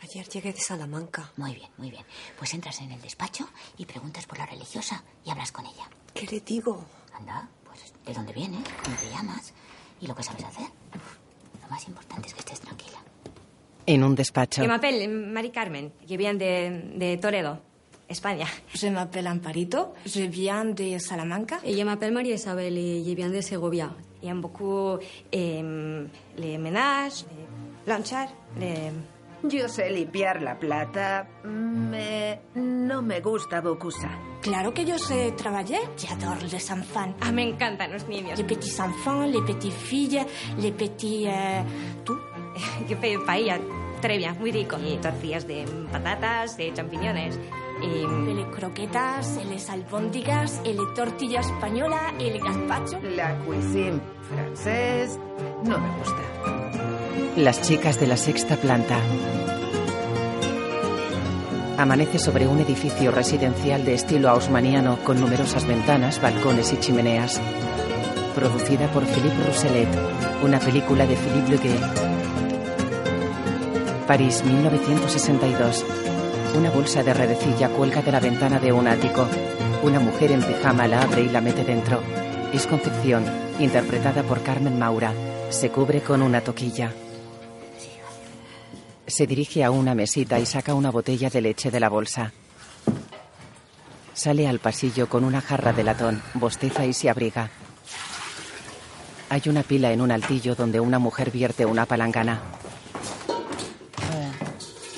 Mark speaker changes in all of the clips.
Speaker 1: Ayer llegué de Salamanca.
Speaker 2: Muy bien, muy bien. Pues entras en el despacho y preguntas por la religiosa y hablas con ella.
Speaker 1: ¿Qué le digo?
Speaker 2: Anda, pues de dónde vienes, cómo te llamas y lo que sabes hacer. Lo más importante es que estés tranquila.
Speaker 3: En un despacho.
Speaker 4: Semapel, Mari Carmen, que vienen de, de Toledo, España.
Speaker 5: Semapel Amparito, je viens de Salamanca.
Speaker 6: Et je m'appelle María Isabel et je viens de Segovia.
Speaker 4: Y han beaucoup eh,
Speaker 5: em,
Speaker 4: le ménage, le planchar, le...
Speaker 7: Yo sé limpiar la plata. Me... No me gusta Bokusa.
Speaker 5: Claro que yo sé trabajar. J'adore les enfants.
Speaker 4: Ah, me encantan los niños.
Speaker 5: Les petits enfants, les petites filles, les petits... eh, tú.
Speaker 4: Yo pedí paella, trevia, muy rico. Y tortillas de patatas, de champiñones. Y mm,
Speaker 5: Les croquetas, les albóndigas, les tortilla española, el gazpacho.
Speaker 7: La cuisine francés no me gusta.
Speaker 3: Las chicas de la sexta planta. Amanece sobre un edificio residencial de estilo hausmaniano con numerosas ventanas, balcones y chimeneas. Producida por Philippe Rousselet, una película de Philippe Leguet. París, 1962. Una bolsa de redecilla cuelga de la ventana de un ático. Una mujer en pijama la abre y la mete dentro. Es Concepción, interpretada por Carmen Maura. Se cubre con una toquilla. Se dirige a una mesita y saca una botella de leche de la bolsa. Sale al pasillo con una jarra de latón, bosteza y se abriga. Hay una pila en un altillo donde una mujer vierte una palangana.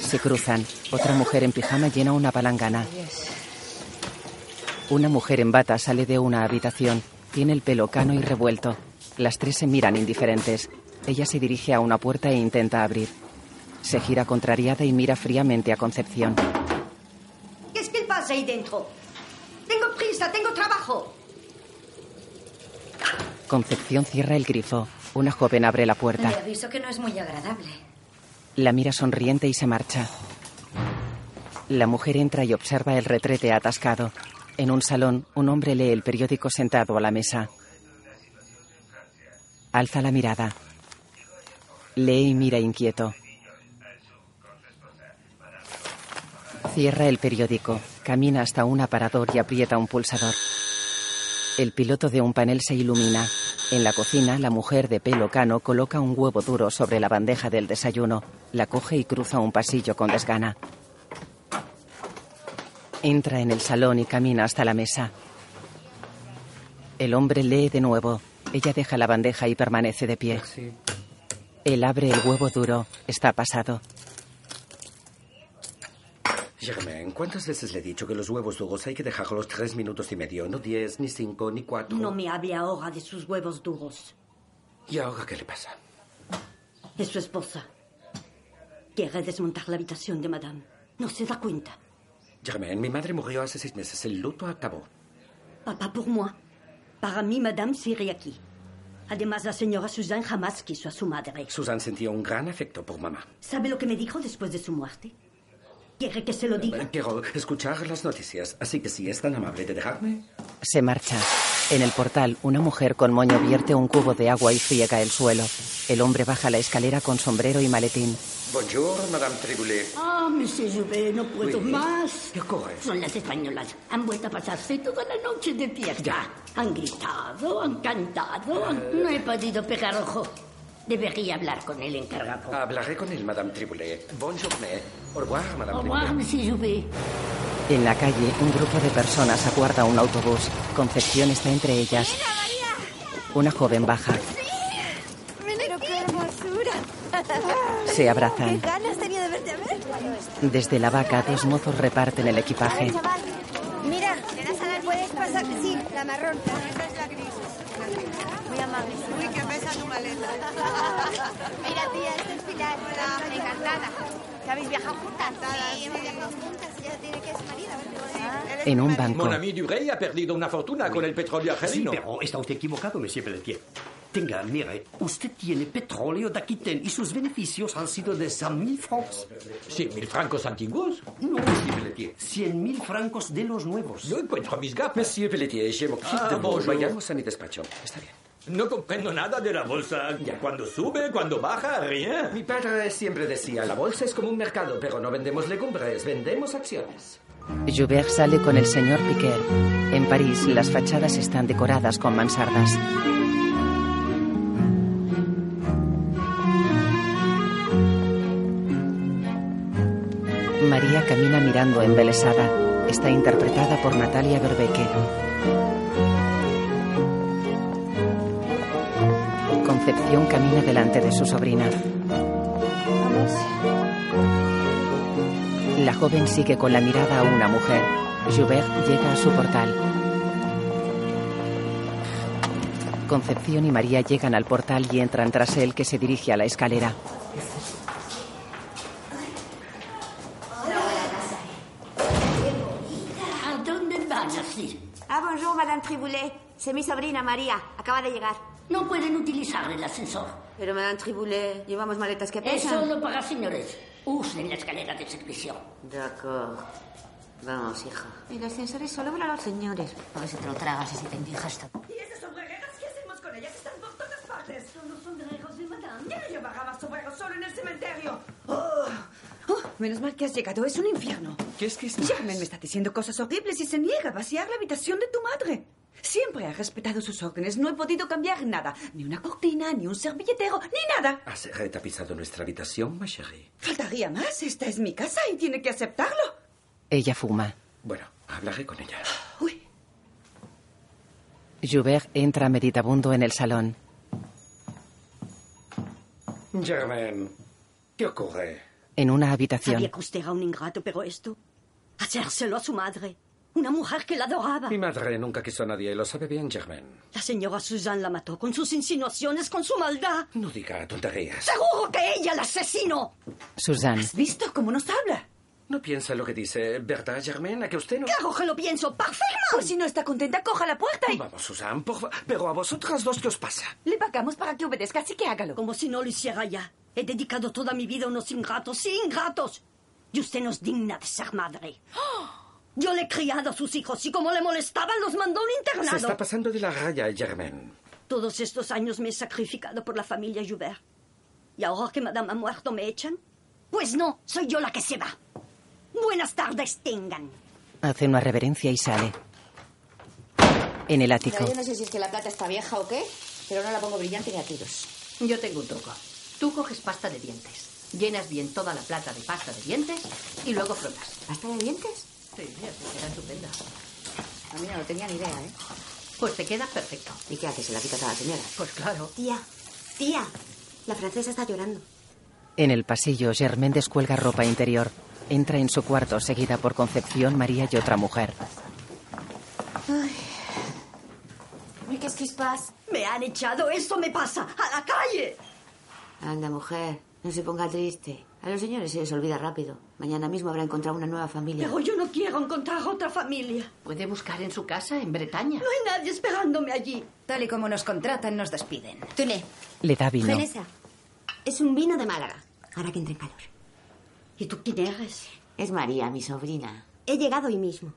Speaker 3: Se cruzan. Otra mujer en pijama llena una palangana. Una mujer en bata sale de una habitación. Tiene el pelo cano y revuelto. Las tres se miran indiferentes. Ella se dirige a una puerta e intenta abrir. Se gira contrariada y mira fríamente a Concepción.
Speaker 8: ¿Qué es que pasa ahí dentro? Tengo prisa, tengo trabajo.
Speaker 3: Concepción cierra el grifo. Una joven abre la
Speaker 6: Le
Speaker 3: puerta.
Speaker 6: aviso que no es muy agradable.
Speaker 3: La mira sonriente y se marcha. La mujer entra y observa el retrete atascado. En un salón, un hombre lee el periódico sentado a la mesa. Alza la mirada. Lee y mira inquieto. Cierra el periódico, camina hasta un aparador y aprieta un pulsador. El piloto de un panel se ilumina. En la cocina, la mujer de pelo cano coloca un huevo duro sobre la bandeja del desayuno, la coge y cruza un pasillo con desgana. Entra en el salón y camina hasta la mesa. El hombre lee de nuevo. Ella deja la bandeja y permanece de pie. Él abre el huevo duro. Está pasado.
Speaker 9: Germain, ¿cuántas veces le he dicho que los huevos duros hay que dejarlos tres minutos y medio? No diez, ni cinco, ni cuatro.
Speaker 8: No me hable ahora de sus huevos duros.
Speaker 9: ¿Y ahora qué le pasa?
Speaker 8: Es su esposa. Quiere desmontar la habitación de Madame. No se da cuenta.
Speaker 9: Germain, mi madre murió hace seis meses. El luto acabó.
Speaker 8: Papá por moi. Para mí, Madame sigue aquí. Además, la señora Suzanne jamás quiso a su madre.
Speaker 9: Susan sentía un gran afecto por mamá.
Speaker 8: ¿Sabe lo que me dijo después de su muerte? ¿Quiere que se lo diga?
Speaker 9: Quiero escuchar las noticias, así que si es tan amable de dejarme.
Speaker 3: Se marcha. En el portal, una mujer con moño vierte un cubo de agua y friega el suelo. El hombre baja la escalera con sombrero y maletín.
Speaker 9: Bonjour, Madame Triboulet.
Speaker 8: Ah, monsieur Jouvet, no puedo
Speaker 9: Oui.
Speaker 8: más.
Speaker 9: ¿Qué ocurre?
Speaker 8: Son las españolas. Han vuelto a pasarse toda la noche de fiesta. Han gritado, han cantado.
Speaker 9: Eh.
Speaker 8: han- No he podido pegar ojo. Debería hablar con el encargado.
Speaker 9: Hablaré con él, Madame Triboulet. Bonjour, Au revoir, Madame
Speaker 8: Au revoir,
Speaker 9: Triboulet.
Speaker 8: monsieur Jouvet.
Speaker 3: En la calle, un grupo de personas aguarda un autobús. Concepción está entre ellas. Una joven baja. Se abrazan.
Speaker 10: ganas tenía de verte a ver?
Speaker 3: Desde la vaca, dos mozos reparten el equipaje.
Speaker 10: Chaval, mira, puedes pasar. Sí, la marrón. Esa es la gris. Muy amable. Uy, que pesa tu maleta. mira, tía, este es Pilar. Hola, encantada. ¿Que habéis viajado juntas? Sí, hemos viajado juntas. Ella tiene que es marido.
Speaker 3: En un banco,
Speaker 11: Mon ami Dubrey ha perdido una fortuna con el petróleo
Speaker 12: Sí,
Speaker 11: argelino.
Speaker 12: pero está usted equivocado, monsieur Pelletier. Tenga, mire, usted tiene petróleo de Aquitaine y sus beneficios han sido de 100.000 francos.
Speaker 11: ¿Cien mil francos antiguos?
Speaker 12: No, monsieur Pelletier, 100.000 francos de los nuevos.
Speaker 11: No encuentro mis gafas.
Speaker 9: Monsieur Pelletier, je m'occupe
Speaker 11: Ah,
Speaker 9: eh, de vous.
Speaker 11: bonjour.
Speaker 9: Vayamos a mi despacho. Está bien.
Speaker 13: No comprendo nada de la bolsa. Ya cuando sube, cuando baja, rien.
Speaker 9: Mi padre siempre decía, la bolsa es como un mercado, pero no vendemos legumbres, vendemos acciones.
Speaker 3: Joubert sale con el señor Piquer. En París, las fachadas están decoradas con mansardas. María camina mirando embelesada. Está interpretada por Natalia Berbeque. Concepción camina delante de su sobrina. La joven sigue con la mirada a una mujer. Joubert llega a su portal. Concepción y María llegan al portal y entran tras él que se dirige a la escalera.
Speaker 14: ¿A dónde van así?
Speaker 5: Ah, bonjour, Madame Triboulet. C'est mi sobrina María. Acaba de llegar.
Speaker 14: No pueden utilizar el ascensor.
Speaker 5: Pero Madame Triboulet, llevamos maletas que
Speaker 14: Es
Speaker 5: pesan.
Speaker 14: solo para señores. Usen la escalera de servicio.
Speaker 15: D'accord. Vamos, hija.
Speaker 16: El ascensor es solo para los señores.
Speaker 6: A ver si te lo tragas y si te enviejas todo.
Speaker 17: ¿Y esas obreras qué hacemos con ellas? Están por todas partes. Son los sombreros de madame. Ya no llevaba más sombreros solo en el cementerio. Oh. Oh, menos mal que has llegado. Es un infierno.
Speaker 9: ¿Qué es que es?
Speaker 17: Carmen me está diciendo cosas horribles y se niega a vaciar la habitación de tu madre. Siempre ha respetado sus órdenes. No he podido cambiar nada. Ni una cortina, ni un servilletero, ni nada.
Speaker 9: ¿Has retapizado nuestra habitación, ma chérie?
Speaker 17: Faltaría más. Esta es mi casa y tiene que aceptarlo.
Speaker 3: Ella fuma.
Speaker 9: Bueno, hablaré con ella.
Speaker 3: Joubert entra meditabundo en el salón.
Speaker 9: Germain, ¿qué ocurre?
Speaker 3: En una habitación,
Speaker 8: Sabía que usted era un ingrato, pero esto. Hacérselo a su madre. Una mujer que la adoraba.
Speaker 9: Mi madre nunca quiso a nadie, lo sabe bien, Germain.
Speaker 8: La señora Suzanne la mató con sus insinuaciones, con su maldad.
Speaker 9: No diga tonterías.
Speaker 8: ¡Seguro que ella la asesinó!
Speaker 3: Suzanne.
Speaker 17: ¿Has visto cómo nos habla?
Speaker 9: No piensa lo que dice, ¿verdad, Germain? ¿A que usted no...?
Speaker 8: ¡Claro que lo pienso!
Speaker 17: Pues si no está contenta, coja la puerta y...
Speaker 9: Vamos, Susan, por fa- Pero a vosotras dos, ¿qué os pasa?
Speaker 17: Le pagamos para que obedezca, así que hágalo.
Speaker 8: Como si no lo hiciera ya. He dedicado toda mi vida a unos ingratos, sí, ingratos. Y usted no es digna de ser madre.
Speaker 10: ¡Oh!
Speaker 8: Yo le he criado a sus hijos y como le molestaban, los mandó a un
Speaker 9: Se está
Speaker 8: internado.
Speaker 9: pasando de la raya, Germain.
Speaker 8: Todos estos años me he sacrificado por la familia Joubert. ¿Y ahora que Madame ha muerto me echan? Pues no, soy yo la que se va. Buenas tardes tengan.
Speaker 3: hace una reverencia y sale. En el ático,
Speaker 15: yo no sé si es que la plata está vieja o qué, pero no la pongo brillante ni a tiros. Yo tengo un truco. Tú coges pasta de dientes, llenas bien toda la plata de pasta de dientes y luego frotas. ¿Pasta de dientes? Sí, eso será estupenda. A mí no lo tenía ni idea, ¿eh? Pues te queda perfecto.
Speaker 16: ¿Y qué haces? ¿Se la quitas a la señora?
Speaker 15: Pues claro. Tía, tía, la francesa está llorando.
Speaker 3: en el pasillo, Germain descuelga ropa interior. Entra en su cuarto, seguida por Concepción, María y otra mujer.
Speaker 8: Ay. ¿Qué es Me han echado, esto me pasa. ¡A la calle!
Speaker 15: Anda, mujer, no se ponga triste. A los señores se les olvida rápido. Mañana mismo habrá encontrado una nueva familia.
Speaker 8: Pero yo no quiero encontrar otra familia.
Speaker 15: Puede buscar en su casa, en Bretaña.
Speaker 8: No hay nadie esperándome allí.
Speaker 15: Tal y como nos contratan, nos despiden. Tule,
Speaker 3: Le da vino.
Speaker 15: Genesa. Es un vino de Málaga. Ahora que entre en calor.
Speaker 8: ¿Y tú quién eres?
Speaker 15: Es María, mi sobrina. He llegado hoy mismo.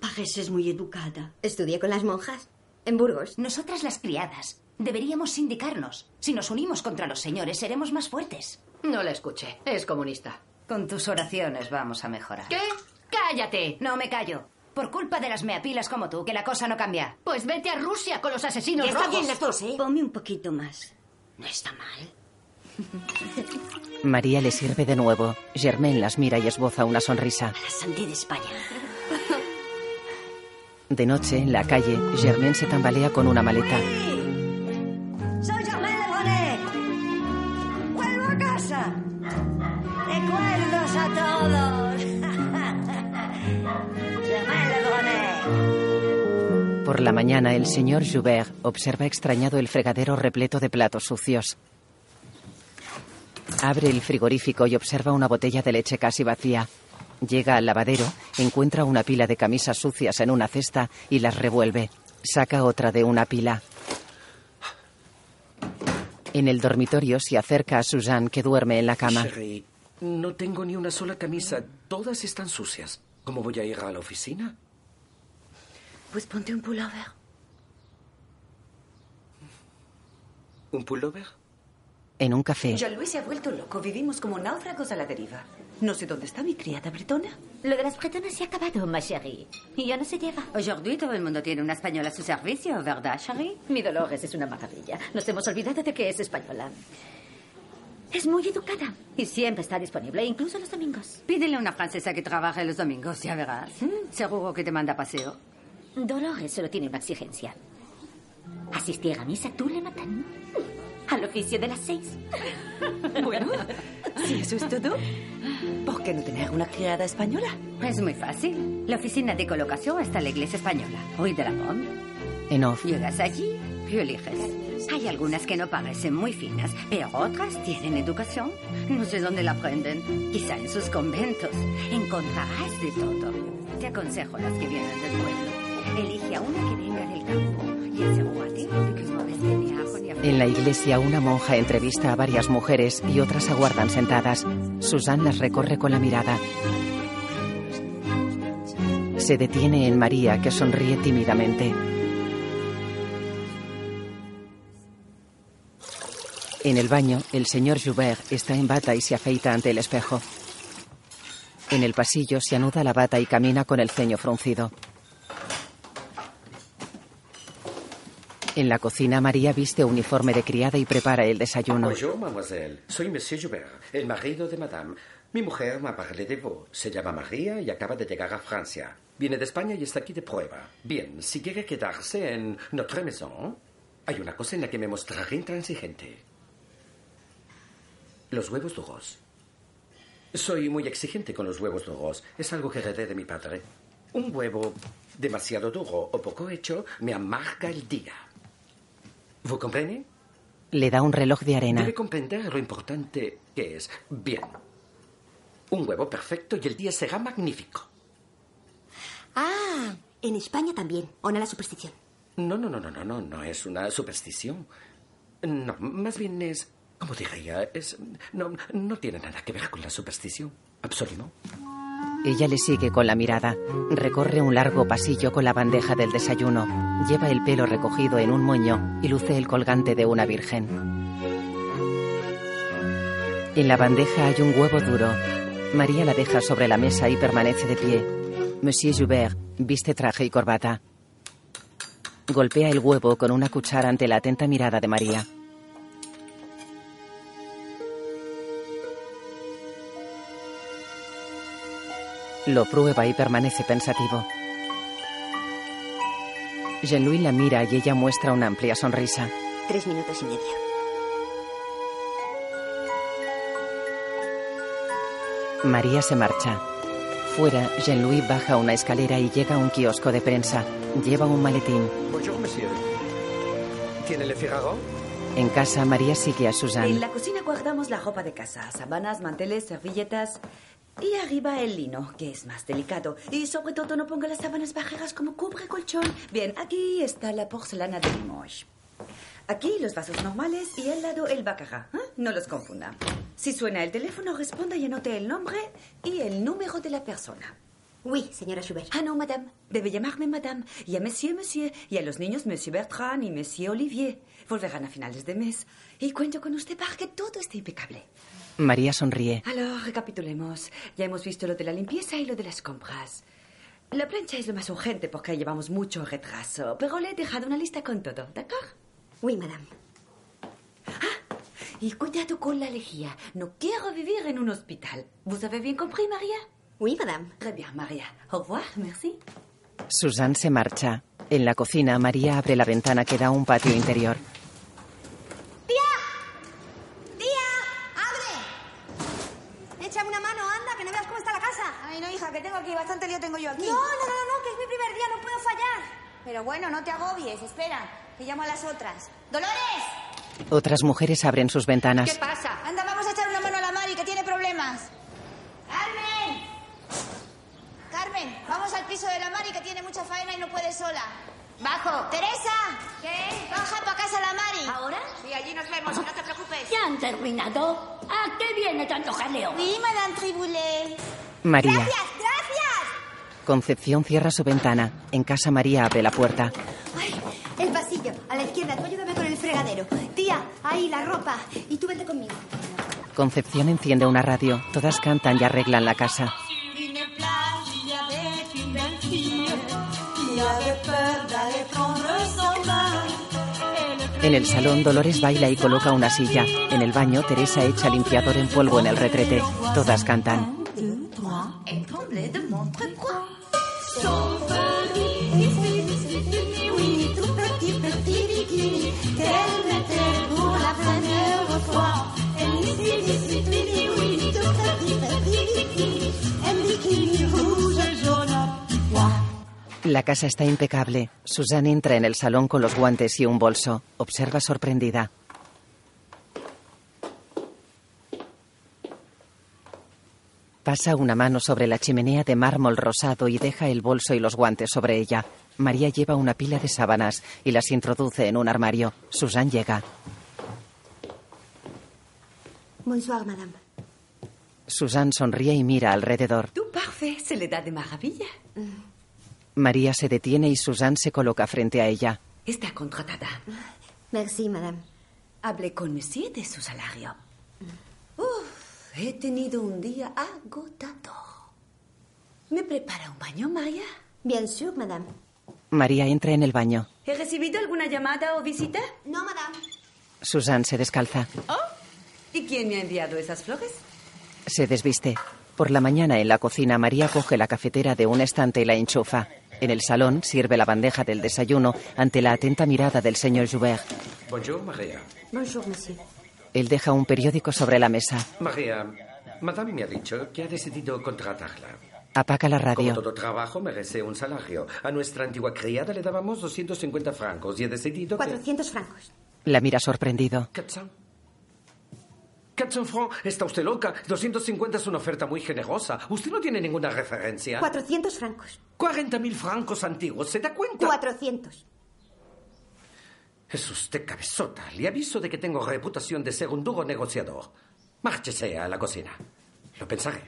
Speaker 8: Pareces muy educada.
Speaker 15: Estudié con las monjas en Burgos.
Speaker 6: Nosotras las criadas. Deberíamos sindicarnos. Si nos unimos contra los señores, seremos más fuertes.
Speaker 18: No la escuché. Es comunista.
Speaker 15: Con tus oraciones vamos a mejorar.
Speaker 18: ¿Qué? ¡Cállate!
Speaker 15: No me callo. Por culpa de las meapilas como tú, que la cosa no cambia.
Speaker 18: Pues vete a Rusia con los asesinos
Speaker 15: Ya está
Speaker 18: rojos.
Speaker 15: bien las dos, ¿eh?
Speaker 8: Ponme un poquito más.
Speaker 18: No está mal.
Speaker 3: María le sirve de nuevo. Germain las mira y esboza una sonrisa.
Speaker 8: La sandía de España.
Speaker 3: De noche, en la calle, Germain se tambalea con una maleta.
Speaker 17: Soy Germain Le Bonnet. Vuelvo a casa. Recuerdos a todos. Germain Le
Speaker 3: Por la mañana, el señor Joubert observa extrañado el fregadero repleto de platos sucios. Abre el frigorífico y observa una botella de leche casi vacía. Llega al lavadero, encuentra una pila de camisas sucias en una cesta y las revuelve. Saca otra de una pila. En el dormitorio se acerca a Suzanne, que duerme en la cama.
Speaker 9: Chérie, no tengo ni una sola camisa. Todas están sucias. ¿Cómo voy a ir a la oficina?
Speaker 15: Pues ponte un pullover.
Speaker 9: ¿Un pullover?
Speaker 3: En un café,
Speaker 17: Jean Louis se ha vuelto loco. Vivimos como náufragos a la deriva. No sé dónde está mi criada bretona.
Speaker 2: Lo de las bretonas se ha acabado, ma chérie. Y ya no se lleva.
Speaker 6: Aujourd'hui, todo el mundo tiene una española a su servicio, ¿verdad, Charlie?
Speaker 2: Mi Dolores es una maravilla. Nos hemos olvidado de que es española. Es muy educada y siempre está disponible, incluso los domingos.
Speaker 6: Pídele a una francesa que trabaje los domingos, ya verás. Seguro que te manda a paseo.
Speaker 2: Dolores solo tiene una exigencia. Asistir a misa tú le matan. Al oficio de las seis.
Speaker 17: Bueno, si eso es todo, ¿por qué no tener una criada española?
Speaker 6: Es muy fácil. La oficina de colocación está en la iglesia española, Rue de la Pomme.
Speaker 3: en off,
Speaker 6: Llegas allí y eliges. Hay algunas que no parecen muy finas, pero otras tienen educación. No sé dónde la aprenden. Quizá en sus conventos. Encontrarás de todo. Te aconsejo las que vienen del pueblo. Elige a una que venga del campo y asegúrate de que no ves ni ajo ni
Speaker 3: en la iglesia una monja entrevista a varias mujeres y otras aguardan sentadas. Susan las recorre con la mirada. Se detiene en María, que sonríe tímidamente. En el baño, el señor Joubert está en bata y se afeita ante el espejo. En el pasillo se anuda la bata y camina con el ceño fruncido. En la cocina, María viste uniforme de criada y prepara el desayuno.
Speaker 9: Bonjour, Ah, pues mademoiselle. Soy Monsieur Joubert, el marido de madame. Mi mujer m'a parlé de vous. Se llama María y acaba de llegar a Francia. Viene de España y está aquí de prueba. Bien, si quiere quedarse en notre maison, hay una cosa en la que me mostraré intransigente. Los huevos duros. Soy muy exigente con los huevos duros. Es algo que heredé de mi padre. Un huevo demasiado duro o poco hecho me amarga el día. ¿Vous comprenez?
Speaker 3: Le da un reloj de arena.
Speaker 9: Debe comprender lo importante que es. Bien. Un huevo perfecto y el día será magnífico.
Speaker 19: Ah, en España también. ¿O no la superstición?
Speaker 9: No, no, no, no, no, no, no es una superstición. No, más bien es. ¿Cómo diría? Es. No, no tiene nada que ver con la superstición. Absolutamente.
Speaker 3: Ella le sigue con la mirada. Recorre un largo pasillo con la bandeja del desayuno. Lleva el pelo recogido en un moño y luce el colgante de una virgen. En la bandeja hay un huevo duro. María la deja sobre la mesa y permanece de pie. Monsieur Joubert viste traje y corbata. Golpea el huevo con una cuchara ante la atenta mirada de María. Lo prueba y permanece pensativo. Jean-Louis la mira y ella muestra una amplia sonrisa.
Speaker 19: Tres minutos y medio.
Speaker 3: María se marcha. Fuera, Jean-Louis baja una escalera y llega a un kiosco de prensa. Lleva un maletín.
Speaker 9: Bonjour, monsieur. ¿Tiene Le Figaro?
Speaker 3: En casa, María sigue a Suzanne.
Speaker 17: En la cocina guardamos la ropa de casa, sábanas, manteles, servilletas y arriba el lino, que es más delicado. Y sobre todo no ponga las sábanas bajeras como cubre colchón. Bien, aquí está la porcelana de Limoges. Aquí los vasos normales y al lado el baccarat. ¿eh? No los confunda. Si suena el teléfono, responda y anote el nombre y el número de la persona.
Speaker 19: Oui, señora Schubert.
Speaker 17: Ah, no, madame. Debe llamarme madame. Y a monsieur, monsieur. Y a los niños, monsieur Bertrand y monsieur Olivier. Volverán a finales de mes. Y cuento con usted para que todo esté impecable.
Speaker 3: María sonríe.
Speaker 17: Alors, recapitulemos. Ya hemos visto lo de la limpieza y lo de las compras. La plancha es lo más urgente porque llevamos mucho retraso, pero le he dejado una lista con todo, ¿de acuerdo?
Speaker 19: Oui, madame.
Speaker 17: Ah, Y cuidado con la lejía. No quiero vivir en un hospital. ¿Vous avez bien compris, María?
Speaker 19: Oui, madame.
Speaker 17: Très bien, María. Au revoir, merci.
Speaker 3: Suzanne se marcha. En la cocina, María abre la ventana que da a un patio interior.
Speaker 20: Échame una mano, anda, que no veas cómo está la casa. Ay, no, hija, que tengo aquí, bastante lío tengo yo aquí. No, no, no, no, que es mi primer día, no puedo fallar. Pero bueno, no te agobies, espera, que llamo a las otras. ¡Dolores!
Speaker 3: Otras mujeres abren sus ventanas.
Speaker 20: pasa? Anda, vamos a echar una mano a la Mari, que tiene problemas. ¡Carmen! Carmen, vamos al piso de la Mari, que tiene mucha faena y no puede sola. ¡Bajo! ¡Teresa! ¿Qué? Baja para casa la Mari. ¿Ahora? Sí, allí nos vemos, no te preocupes.
Speaker 5: ¿Ya han terminado? ¿A qué viene tanto jaleo?
Speaker 20: Sí, Madame Triboulet.
Speaker 3: María.
Speaker 20: ¡Gracias!
Speaker 3: Concepción cierra su ventana. En casa, María abre la puerta.
Speaker 19: El pasillo, a la izquierda. Tú ayúdame con el fregadero. Tía, ahí la ropa. Y tú vente conmigo.
Speaker 3: Concepción enciende una radio. Todas cantan y arreglan la casa. En el salón, Dolores baila y coloca una silla. En el baño, Teresa echa limpiador en polvo en el retrete. Todas cantan. La casa está impecable. Suzanne entra en el salón con los guantes y un bolso. Observa sorprendida. Pasa una mano sobre la chimenea de mármol rosado y deja el bolso y los guantes sobre ella. María lleva una pila de sábanas y las introduce en un armario. Suzanne llega.
Speaker 10: Bonsoir, madame.
Speaker 3: Suzanne sonríe y mira alrededor.
Speaker 17: Parfait, se le da de maravilla.
Speaker 19: Mm.
Speaker 3: María se detiene y Suzanne se coloca frente a ella.
Speaker 17: Está contratada.
Speaker 10: Merci, madame.
Speaker 17: Hablé con Monsieur de su salario.
Speaker 10: Mm.
Speaker 17: Uf, he tenido un día agotador. ¿Me prepara un baño, Maya?
Speaker 10: Bien sûr, madame.
Speaker 3: María entra en el baño.
Speaker 17: ¿He recibido alguna llamada o visita? No, madame.
Speaker 3: Suzanne se descalza.
Speaker 17: ¿Oh? ¿Y quién me ha enviado esas flores?
Speaker 3: Se desviste. Por la mañana en la cocina, María coge la cafetera de un estante y la enchufa. En el salón sirve la bandeja del desayuno ante la atenta mirada del señor Joubert.
Speaker 9: Bonjour, María.
Speaker 10: Bonjour, monsieur.
Speaker 3: Él deja un periódico sobre la mesa.
Speaker 9: María, madame me ha dicho que ha decidido contratarla.
Speaker 3: Apaga la
Speaker 9: Como
Speaker 3: radio.
Speaker 9: todo trabajo merece un salario. A nuestra antigua criada le dábamos 250 francos y he decidido que...
Speaker 10: 400 francos.
Speaker 3: La mira sorprendido.
Speaker 9: 400. 400 francs. ¿Está usted loca? 250 es una oferta muy generosa. Usted no tiene ninguna referencia.
Speaker 10: 400 francos.
Speaker 9: 40.000 francos antiguos. ¿Se da cuenta?
Speaker 10: 400.
Speaker 9: Es usted cabezota. Le aviso de que tengo reputación de ser un duro negociador. Márchese a la cocina. Lo pensaré.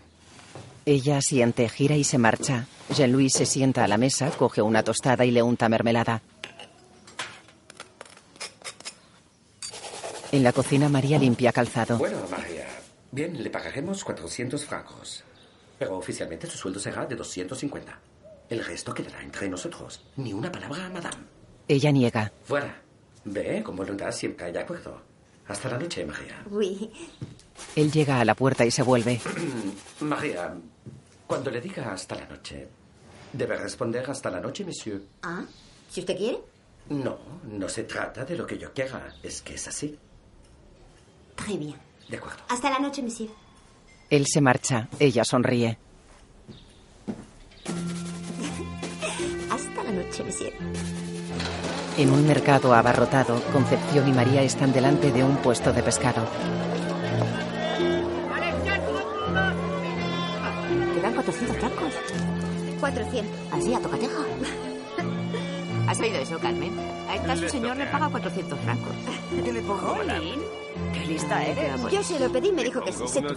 Speaker 3: Ella asiente, gira y se marcha. Jean-Louis se sienta a la mesa, coge una tostada y le unta mermelada. En la cocina, María limpia calzado.
Speaker 9: Bueno, María. Bien, le pagaremos 400 francos. Pero oficialmente su sueldo será de 250. El resto quedará entre nosotros. Ni una palabra a madame.
Speaker 3: Ella niega.
Speaker 9: Fuera. Ve, con voluntad siempre hay acuerdo. Hasta la noche, María.
Speaker 10: Oui.
Speaker 3: Él llega a la puerta y se vuelve.
Speaker 9: María, cuando le diga hasta la noche, debe responder hasta la noche, monsieur.
Speaker 10: Ah, si usted quiere.
Speaker 9: No, no se trata de lo que yo quiera. Es que es así.
Speaker 10: Très bien.
Speaker 9: De acuerdo.
Speaker 10: Hasta la noche, monsieur.
Speaker 3: Él se marcha. Ella sonríe.
Speaker 10: Hasta la noche, monsieur.
Speaker 3: En un mercado abarrotado, Concepción y María están delante de un puesto de pescado.
Speaker 5: Quedan 400 francos.
Speaker 10: 400.
Speaker 5: Así, a tocateja. ¿Has oído eso, Carmen? A esta su señor le paga 400 francos. ¿Qué le pongo? ¡Qué lista eres!
Speaker 10: Eh, Yo se lo pedí y me dijo que sí. sé tú.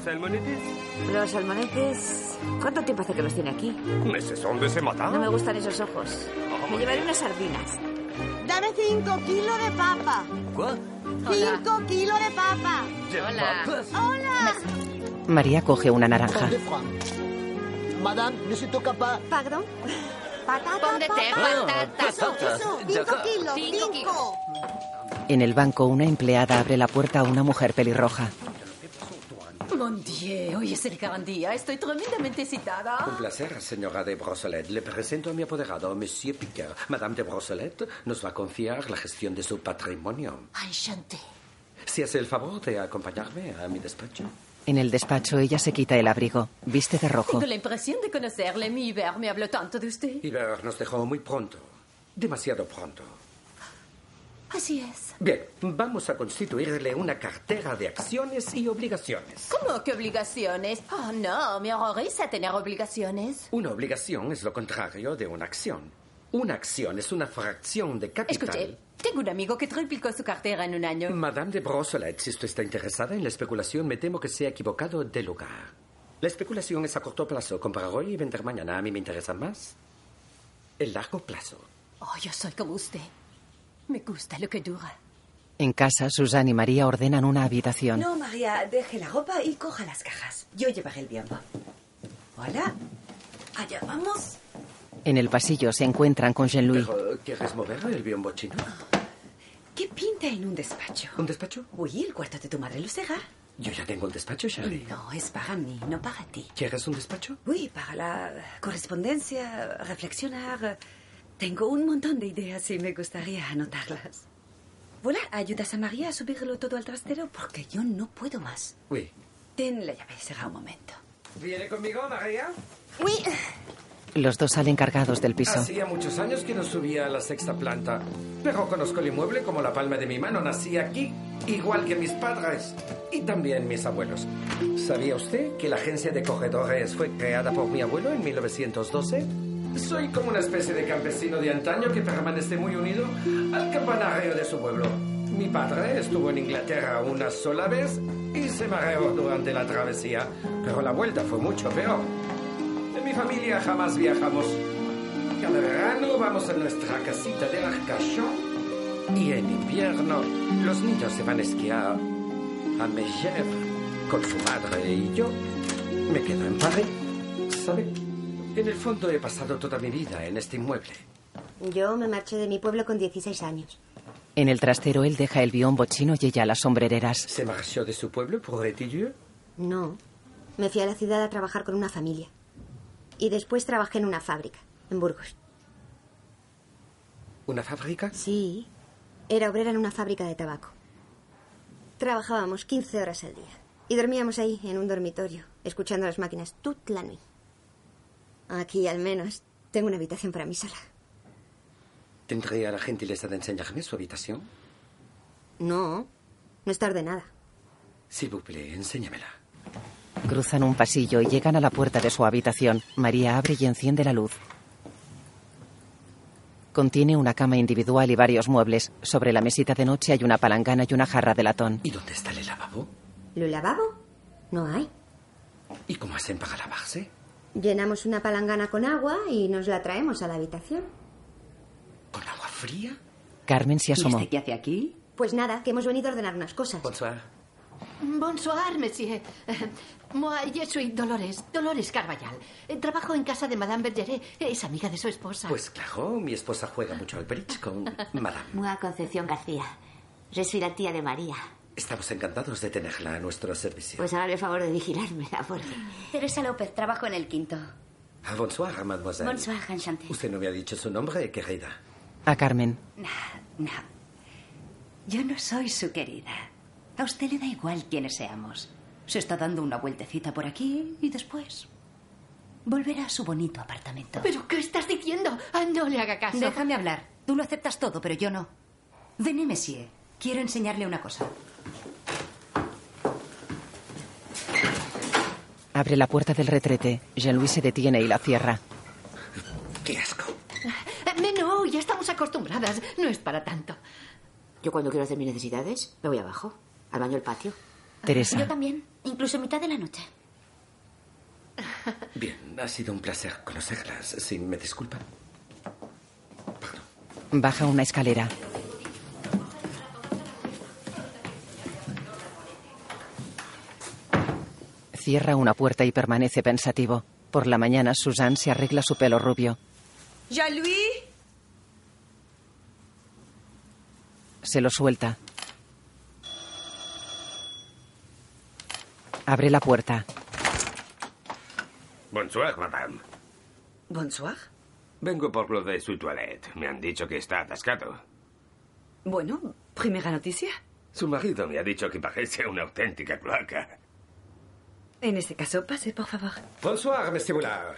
Speaker 5: Los salmonetes... ¿Cuánto tiempo hace que los tiene aquí?
Speaker 21: Meses son de se
Speaker 10: Ah.
Speaker 5: No me gustan esos ojos. Me llevaré unas sardinas.
Speaker 10: Dame 5 kilos de papa.
Speaker 21: ¿Cuál?
Speaker 10: 5 kilos de papa.
Speaker 21: Hola.
Speaker 10: Hola.
Speaker 3: María coge una naranja.
Speaker 10: Madame, no se toca pa... Pardon. Patata,
Speaker 22: Póndete
Speaker 10: papa.
Speaker 22: patatas.
Speaker 10: Eso, eso. Cinco
Speaker 22: Patatas.
Speaker 10: kilos.
Speaker 22: Cinco
Speaker 10: Cinco.
Speaker 3: En el banco, una empleada abre la puerta a una mujer pelirroja.
Speaker 23: Mon Dieu, hoy es el gran día. Estoy tremendamente
Speaker 9: Un
Speaker 23: excitada.
Speaker 9: placer, señora de Brosselet. Le presento a mi apoderado, Monsieur Piquer. Madame de Brosselet nos va a confiar la gestión de su patrimonio.
Speaker 23: Enchanté.
Speaker 9: Si hace el favor de acompañarme a mi despacho.
Speaker 3: En el despacho, ella se quita el abrigo. Viste de rojo.
Speaker 23: Tengo la impresión de conocerle. Mi Iber me habló tanto de usted.
Speaker 9: Iber nos dejó muy pronto. Demasiado pronto.
Speaker 23: Así es.
Speaker 9: Bien, vamos a constituirle una cartera de acciones y obligaciones.
Speaker 23: ¿Cómo que obligaciones? Oh, no, me horroriza tener obligaciones.
Speaker 9: Una obligación es lo contrario de una acción. Una acción es una fracción de capital.
Speaker 23: Escuche, tengo un amigo que triplicó su cartera en un año.
Speaker 9: Madame de Brosselet, si usted está interesada en la especulación, me temo que se ha equivocado de lugar. La especulación es a corto plazo. Comprar hoy y vender mañana. A mí me interesa más el largo plazo.
Speaker 23: Oh, yo soy como usted. Me gusta lo que dura.
Speaker 3: En casa, Susan y María ordenan una habitación.
Speaker 17: No, María, deje la ropa y coja las cajas. Yo llevaré el biombo. Hola. Allá vamos.
Speaker 3: En el pasillo se encuentran con Jean-Louis.
Speaker 9: Pero, ¿Quieres mover el biombo chino?
Speaker 17: ¿Qué pinta en un despacho?
Speaker 9: ¿Un despacho?
Speaker 17: Uy, el cuarto de tu madre lo será.
Speaker 9: Yo ya tengo el despacho, Charlie.
Speaker 17: No, es para mí, no para ti.
Speaker 9: ¿Quieres un despacho?
Speaker 17: Uy, para la correspondencia, reflexionar. Tengo un montón de ideas y me gustaría anotarlas. Hola, ¿ayudas a María a subirlo todo al trastero? Porque yo no puedo más.
Speaker 9: Uy.
Speaker 17: Ten la llave, será un momento.
Speaker 9: ¿Viene conmigo, María?
Speaker 17: Uy.
Speaker 3: Los dos salen cargados del piso.
Speaker 9: Hacía muchos años que no subía a la sexta planta. Pero conozco el inmueble como la palma de mi mano. Nací aquí, igual que mis padres y también mis abuelos. ¿Sabía usted que la agencia de corredores fue creada por mi abuelo en 1912? Soy como una especie de campesino de antaño que permanece muy unido al campanario de su pueblo. Mi padre estuvo en Inglaterra una sola vez y se mareó durante la travesía, pero la vuelta fue mucho peor. En mi familia jamás viajamos. Cada verano vamos a nuestra casita de Arcachon y en invierno los niños se van a esquiar a Megève con su madre y yo me quedo en París. ¿Sabe? En el fondo he pasado toda mi vida en este inmueble.
Speaker 20: Yo me marché de mi pueblo con 16 años.
Speaker 3: En el trastero, él deja el biombo chino y ella las sombrereras.
Speaker 9: ¿Se marchó de su pueblo por Retilleux?
Speaker 20: No. Me fui a la ciudad a trabajar con una familia. Y después trabajé en una fábrica, en Burgos.
Speaker 9: ¿Una fábrica?
Speaker 20: Sí. Era obrera en una fábrica de tabaco. Trabajábamos 15 horas al día. Y dormíamos ahí, en un dormitorio, escuchando las máquinas toda la noche. Aquí, al menos, tengo una habitación para mí sola.
Speaker 9: ¿Tendría la gentileza de enseñarme su habitación?
Speaker 20: No, no está ordenada.
Speaker 9: S'il vous plaît, enséñamela.
Speaker 3: Cruzan un pasillo y llegan a la puerta de su habitación. María abre y enciende la luz. Contiene una cama individual y varios muebles. Sobre la mesita de noche hay una palangana y una jarra de latón.
Speaker 9: ¿Y dónde está el lavabo?
Speaker 20: ¿Lo lavabo? No hay.
Speaker 9: ¿Y cómo hacen para lavarse?
Speaker 20: Llenamos una palangana con agua y nos la traemos a la habitación.
Speaker 9: ¿Con agua fría?
Speaker 3: Carmen se asomó.
Speaker 6: este ¿Qué hace aquí?
Speaker 20: Pues nada, que hemos venido a ordenar unas cosas.
Speaker 9: Bonsoir.
Speaker 15: Bonsoir, monsieur. Eh, Moi, je suis Dolores, Dolores Carballal. Eh, Trabajo en casa de Madame Bergeret. eh, Es amiga de su esposa.
Speaker 9: Pues claro, mi esposa juega mucho al bridge con Madame.
Speaker 24: Mua Concepción García. Yo soy la tía de María.
Speaker 9: Estamos encantados de tenerla a nuestro servicio.
Speaker 24: Pues hágale el favor de vigilármela, porque... Teresa López, trabajo en el quinto.
Speaker 9: Ah, bonsoir, mademoiselle.
Speaker 24: Bonsoir, enchanté.
Speaker 9: Usted no me ha dicho su nombre, querida.
Speaker 3: A Carmen.
Speaker 6: No, yo no soy su querida. A usted le da igual quiénes seamos. Se está dando una vueltecita por aquí y después volverá a su bonito apartamento.
Speaker 15: ¿Pero qué estás diciendo? Ah, no le haga caso.
Speaker 6: Déjame hablar. Tú lo aceptas todo, pero yo no. Venez, monsieur. Quiero enseñarle una cosa.
Speaker 3: Abre la puerta del retrete. Jean-Louis se detiene y la cierra.
Speaker 9: ¡Qué asco!
Speaker 15: Eh, No, ya estamos acostumbradas. No es para tanto.
Speaker 24: Yo cuando quiero hacer mis necesidades, me voy abajo, al baño del patio.
Speaker 3: Teresa.
Speaker 24: Yo también, incluso en mitad de la noche.
Speaker 9: Bien, ha sido un placer conocerlas. Si me disculpa.
Speaker 3: Baja una escalera. Cierra una puerta y permanece pensativo. Por la mañana, Susan se arregla su pelo rubio.
Speaker 8: Jean-Louis,
Speaker 3: Se lo suelta. Abre la puerta.
Speaker 25: Bonsoir, madame.
Speaker 17: Bonsoir.
Speaker 25: Vengo por lo de su toilette. Me han dicho que está atascado.
Speaker 17: Bueno, primera noticia.
Speaker 25: Su marido me ha dicho que parece una auténtica cloaca.
Speaker 17: En ese caso, pase, por favor.
Speaker 9: Bonsoir, monsieur Boulard.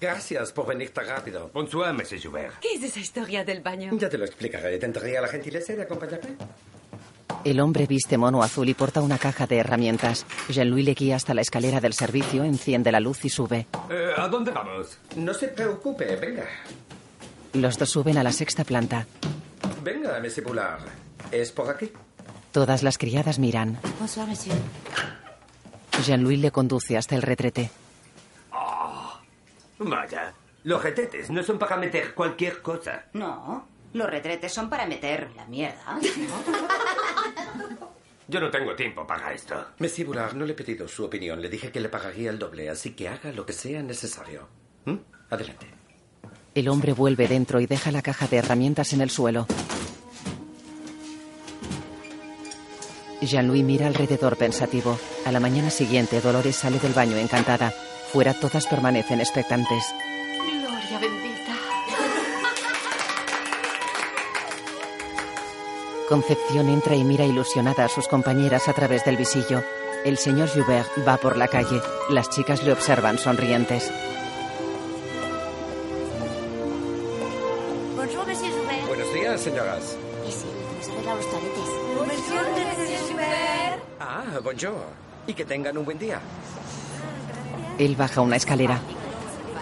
Speaker 9: Gracias por venir tan rápido.
Speaker 25: Bonsoir, monsieur Joubert.
Speaker 17: ¿Qué es esa historia del baño?
Speaker 9: Ya te lo explicaré. ¿Tendría la gentileza de acompañarme?
Speaker 3: El hombre viste mono azul y porta una caja de herramientas. Jean-Louis le guía hasta la escalera del servicio, enciende la luz y sube.
Speaker 25: Eh, ¿A dónde vamos?
Speaker 9: No se preocupe, venga.
Speaker 3: Los dos suben a la sexta planta.
Speaker 9: Venga, monsieur Boulard. ¿Es por aquí?
Speaker 3: Todas las criadas miran.
Speaker 20: Pues
Speaker 24: Bonsoir, monsieur.
Speaker 3: Jean-Louis le conduce hasta el retrete.
Speaker 25: Vaya, los retetes no son para meter cualquier cosa.
Speaker 6: No, Los retretes son para meter la mierda.
Speaker 25: Yo no tengo tiempo para esto.
Speaker 9: Monsieur Boulard, no le he pedido su opinión. Le dije que le pagaría el doble, así que haga lo que sea necesario. ¿Mm? Adelante.
Speaker 3: El hombre vuelve dentro y deja la caja de herramientas en el suelo. Jean-Louis mira alrededor pensativo. A la mañana siguiente, Dolores sale del baño encantada. Fuera todas permanecen expectantes.
Speaker 15: Gloria bendita.
Speaker 3: Concepción entra y mira ilusionada a sus compañeras a través del visillo. El señor Joubert va por la calle. Las chicas le observan sonrientes.
Speaker 2: Pues
Speaker 20: Bonjour, monsieur Joubert.
Speaker 9: Buenos días, señoras.
Speaker 20: Y sí, nos arregla los toaletes. Bonjour, monsieur Joubert.
Speaker 9: Ah, bonjour. Y que tengan un buen día.
Speaker 3: Él baja una escalera.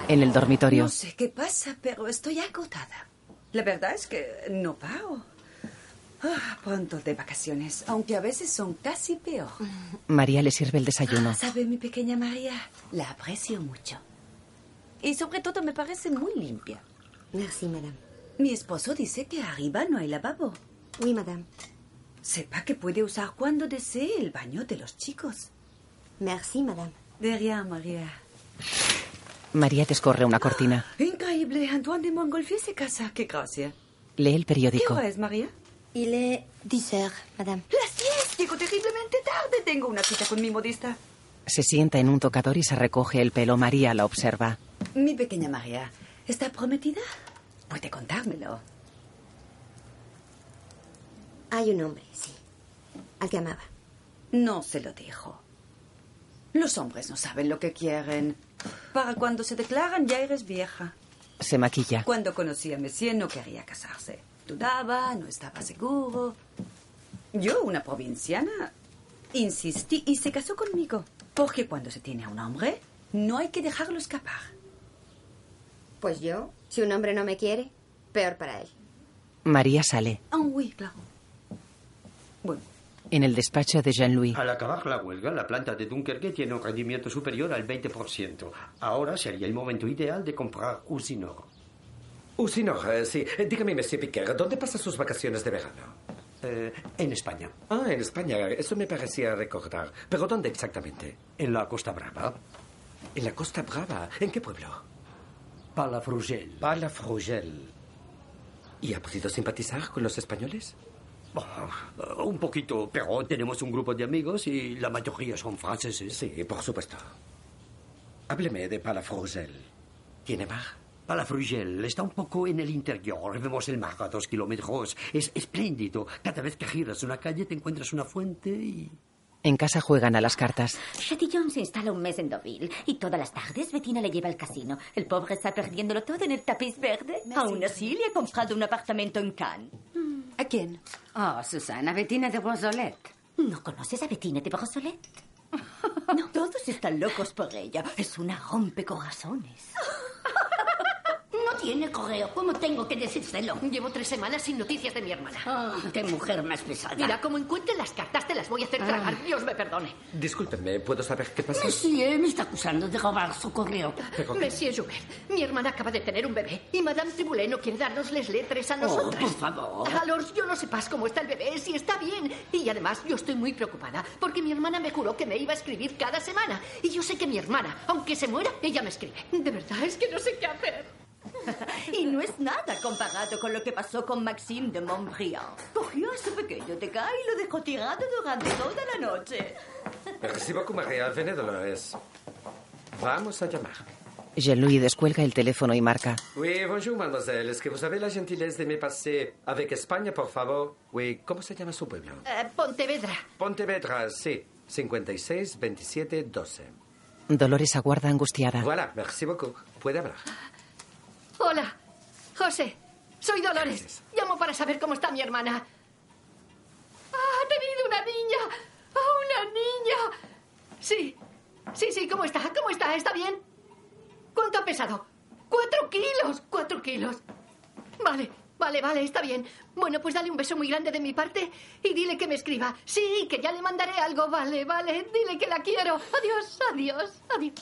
Speaker 3: En el dormitorio,
Speaker 17: No sé qué pasa, pero estoy agotada. La verdad es que no pago. Ah, pronto de vacaciones, aunque a veces son casi peor.
Speaker 19: Mm.
Speaker 3: María le sirve el desayuno.
Speaker 17: ¿Sabe, mi pequeña María? La aprecio mucho. Y sobre todo me parece muy limpia.
Speaker 19: Merci, Ah, madame.
Speaker 17: Mi esposo dice que arriba no hay lavabo.
Speaker 19: Oui, madame.
Speaker 17: Sepa que puede usar cuando desee el baño de los chicos.
Speaker 19: Merci, madame.
Speaker 17: De rien, María.
Speaker 3: María descorre una cortina.
Speaker 17: Increíble, Antoine de Montgolfier se casa. Qué gracia.
Speaker 3: Lee el
Speaker 17: ¿Qué
Speaker 3: periódico.
Speaker 17: hora es, María?
Speaker 19: Il est 10 heures, madame.
Speaker 17: Las 10. Llego terriblemente tarde. Tengo una cita con mi modista.
Speaker 3: Se sienta en un tocador y se recoge el pelo. María la observa.
Speaker 17: Mi pequeña María, ¿está prometida? Puede contármelo.
Speaker 19: Hay un hombre, sí. Al que amaba.
Speaker 17: No se lo dijo. Los hombres no saben lo que quieren. Para cuando se declaran ya eres vieja.
Speaker 3: Se maquilla.
Speaker 17: Cuando conocí a Messier no quería casarse. Dudaba, no estaba seguro. Yo, una provinciana, insistí y se casó conmigo. Porque cuando se tiene a un hombre, no hay que dejarlo escapar.
Speaker 19: Pues yo, si un hombre no me quiere, peor para él.
Speaker 3: María sale.
Speaker 17: Ah, oui, claro.
Speaker 3: En el despacho de Jean-Louis,
Speaker 12: Al acabar la huelga, la planta de Dunkerque tiene un rendimiento superior al 20%. Ahora sería el momento ideal de comprar Usinor.
Speaker 9: Usinor, eh, sí. Eh, Dígame, Monsieur Piquer, ¿dónde pasa sus vacaciones de verano?
Speaker 12: Eh, en España.
Speaker 9: Ah, en España. Eso me parecía recordar. ¿Pero dónde exactamente?
Speaker 12: En la Costa Brava.
Speaker 9: ¿En la Costa Brava? ¿En qué pueblo?
Speaker 12: Palafrugel.
Speaker 9: Palafrugel. ¿Y ha podido simpatizar con los españoles?
Speaker 12: Oh, un poquito, pero tenemos un grupo de amigos y la mayoría son franceses.
Speaker 9: Sí, por supuesto. Hábleme de Palafrugel. ¿Tiene mar?
Speaker 12: Palafrugel está un poco en el interior. Vemos el mar a dos kilómetros. Es espléndido. Cada vez que giras una calle te encuentras una fuente y...
Speaker 3: en casa juegan a las cartas.
Speaker 2: Chatillon se instala un mes en Deauville y todas las tardes Bettina le lleva al casino. El pobre está perdiéndolo todo en el tapiz verde. Aún así le ha comprado un apartamento en Cannes.
Speaker 17: ¿A quién?
Speaker 6: Oh, Susana, Bettina de Rosolet.
Speaker 2: ¿No conoces a Bettina de Brosolet? No. Todos están locos por ella. Es una rompecorazones.
Speaker 5: No tiene correo. ¿Cómo tengo que decírselo?
Speaker 15: Llevo tres semanas sin noticias de mi hermana.
Speaker 5: Ah, qué mujer más pesada.
Speaker 15: Mira, como encuentre las cartas, te las voy a hacer tragar. Dios me perdone.
Speaker 9: Discúlpenme, ¿puedo saber qué pasó?
Speaker 5: Monsieur me está acusando de robar su correo.
Speaker 9: Pero-
Speaker 15: Monsieur Joubert, mi hermana acaba de tener un bebé y Madame Triboulet no quiere darnosles letras a
Speaker 5: Oh,
Speaker 15: nosotras.
Speaker 5: por favor.
Speaker 15: Alors, yo no sepas cómo está el bebé, si está bien. Y además, yo estoy muy preocupada porque mi hermana me juró que me iba a escribir cada semana. Y yo sé que mi hermana, aunque se muera, ella me escribe. De verdad, es que no sé qué hacer.
Speaker 2: Y no es nada comparado con lo que pasó con Maxime de Montbriand. Cogió a su pequeño teca y lo dejó tirado durante toda la noche.
Speaker 9: Merci beaucoup, María. Venez, Dolores. Vamos a llamar.
Speaker 3: Jean-Louis descuelga el teléfono y marca.
Speaker 9: Oui, bonjour, mademoiselle. Est-ce que vous avez la gentillesse de me passer avec España, por favor? Oui, ¿cómo se llama su pueblo?
Speaker 15: Eh, Pontevedra.
Speaker 9: Pontevedra, sí. 56 27 12.
Speaker 3: Dolores aguarda angustiada.
Speaker 9: Voilà, Ah, merci beaucoup. Puede hablar.
Speaker 15: Hola, José. Soy Dolores. Llamo para saber cómo está mi hermana. Ah, ha tenido una niña. ¡Ah, una niña. Sí, sí, sí. ¿Cómo está? ¿Cómo está? ¿Está bien? ¿Cuánto ha pesado? Cuatro kilos. Cuatro kilos. Vale, vale, vale. Está bien. Bueno, pues dale un beso muy grande de mi parte y dile que me escriba. Sí, que ya le mandaré algo. Vale, vale. Dile que la quiero. Adiós, adiós, adiós.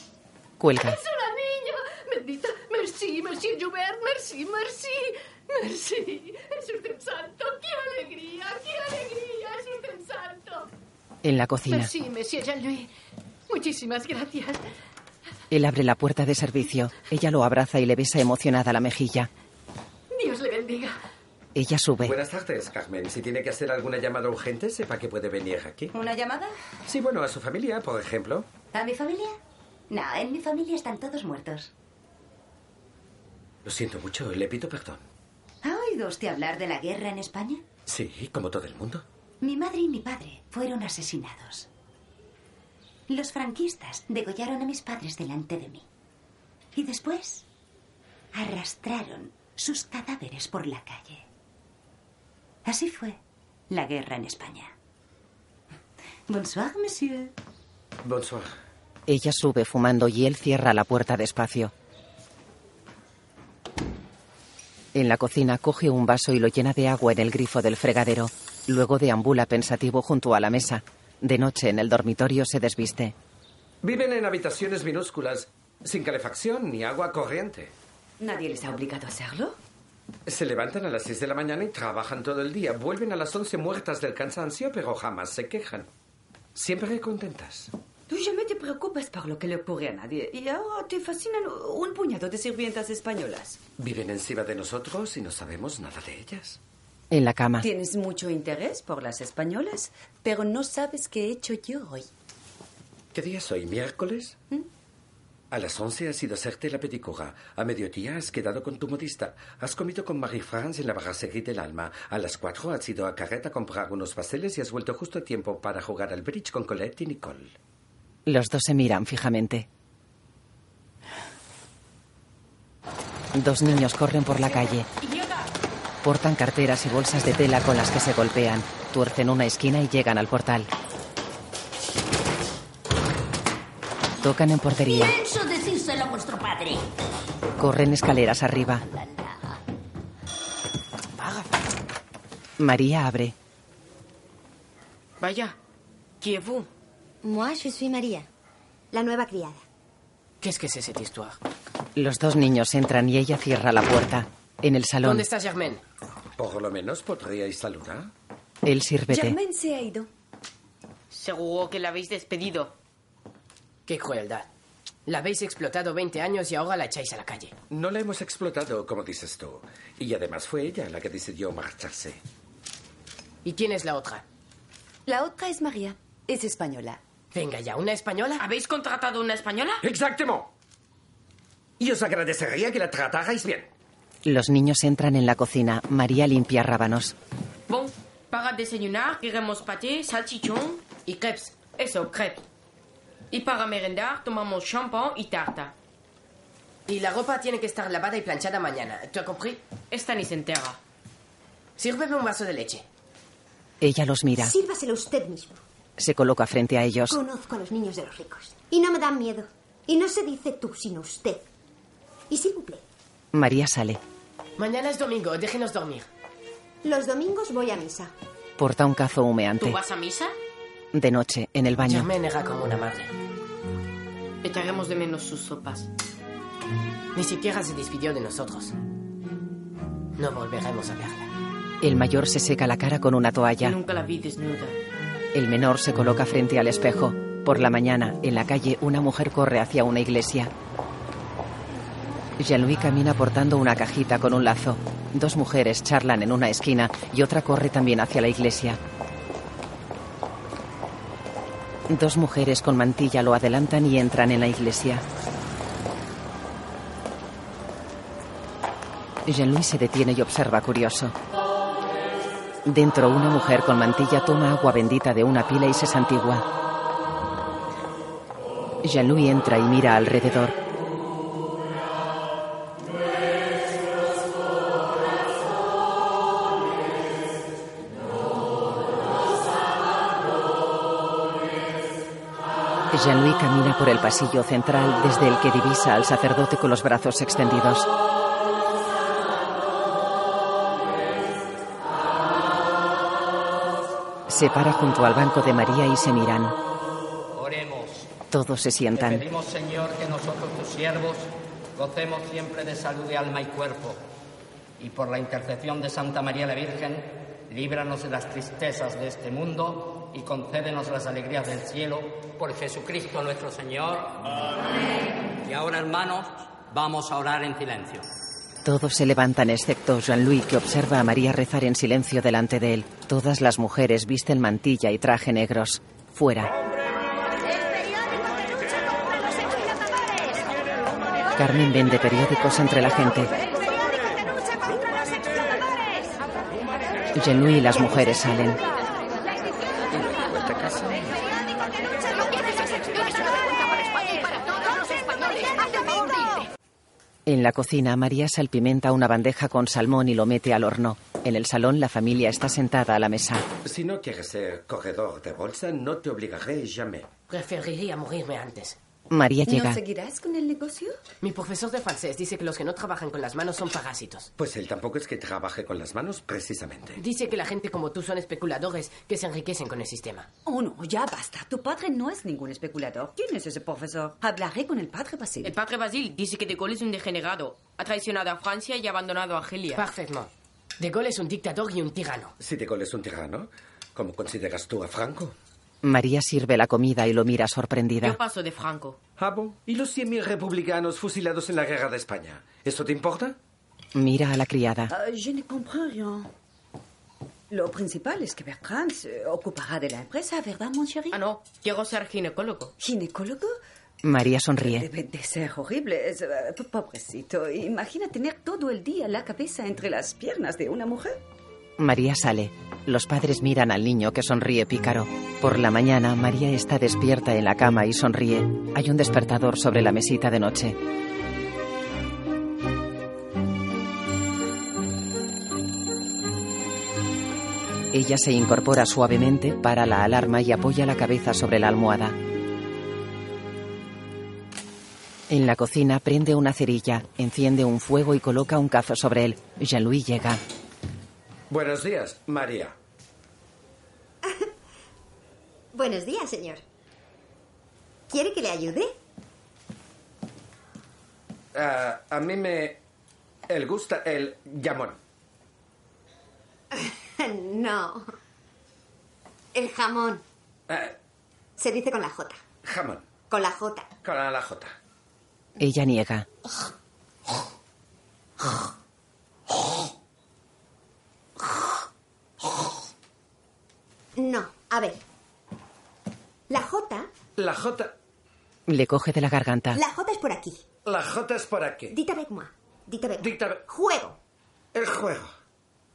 Speaker 3: Cuelga.
Speaker 15: Es una niña. Bendita. Merci, merci, Joubert. Merci, merci. Merci. Es usted santo. ¡Qué alegría! ¡Qué alegría! Es usted santo.
Speaker 3: En la cocina.
Speaker 15: Merci, monsieur Jean-Louis. Muchísimas gracias.
Speaker 3: Él abre la puerta de servicio. Ella lo abraza y le besa emocionada la mejilla.
Speaker 15: Dios le bendiga.
Speaker 3: Ella sube.
Speaker 9: Buenas tardes, Carmen. Si tiene que hacer alguna llamada urgente, sepa que puede venir aquí.
Speaker 26: ¿Una llamada?
Speaker 9: Sí, bueno, a su familia, por ejemplo.
Speaker 26: ¿A mi familia? No, en mi familia están todos muertos.
Speaker 9: Lo siento mucho, le pido perdón.
Speaker 26: ¿Ha oído usted hablar de la guerra en España?
Speaker 9: Sí, como todo el mundo.
Speaker 26: Mi madre y mi padre fueron asesinados. Los franquistas degollaron a mis padres delante de mí. Y después arrastraron sus cadáveres por la calle. Así fue la guerra en España. Bonsoir, monsieur.
Speaker 9: Bonsoir.
Speaker 3: Ella sube fumando y él cierra la puerta despacio. En la cocina coge un vaso y lo llena de agua en el grifo del fregadero. Luego deambula pensativo junto a la mesa. De noche en el dormitorio se desviste.
Speaker 9: Viven en habitaciones minúsculas, sin calefacción ni agua corriente.
Speaker 26: ¿Nadie les ha obligado a hacerlo?
Speaker 9: Se levantan a las 6 de la mañana y trabajan todo el día. Vuelven a las 11 muertas del cansancio, pero jamás se quejan. Siempre contentas.
Speaker 17: Tú jamais te preocupas por lo que le ocurre a nadie. Y ahora te fascinan un puñado de sirvientas españolas.
Speaker 9: Viven encima de nosotros y no sabemos nada de ellas.
Speaker 3: En la cama.
Speaker 26: Tienes mucho interés por las españolas, pero no sabes qué he hecho yo hoy.
Speaker 9: ¿Qué día soy? ¿Miércoles? A las 11 has ido a hacerte la pedicura. A mediodía has quedado con tu modista. Has comido con Marie-France en la Brasserie del Alma. A las 4 has ido a Carret a comprar unos pasteles y has vuelto justo a tiempo para jugar al bridge con Colette y Nicole.
Speaker 3: Los dos se miran fijamente. Dos niños corren por la calle. Portan carteras y bolsas de tela con las que se golpean. Tuercen una esquina y llegan al portal. Tocan en portería.
Speaker 5: Pienso decírselo a vuestro padre.
Speaker 3: Corren escaleras arriba. María abre.
Speaker 24: Vaya, qui êtes-vous
Speaker 19: Moi, je suis María, la nueva criada.
Speaker 24: Qu'est-ce que c'est cette histoire
Speaker 3: Los dos niños entran y ella cierra la puerta. En el salón,
Speaker 24: ¿Dónde está Germaine
Speaker 9: Por lo menos podríais saludar.
Speaker 3: él sirve té.
Speaker 26: Germain se ha ido.
Speaker 24: Seguro que la habéis despedido. Qué crueldad. La habéis explotado 20 años y ahora la echáis a la calle.
Speaker 9: No la hemos explotado, como dices tú. Y además fue ella la que decidió marcharse.
Speaker 24: ¿Y quién es la otra?
Speaker 26: La otra es María. Es española.
Speaker 24: Venga ya, ¿una española? ¿Habéis contratado una española?
Speaker 9: ¡Exactamente! Y os agradecería que la tratarais bien.
Speaker 3: Los niños entran en la cocina. María limpia rábanos.
Speaker 4: Bon, para desayunar queremos paté, salchichón y crepes. Eso, crepes. Y para merendar tomamos champán y tarta.
Speaker 24: Y la ropa tiene que estar lavada y planchada mañana. ¿Tú has compris?
Speaker 4: Esta ni se entera.
Speaker 24: Sírveme un vaso de leche.
Speaker 3: Ella los mira.
Speaker 19: Sírvaselo usted mismo.
Speaker 3: Se coloca frente a ellos.
Speaker 19: Conozco a los niños de los ricos. Y no me dan miedo. Y no se dice tú, sino usted. Y simple.
Speaker 3: María sale.
Speaker 24: Mañana es domingo, déjenos dormir.
Speaker 19: Los domingos voy a misa.
Speaker 3: Porta un cazo
Speaker 4: ¿Tú
Speaker 3: humeante.
Speaker 4: vas a misa?
Speaker 3: De noche, en el baño.
Speaker 24: Germaine era como una madre.
Speaker 4: Echaremos de menos sus sopas.
Speaker 24: Ni siquiera se despidió de nosotros. No volveremos a verla.
Speaker 3: El mayor se seca la cara con una toalla.
Speaker 4: Nunca la vi desnuda.
Speaker 3: El menor se coloca frente al espejo. Por la mañana, en la calle, una mujer corre hacia una iglesia. Jean-Louis camina portando una cajita con un lazo. Dos mujeres charlan en una esquina y otra corre también hacia la iglesia. Dos mujeres con mantilla lo adelantan y entran en la iglesia. Jean-Louis se detiene y observa curioso. Dentro, una mujer con mantilla toma agua bendita de una pila y se santigua. Jean-Louis entra y mira alrededor. Jean-Louis camina por el pasillo central desde el que divisa al sacerdote con los brazos extendidos. Se para junto al banco de María y se miran.
Speaker 27: Oremos.
Speaker 3: Todos se
Speaker 27: Te
Speaker 3: sientan.
Speaker 27: pedimos, Señor, que nosotros, tus siervos, gocemos siempre de salud de alma y cuerpo. Y por la intercesión de Santa María la Virgen, líbranos de las tristezas de este mundo y concédenos las alegrías del cielo por Jesucristo nuestro Señor. Y ahora, hermanos, vamos a orar en silencio.
Speaker 3: Todos se levantan excepto Jean-Louis que observa a María rezar en silencio delante de él. Todas las mujeres visten mantilla y traje negros. Fuera. Carmen vende periódicos Pues entre la gente. Jean-Louis y las mujeres salen. En la cocina, María salpimenta una bandeja con salmón y lo mete al horno. En el salón, la familia está sentada a la mesa.
Speaker 9: Si no quieres ser corredor de bolsa, no te obligaré jamais.
Speaker 24: Preferiría morirme antes.
Speaker 3: María llega.
Speaker 24: seguirás con el negocio? Mi profesor de francés dice que los que no trabajan con las manos son parásitos.
Speaker 9: Pues él tampoco es que trabaje con las manos, precisamente.
Speaker 24: Dice que la gente como tú son especuladores que se enriquecen con el sistema.
Speaker 17: Oh, no, ya basta. Tu padre no es ningún especulador. ¿Quién es ese profesor? Hablaré con el padre Basil.
Speaker 4: El padre Basil dice que De Gaulle es un degenerado. Ha traicionado a Francia y ha abandonado a Argelia.
Speaker 24: Parfaitement. De Gaulle es un dictador y un tirano.
Speaker 9: Si De Gaulle es un tirano, ¿cómo consideras tú a Franco?
Speaker 3: María sirve la comida y lo mira sorprendida.
Speaker 4: paso de Franco.
Speaker 9: Jabo, Ah, ¿y los 100.000 republicanos fusilados en la guerra de España? ¿Eso te importa?
Speaker 3: Mira a la criada.
Speaker 17: Ah, je ne comprends rien. Lo principal es que Bertrand se ocupará de la empresa, ¿verdad, mon chéri? Ah,
Speaker 4: no. Quiero ser ginecólogo.
Speaker 17: ¿Ginecólogo?
Speaker 3: María sonríe.
Speaker 17: Debe de ser horrible. Es, eh, pobrecito. Imagina tener todo el día la cabeza entre las piernas de una mujer.
Speaker 3: María sale. Los padres miran al niño que sonríe pícaro. Por la mañana, María está despierta en la cama y sonríe. Hay un despertador sobre la mesita de noche. Ella se incorpora suavemente, para la alarma y apoya la cabeza sobre la almohada. En la cocina prende una cerilla, enciende un fuego y coloca un cazo sobre él. Jean-Louis llega.
Speaker 9: Buenos días, María.
Speaker 19: Buenos días, señor. ¿Quiere que le ayude?
Speaker 9: Ah, a mí me... El gusta el jamón.
Speaker 19: No. El jamón.
Speaker 9: Eh.
Speaker 19: Se dice con la J.
Speaker 9: Jamón.
Speaker 19: Con la J.
Speaker 9: Con la J.
Speaker 3: Ella niega.
Speaker 19: No, a ver. La J.
Speaker 9: La J...
Speaker 3: Le coge de la garganta.
Speaker 19: La J es por aquí.
Speaker 9: La J es por aquí.
Speaker 19: Dita avec moi. Dita avec moi. Juego.
Speaker 9: El juego.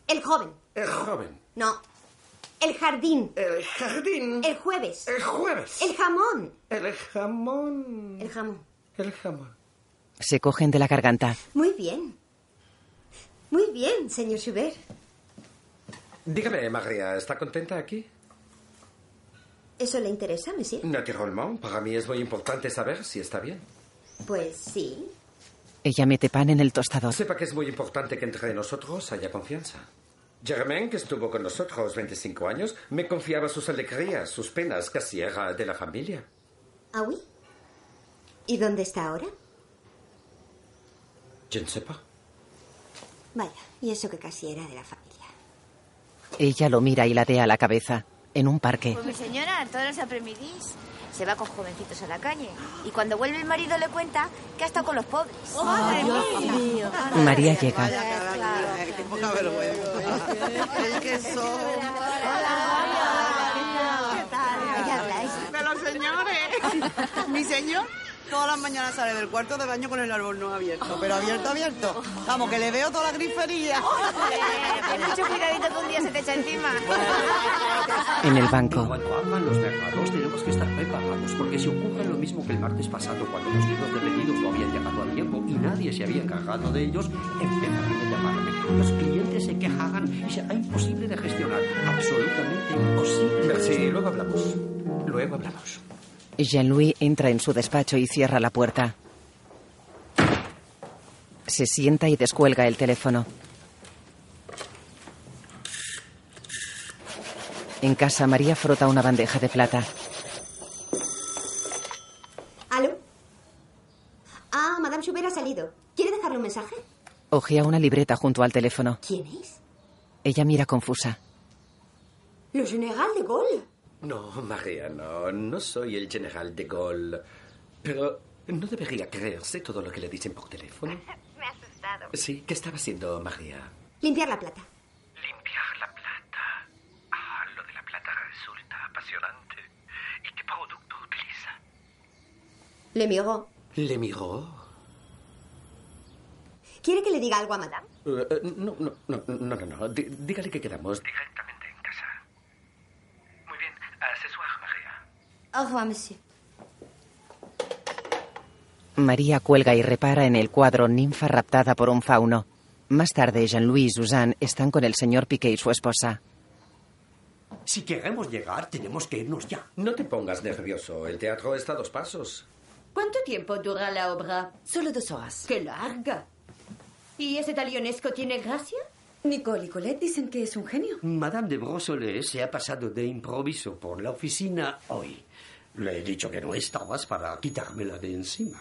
Speaker 19: El joven.
Speaker 9: El joven.
Speaker 19: No. El jardín.
Speaker 9: El jardín.
Speaker 19: El jueves.
Speaker 9: El jueves.
Speaker 19: El jamón.
Speaker 9: El jamón.
Speaker 19: El jamón.
Speaker 9: El jamón.
Speaker 3: Se cogen de la garganta.
Speaker 19: Muy bien. Muy bien, señor Schubert.
Speaker 9: Dígame, María, ¿está contenta aquí?
Speaker 19: ¿Eso le interesa, monsieur?
Speaker 9: Naturellement, para mí es muy importante saber si está bien.
Speaker 19: Pues sí.
Speaker 3: Ella mete pan en el tostador.
Speaker 9: Sepa que es muy importante que entre nosotros haya confianza. Germain, que estuvo con nosotros 25 años, me confiaba sus alegrías, sus penas, casi era de la familia.
Speaker 19: ¿Ah, oui? ¿Y dónde está ahora?
Speaker 9: ¿Quién sepa?
Speaker 19: Vaya, y eso que casi era de la familia.
Speaker 3: Ella lo mira y ladea la cabeza. En un parque,
Speaker 20: Pues mi señora, todos los aprendís. Se va con jovencitos a la calle. Y cuando vuelve el marido le cuenta que ha estado con los pobres. Ah,
Speaker 7: Ay, Dios mío.
Speaker 3: María llega.
Speaker 7: Qué poca vergüenza. Es que son. De los señores. Mi señor. Todas las mañanas sale del cuarto de baño con el árbol no abierto, pero abierto, abierto. Vamos, que le veo toda la grifería.
Speaker 20: Ten mucho cuidadito que un día se te echa encima.
Speaker 3: en el banco.
Speaker 12: Cuando hablan los mercados tenemos que estar preparados porque si ocurre lo mismo que el martes pasado cuando los libros de pedidos no habían llegado a tiempo y nadie se había encargado de ellos, empezarán a llamarme. Los clientes se quejarán y será imposible de gestionar. Absolutamente imposible.
Speaker 9: Merci, luego hablamos. Luego hablamos.
Speaker 3: Jean-Louis entra en su despacho y cierra la puerta. Se sienta y descuelga el teléfono. En casa, María frota una bandeja de plata.
Speaker 19: Ah,
Speaker 3: Ojea una libreta junto al teléfono.
Speaker 10: ¿Quién es?
Speaker 3: Ella mira confusa.
Speaker 10: ¿Le general de Gaulle?
Speaker 9: No, María, no. No soy el general de Gaulle. Pero no debería creerse todo lo que le dicen por teléfono.
Speaker 19: Me ha asustado.
Speaker 9: Sí, ¿qué estaba haciendo María?
Speaker 19: Limpiar la plata.
Speaker 14: Limpiar la plata. Ah, lo de la plata resulta apasionante. ¿Y qué producto utiliza?
Speaker 19: Le miró.
Speaker 9: ¿Le miró?
Speaker 19: ¿Quiere que le diga algo a madame?
Speaker 9: Eh, eh, no, no, no, no, no, no. Dí- dígale que quedamos.
Speaker 14: Directamente en casa. Muy bien, a ce soir, María.
Speaker 19: Au revoir, monsieur.
Speaker 3: María cuelga y repara en el cuadro Ninfa raptada por un fauno. Más tarde, Jean-Louis y Suzanne están con el señor Piqué y su esposa.
Speaker 9: Si queremos llegar, tenemos que irnos ya. No te pongas nervioso. El teatro está a dos pasos.
Speaker 26: ¿Cuánto tiempo dura la obra? Solo dos horas. ¡Qué larga! ¿Y ese talionesco tiene gracia?
Speaker 17: Nicole y Colette dicen que es un genio.
Speaker 12: Madame de Brossolé se ha pasado de improviso por la oficina hoy. Le he dicho que no estabas para quitármela de encima.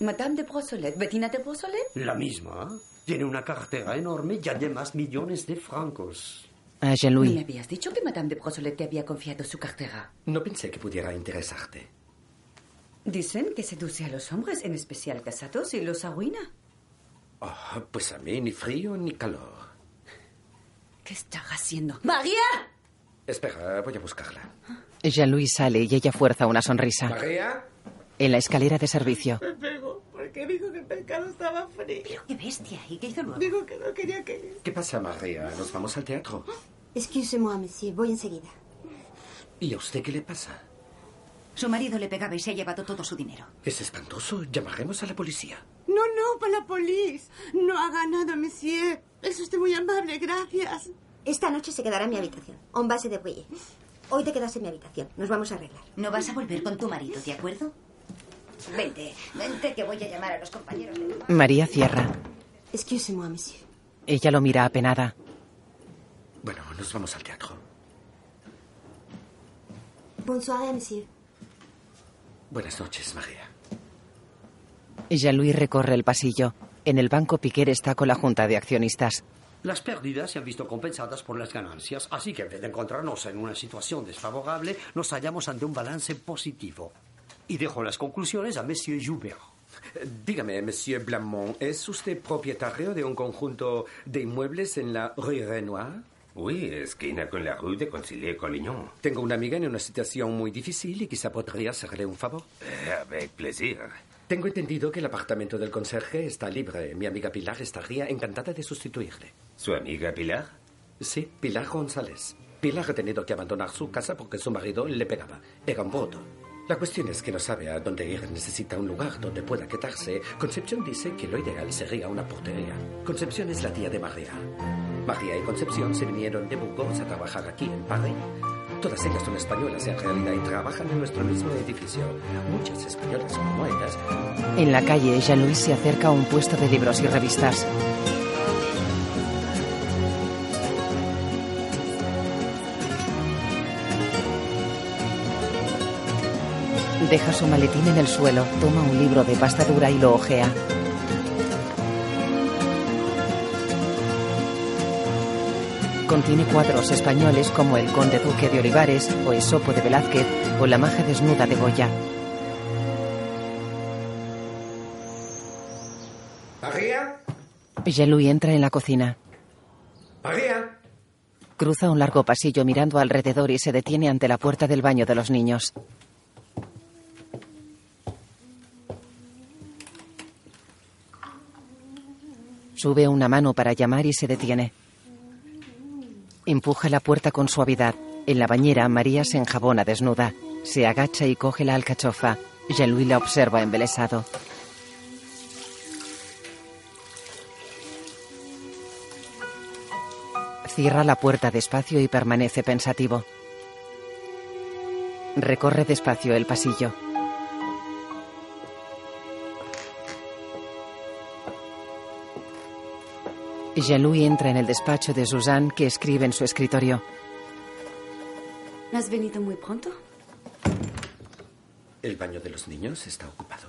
Speaker 17: Madame de Brossolet, Bettina de Brossolet.
Speaker 12: La misma. Tiene una cartera enorme y además millones de francos.
Speaker 3: A
Speaker 17: ¿No me
Speaker 3: Jean-Louis.
Speaker 17: habías dicho que Madame de Brossolet te había confiado su cartera?
Speaker 9: No pensé que pudiera interesarte.
Speaker 17: Dicen que seduce a los hombres, en especial casados, y los arruina.
Speaker 9: Ah, pues a mí ni frío ni calor.
Speaker 17: ¿Qué estás haciendo? ¡María!
Speaker 9: Espera, voy a buscarla.
Speaker 3: Jean-Louis sale y ella fuerza una sonrisa.
Speaker 9: ¿María?
Speaker 3: En la escalera de servicio.
Speaker 8: Me pegó porque dijo que el pescado estaba frío.
Speaker 26: qué bestia. ¿Y qué hizo luego?
Speaker 8: Dijo que no quería que...
Speaker 9: ¿Qué pasa, María? ¿Nos vamos al teatro?
Speaker 19: Excuse-moi, monsieur. Voy enseguida.
Speaker 9: ¿Y a usted qué le pasa?
Speaker 26: Su marido le pegaba y se ha llevado todo su dinero.
Speaker 9: Es espantoso. Llamaremos a la policía.
Speaker 8: No, Oh, no, para la policía. No haga nada, monsieur. Es usted muy amable, gracias.
Speaker 19: Esta noche se quedará en mi habitación. En base de buey. Hoy te quedas en mi habitación. Nos vamos a arreglar.
Speaker 26: No vas a volver con tu marido, ¿de acuerdo?
Speaker 6: Vente, vente que voy a llamar a los compañeros.
Speaker 3: María cierra.
Speaker 19: Excuse-moi, monsieur.
Speaker 3: Ella lo mira apenada.
Speaker 9: Bueno, nos vamos al teatro.
Speaker 19: Bonsoir, monsieur.
Speaker 9: Buenas noches, María.
Speaker 3: Jean-Louis recorre el pasillo. En el banco Piquer está con la junta de accionistas.
Speaker 12: Las pérdidas se han visto compensadas por las ganancias, así que en vez de encontrarnos en una situación desfavorable, nos hallamos ante un balance positivo. Y dejo las conclusiones a Monsieur Joubert.
Speaker 9: Eh, Dígame, Monsieur Blamont, ¿es usted propietario de un conjunto de inmuebles en la Rue Renoir?
Speaker 25: Uy, esquina con la Rue de Concilier Collignon.
Speaker 9: Tengo una amiga en una situación muy difícil y quizá podría hacerle un favor.
Speaker 25: Eh, Avec plaisir.
Speaker 9: Tengo entendido que el apartamento del conserje está libre. Mi amiga Pilar estaría encantada de sustituirle.
Speaker 25: ¿Su amiga Pilar?
Speaker 9: Sí, Pilar González. Pilar ha tenido que abandonar su casa porque su marido le pegaba. Era un bruto. La cuestión es que no sabe a dónde ir. Necesita un lugar donde pueda quedarse. Concepción dice que lo ideal sería una portería. Concepción es la tía de María. María y Concepción se vinieron de Burgos a trabajar aquí en París. Todas ellas son españolas en realidad y trabajan en nuestro mismo edificio. Muchas españolas como ellas.
Speaker 3: En la calle, Jean-Louis se acerca a un puesto de libros y revistas. Deja su maletín en el suelo, toma un libro de pasta dura y lo ojea. Contiene cuadros españoles como El Conde Duque de Olivares o Esopo de Velázquez o La Maja Desnuda de Goya.
Speaker 9: ¿María?
Speaker 3: Jean-Louis entra en la cocina.
Speaker 9: ¿María?
Speaker 3: Cruza un largo pasillo mirando alrededor y se detiene ante la puerta del baño de los niños. Sube una mano para llamar y se detiene. Empuja la puerta con suavidad. En la bañera, María se enjabona desnuda. Se agacha y coge la alcachofa. Jean-Louis la observa embelesado. Cierra la puerta despacio y permanece pensativo. Recorre despacio el pasillo. Jean-Louis entra en el despacho de Suzanne, que escribe en su escritorio.
Speaker 17: ¿Has venido muy pronto?
Speaker 9: El baño de los niños está ocupado.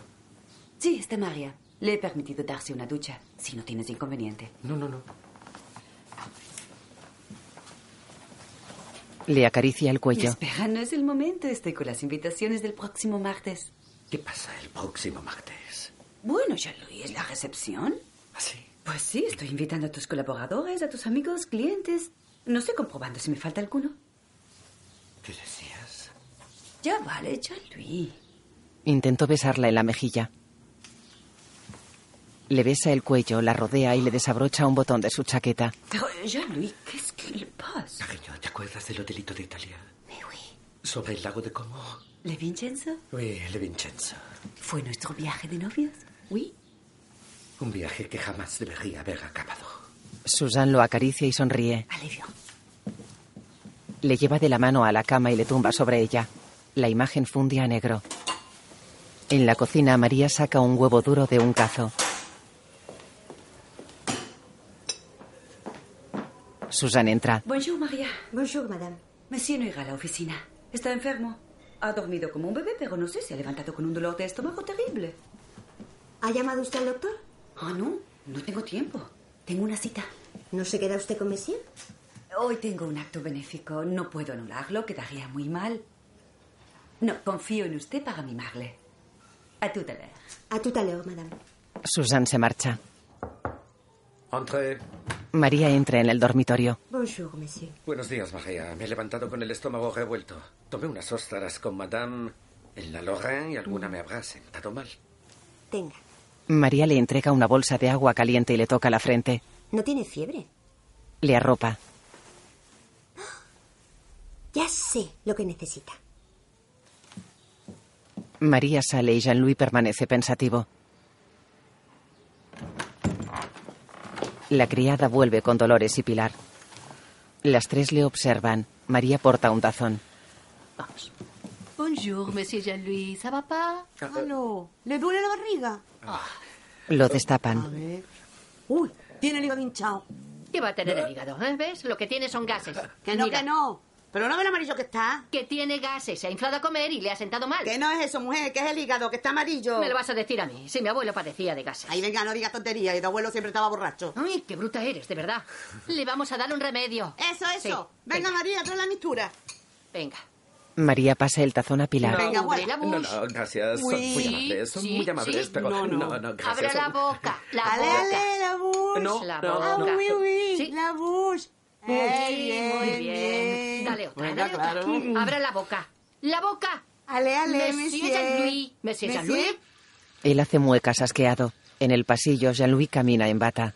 Speaker 17: Sí, está María. Le he permitido darse una ducha, si no tienes inconveniente.
Speaker 9: No, no, no.
Speaker 3: Le acaricia el cuello.
Speaker 17: Espera, no es el momento. Estoy con las invitaciones del próximo martes.
Speaker 9: ¿Qué pasa el próximo martes?
Speaker 17: Bueno, Jean-Louis, ¿es la recepción?
Speaker 9: ¿Así?
Speaker 17: Pues sí, estoy invitando a tus colaboradores, a tus amigos, clientes. No estoy comprobando si me falta alguno.
Speaker 9: ¿Qué decías?
Speaker 17: Ya vale, Jean-Louis.
Speaker 3: Intentó besarla en la mejilla. Le besa el cuello, la rodea y le desabrocha un botón de su chaqueta.
Speaker 17: Pero, Jean-Louis, ¿qué es que le pasa?
Speaker 9: Cariño, ¿te acuerdas del hotelito de Italia? Sobre el lago de Como.
Speaker 17: ¿Le Vincenzo?
Speaker 9: Oui, Le Vincenzo.
Speaker 17: ¿Fue nuestro viaje de novios? Oui.
Speaker 9: Un viaje que jamás debería haber acabado.
Speaker 3: Susan lo acaricia y sonríe.
Speaker 17: Alivio.
Speaker 3: Le lleva de la mano a la cama y le tumba sobre ella. La imagen fundia a negro. En la cocina, María saca un huevo duro de un cazo. Susan entra.
Speaker 17: Bonjour, María.
Speaker 19: Bonjour, madame.
Speaker 17: Monsieur no irá a la oficina. Está enfermo. Ha dormido como un bebé, pero no sé, se ha levantado con un dolor de estómago terrible.
Speaker 19: ¿Ha llamado usted al doctor?
Speaker 17: Ah, no. No tengo tiempo. Tengo una cita.
Speaker 19: ¿No se queda usted con Messi?
Speaker 17: Hoy tengo un acto benéfico. No puedo anularlo, quedaría muy mal. No, confío en usted para mimarle. A tu taler.
Speaker 19: A tu taleo, madame.
Speaker 3: Susan se marcha.
Speaker 9: Entre.
Speaker 3: María entra en el dormitorio.
Speaker 19: Bonjour, monsieur.
Speaker 9: Buenos días, María. Me he levantado con el estómago revuelto. Tomé unas ostras con Madame en la Lorraine y alguna me habrá sentado mal.
Speaker 19: Tenga.
Speaker 3: María le entrega una bolsa de agua caliente y le toca la frente.
Speaker 19: No tiene fiebre.
Speaker 3: Le arropa.
Speaker 19: Ya sé lo que necesita.
Speaker 3: María sale y Jean-Louis permanece pensativo. La criada vuelve con Dolores y Pilar. Las tres le observan. María porta un tazón.
Speaker 26: Vamos. Bonjour, monsieur Jean-Louis. ¿Ça va pas?
Speaker 10: Ah, no. ¿Le duele la barriga?
Speaker 15: Ah.
Speaker 3: Lo destapan.
Speaker 10: Uy, tiene el hígado hinchado.
Speaker 15: ¿Qué va a tener el hígado? eh? ¿Ves? Lo que tiene son gases.
Speaker 10: Que no, que no. Pero no ve lo amarillo que está.
Speaker 15: Que tiene gases, se ha inflado a comer y le ha sentado mal.
Speaker 10: Que no es eso, mujer, que es el hígado, que está amarillo.
Speaker 15: Me lo vas a decir a mí, si mi abuelo padecía de gases.
Speaker 10: Ahí venga, no digas tonterías, y tu abuelo siempre estaba borracho.
Speaker 15: Ay, qué bruta eres, de verdad. Le vamos a dar un remedio.
Speaker 10: Eso, eso.
Speaker 15: Sí,
Speaker 10: venga, María, trae la mistura.
Speaker 15: Venga.
Speaker 3: María pasa el tazón a Pilar.
Speaker 10: Venga,
Speaker 15: abre la
Speaker 9: No,
Speaker 15: boca.
Speaker 9: no, gracias. Son
Speaker 15: Uy,
Speaker 9: muy amables. Son
Speaker 15: sí,
Speaker 9: muy amables,
Speaker 15: sí.
Speaker 9: pero.
Speaker 15: No, no.
Speaker 9: gracias.
Speaker 15: Abra la boca, la
Speaker 10: Ale,
Speaker 15: boca.
Speaker 10: ale, la bush.
Speaker 9: No,
Speaker 15: la
Speaker 9: no,
Speaker 15: boca.
Speaker 10: Ah,
Speaker 9: no.
Speaker 10: oui, oui, la bush.
Speaker 15: Muy
Speaker 10: Eh,
Speaker 15: bien, muy bien. Dale otra,
Speaker 10: Venga,
Speaker 15: dale otra.
Speaker 10: claro.
Speaker 15: Abra la boca. ¡La boca!
Speaker 10: Ale, ale,
Speaker 15: Monsieur
Speaker 10: monsieur.
Speaker 15: Jean-Louis. Monsieur Jean-Louis.
Speaker 3: Él hace muecas asqueado. En el pasillo, Jean-Louis camina en bata.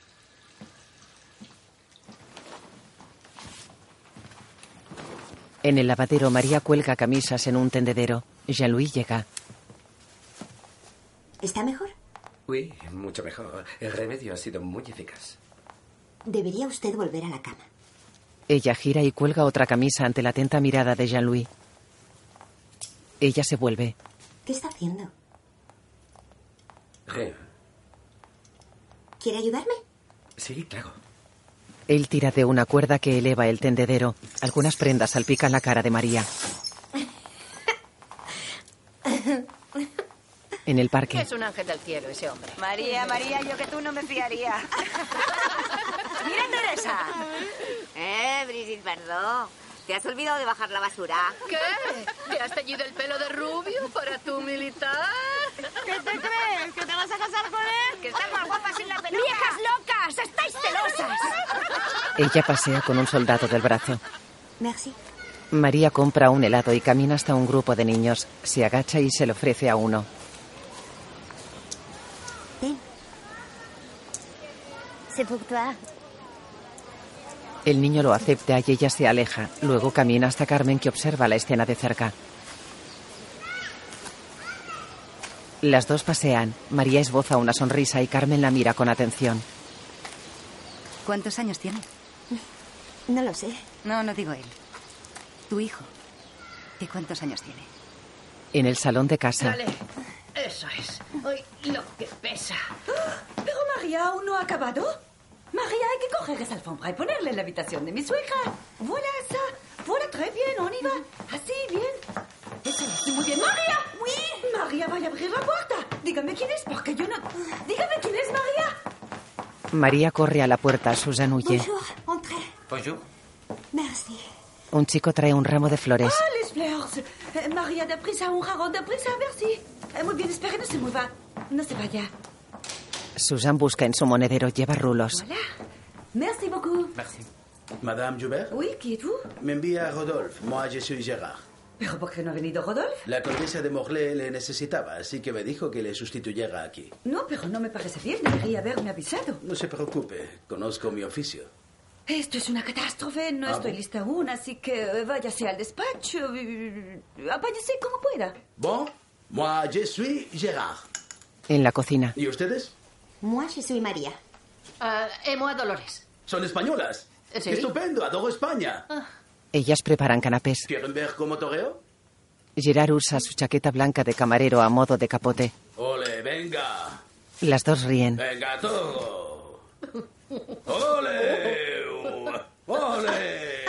Speaker 3: En el lavadero, María cuelga camisas en un tendedero. Jean-Louis llega.
Speaker 19: ¿Está mejor?
Speaker 9: Uy, mucho mejor. El remedio ha sido muy eficaz.
Speaker 19: Debería usted volver a la cama.
Speaker 3: Ella gira y cuelga otra camisa ante la atenta mirada de Jean-Louis. Ella se vuelve.
Speaker 19: ¿Qué está haciendo?
Speaker 9: Re-
Speaker 19: ¿Quiere ayudarme?
Speaker 9: Sí, claro.
Speaker 3: Él tira de una cuerda que eleva el tendedero. Algunas prendas salpican la cara de María. En el parque,
Speaker 15: Es un ángel del cielo ese hombre.
Speaker 20: María, María, yo que tú no me fiaría. Mira, Teresa. Eh, Brigitte, perdón. Te has olvidado de bajar la basura.
Speaker 15: ¿Qué? ¿Te has teñido el pelo de rubio para tu militar?
Speaker 20: ¿Qué te crees? ¿Que te vas a casar con él? Que estás más guapa sin la peluca. ¡Viejas locas! ¡Estáis celosas!
Speaker 3: ella pasea con un soldado del brazo.
Speaker 19: Merci.
Speaker 3: María compra un helado y camina hasta un grupo de niños. Se agacha y se le ofrece a uno.
Speaker 20: C'est pour toi.
Speaker 3: El niño lo acepta y ella se aleja. Luego camina hasta Carmen que observa la escena de cerca. Las dos pasean. María esboza una sonrisa y Carmen la mira con atención.
Speaker 6: ¿Cuántos años tiene?
Speaker 19: No lo sé.
Speaker 6: No, no digo él. Tu hijo. ¿Qué cuántos años tiene?
Speaker 3: En el salón de casa,
Speaker 15: Dale. Eso es. Ay, lo que pesa.
Speaker 17: Pero María aún no ha acabado. María, hay que coger esa alfombra y ponerla en la habitación de mi suegra. Vuela esa. Vuela très bien, on y va. Así, bien. Eso es. Muy bien, María. Oui. María, vaya a abrir la puerta. Dígame quién es, porque yo no... Dígame
Speaker 3: María corre a la puerta, Susan huye.
Speaker 19: Bonjour, entrez.
Speaker 9: Bonjour.
Speaker 19: Merci.
Speaker 3: Un chico trae un ramo de flores.
Speaker 8: Ah, les fleurs. Eh, María, deprisa, un jarrón, deprisa, merci. Eh, Muy bien, espere, no se mueva. No se vaya.
Speaker 3: Susan busca en su monedero, lleva rulos.
Speaker 8: Merci beaucoup.
Speaker 28: Merci. Madame Joubert
Speaker 8: Oui, qui êtes-vous
Speaker 28: Me envía a Rodolphe. Moi, je suis Gérard.
Speaker 8: ¿Pero por qué no ha venido Rodolphe?
Speaker 28: La condesa de Morlaix le necesitaba, así que me dijo que le sustituyera aquí.
Speaker 8: No, pero no me parece bien. Debería haberme avisado.
Speaker 28: No se preocupe, conozco mi oficio.
Speaker 8: Esto es una catástrofe. No
Speaker 28: Ah,
Speaker 8: estoy
Speaker 28: bueno.
Speaker 8: lista aún, así que eh, váyase al despacho. eh, Apáñese como pueda.
Speaker 28: Bon, moi, je suis Gérard.
Speaker 3: En la cocina.
Speaker 28: ¿Y ustedes?
Speaker 19: Moi, je suis María.
Speaker 15: Ah, Emo a Dolores.
Speaker 28: Son españolas.
Speaker 15: Sí.
Speaker 28: Estupendo, adoro España.
Speaker 3: Ellas preparan canapés.
Speaker 28: ¿Quieren ver cómo toreo?
Speaker 3: Gerard usa su chaqueta blanca de camarero a modo de capote.
Speaker 28: Ole, venga.
Speaker 3: Las dos ríen.
Speaker 28: Venga, todo. Ole. Ole.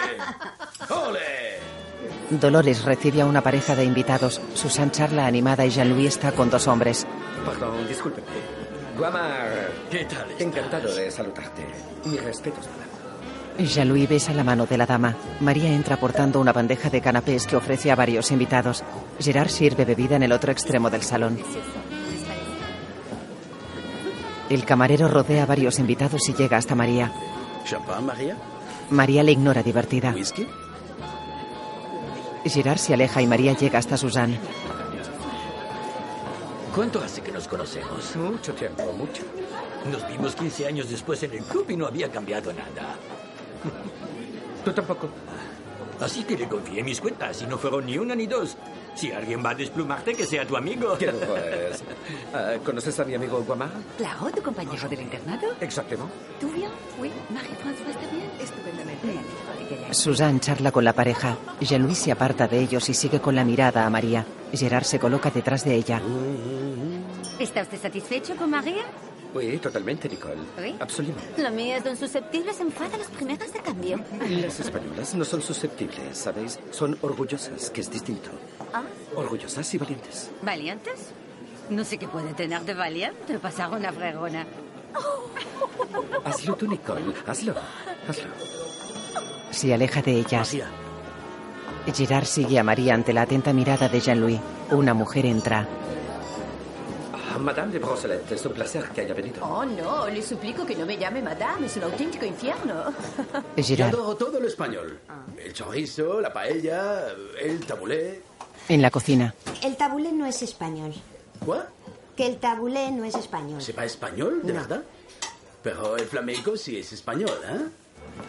Speaker 28: Ole.
Speaker 3: Dolores recibe a una pareja de invitados. Susan charla animada y Jean-Louis está con dos hombres.
Speaker 9: Perdón, discúlpeme. Guamar. ¿Qué tal? Encantado de saludarte. Mis respetos, madame.
Speaker 3: Jean-Louis besa la mano de la dama. María entra portando una bandeja de canapés que ofrece a varios invitados. Gerard sirve bebida en el otro extremo del salón. El camarero rodea a varios invitados y llega hasta María.
Speaker 28: ¿Champán, Ah, María?
Speaker 3: María le ignora divertida.
Speaker 28: ¿Whisky?
Speaker 3: Gerard se aleja y María llega hasta Susan.
Speaker 11: ¿Cuánto hace que nos conocemos? Mucho tiempo, mucho. Nos vimos 15 años después en el club y no había cambiado nada. Tú tampoco. Así que le confié mis cuentas y no fueron ni una ni dos. Si alguien va a desplumarte, que sea tu amigo.
Speaker 9: ¿Qué pues? Ah, ¿Conoces a mi amigo Guamar?
Speaker 26: Claro, tu compañero del internado.
Speaker 9: Exactamente.
Speaker 26: ¿Tú bien? Oui. Marie-France, ¿está bien? Estupendamente.
Speaker 3: Susan charla con la pareja. Jean-Louis se aparta de ellos y sigue con la mirada a María. Gerard se coloca detrás de ella.
Speaker 9: Mm,
Speaker 6: ¿Está usted satisfecho con María?
Speaker 9: Sí, totalmente, Nicole.
Speaker 6: Oui.
Speaker 9: Absolutamente.
Speaker 6: La mía es don susceptible, se enfada a las primeras de cambio.
Speaker 9: Las españolas no son susceptibles, ¿sabéis? Son orgullosas, que es distinto.
Speaker 6: ¿Ah?
Speaker 9: Orgullosas y valientes.
Speaker 6: ¿Valientes? No sé qué puede tener de valiente pasar una fregona.
Speaker 9: Hazlo tú, Nicole. Hazlo. Hazlo.
Speaker 3: Se aleja de ellas. Gerard sigue a María ante la atenta mirada de Jean-Louis. Una mujer entra.
Speaker 9: Ah, Madame de Brosselet, es un placer que haya venido.
Speaker 23: Oh, no, le suplico que no me llame madame, es un auténtico infierno.
Speaker 3: Gerard.
Speaker 28: Yo adoro todo lo español.
Speaker 19: Ah.
Speaker 28: El chorizo, la paella, el tabulé.
Speaker 3: En la cocina.
Speaker 19: El tabulé no es español.
Speaker 28: ¿What?
Speaker 19: Que el tabulé no es español.
Speaker 28: ¿Se va español, de verdad? Pero el flamenco sí es español, ¿eh?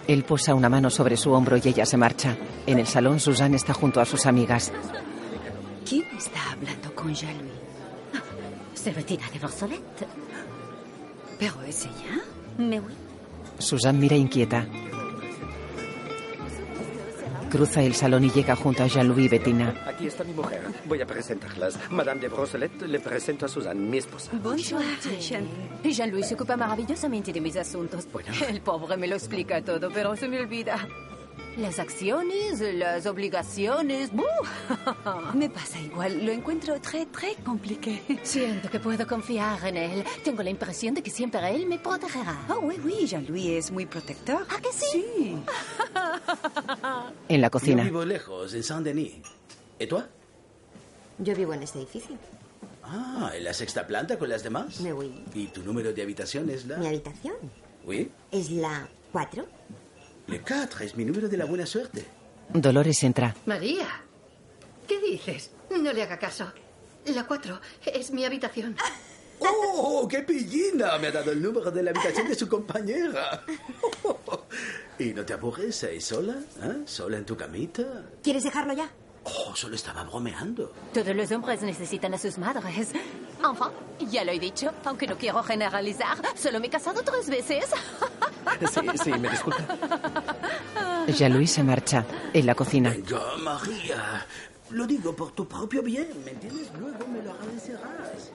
Speaker 3: Él posa una mano sobre su hombro y ella se marcha. En el salón, Susan está junto a sus amigas.
Speaker 26: ¿Quién está hablando con Jean-Louis?
Speaker 6: Ah, Se retira de Borsolette.
Speaker 26: ¿Pero es ella?
Speaker 6: Me voy.
Speaker 3: Susan mira inquieta. Cruza el salón y llega junto a Jean-Louis y Bettina.
Speaker 9: Aquí está mi mujer. Voy a presentarlas. Madame de Brosselet le presento a Susan, mi esposa.
Speaker 23: Bonjour, Jean-Louis. Jean-Louis se ocupa maravillosamente de mis asuntos. El pobre me lo explica todo, pero se me olvida. Las acciones, las obligaciones. ¡buh!
Speaker 26: Me pasa igual, lo encuentro très, très compliqué.
Speaker 23: Siento que puedo confiar en él. Tengo la impresión de que siempre él me protegerá.
Speaker 26: Ah, oui, oui, Jean-Louis es muy protector. ¿Ah, que sí? Sí.
Speaker 3: En la
Speaker 28: Yo
Speaker 3: cocina.
Speaker 28: vivo lejos, en Saint-Denis. ¿Y tú?
Speaker 19: Yo vivo en este edificio.
Speaker 28: Ah, en la sexta planta con las demás.
Speaker 19: Me voy.
Speaker 28: ¿Y tu número de habitación es la...?
Speaker 19: Mi habitación
Speaker 28: Oui,
Speaker 19: es la 4.
Speaker 28: le 4 es mi número de la buena suerte.
Speaker 3: Dolores entra.
Speaker 15: María, ¿qué dices? No le haga caso. La cuatro es mi habitación.
Speaker 28: ¡Oh, qué pillina! Me ha dado el número de la habitación de su compañera. ¿Y no te aburres ahí sola? ¿eh? ¿Sola en tu camita?
Speaker 19: ¿Quieres dejarlo ya?
Speaker 28: Oh, solo estaba bromeando.
Speaker 23: Todos los hombres necesitan a sus madres. Enfin, ya lo he dicho, aunque no quiero generalizar, solo me he casado tres veces.
Speaker 9: Sí, sí, me disculpa.
Speaker 3: Jean-Louis se marcha. En la cocina.
Speaker 28: Venga, María. Lo digo por tu propio bien, ¿me entiendes? Luego me lo agradecerás.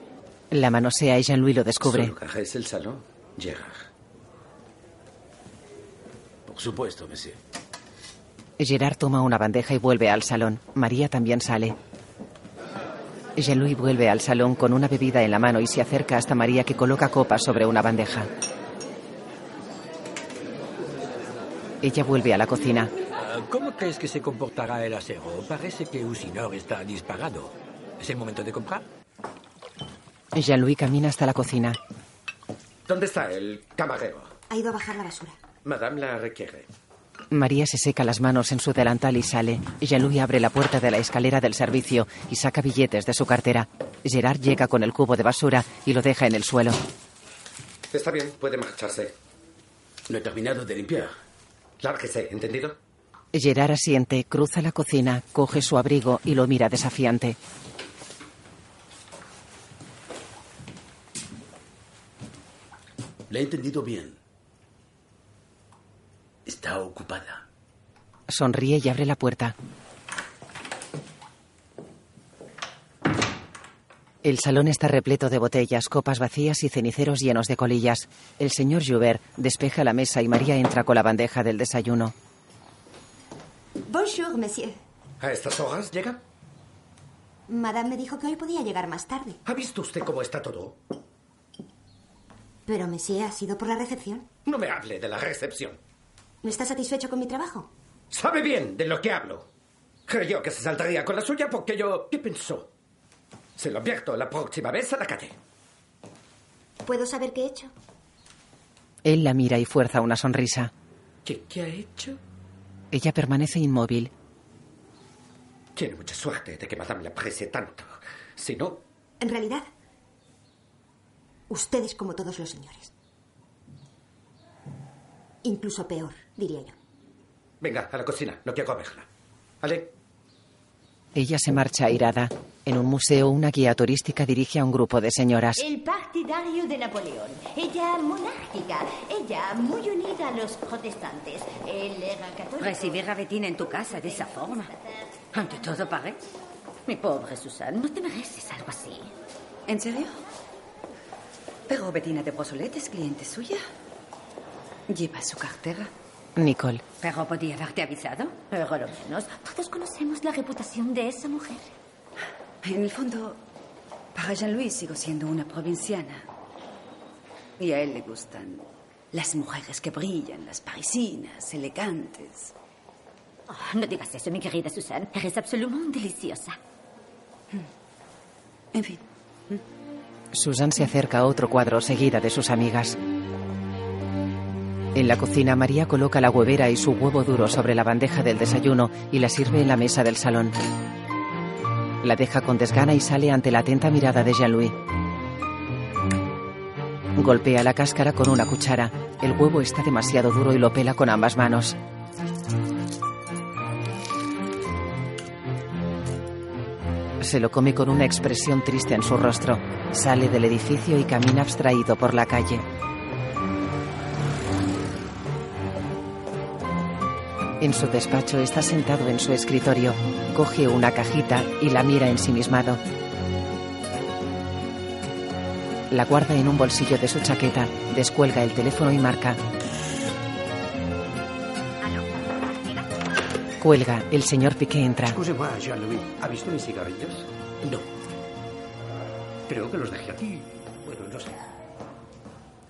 Speaker 3: La manosea y Jean-Louis lo descubre.
Speaker 9: Su lugar es el salón. Gerard.
Speaker 28: Por supuesto, monsieur.
Speaker 3: Gerard toma una bandeja y vuelve al salón. María también sale. Jean-Louis vuelve al salón con una bebida en la mano y se acerca hasta María que coloca copas sobre una bandeja. Ella vuelve a la cocina.
Speaker 11: Ah, ¿Cómo crees que se comportará el acero? Parece que Usinor está disparado. ¿Es el momento de comprar?
Speaker 3: Jean-Louis camina hasta la cocina.
Speaker 9: ¿Dónde está el camarero?
Speaker 19: Ha ido a bajar la basura.
Speaker 9: Madame la requiere.
Speaker 3: María se seca las manos en su delantal y sale. Jean-Louis abre la puerta de la escalera del servicio y saca billetes de su cartera. Gerard llega con el cubo de basura y lo deja en el suelo.
Speaker 9: Está bien, puede marcharse.
Speaker 28: No he terminado de limpiar.
Speaker 9: Lárguese, ¿entendido?
Speaker 3: Gerard asiente, cruza la cocina, coge su abrigo y lo mira desafiante.
Speaker 28: Le he entendido bien. Está ocupada.
Speaker 3: Sonríe y abre la puerta. El salón está repleto de botellas, copas vacías y ceniceros llenos de colillas. El señor Joubert despeja la mesa y María entra con la bandeja del desayuno.
Speaker 19: Bonjour, monsieur.
Speaker 9: ¿A estas horas llega?
Speaker 19: Madame me dijo que hoy podía llegar más tarde.
Speaker 9: ¿Ha visto usted cómo está todo?
Speaker 19: Pero, monsieur, ha sido por la recepción.
Speaker 9: No me hable de la recepción.
Speaker 19: ¿No está satisfecho con mi trabajo?
Speaker 9: Sabe bien de lo que hablo. Creyó que se saltaría con la suya porque yo... ¿Qué pensó? Se lo advierto, la próxima vez a la calle.
Speaker 19: ¿Puedo saber qué he hecho?
Speaker 3: Él la mira y fuerza una sonrisa.
Speaker 9: ¿Qué, qué ha hecho?
Speaker 3: Ella permanece inmóvil.
Speaker 9: Tiene mucha suerte de que Madame le aprecie tanto. Si no,
Speaker 19: En realidad, ustedes como todos los señores. Incluso peor, diría yo.
Speaker 9: venga a la cocina, no quiero verla. ¿Vale?
Speaker 3: Ella se marcha airada. En un museo, una guía turística dirige a un grupo de señoras.
Speaker 2: El partidario de Napoleón. Ella monárquica. Ella muy unida a los protestantes. Él era católico.
Speaker 6: Recibir a Betín en tu casa de esa forma. Ante todo, pagué. Mi pobre Susan, no te mereces algo así.
Speaker 17: ¿En serio? Pero Bettina de Brosolet es cliente suya. Lleva su cartera.
Speaker 3: Nicole.
Speaker 6: Pero podía haberte avisado. Por lo menos, todos conocemos la reputación de esa mujer.
Speaker 17: En el fondo, para Jean-Louis sigo siendo una provinciana. Y a él le gustan las mujeres que brillan, las parisinas, elegantes.
Speaker 6: Oh, no digas eso, mi querida Susan. Eres absolutamente deliciosa.
Speaker 17: En fin.
Speaker 3: Susan se acerca a otro cuadro seguida de sus amigas. En la cocina, María coloca la huevera y su huevo duro sobre la bandeja del desayuno y la sirve en la mesa del salón. La deja con desgana y sale ante la atenta mirada de Jean-Louis. Golpea la cáscara con una cuchara. El huevo está demasiado duro y lo pela con ambas manos. Se lo come con una expresión triste en su rostro. Sale del edificio y camina abstraído por la calle. En su despacho está sentado en su escritorio. Coge una cajita y la mira ensimismado. La guarda en un bolsillo de su chaqueta, descuelga el teléfono y marca. Cuelga, el señor Piqué entra.
Speaker 12: Excusez-moi, Jean-Louis. ¿Ha visto mis cigarrillos? No. Creo que los dejé aquí. Bueno, no sé.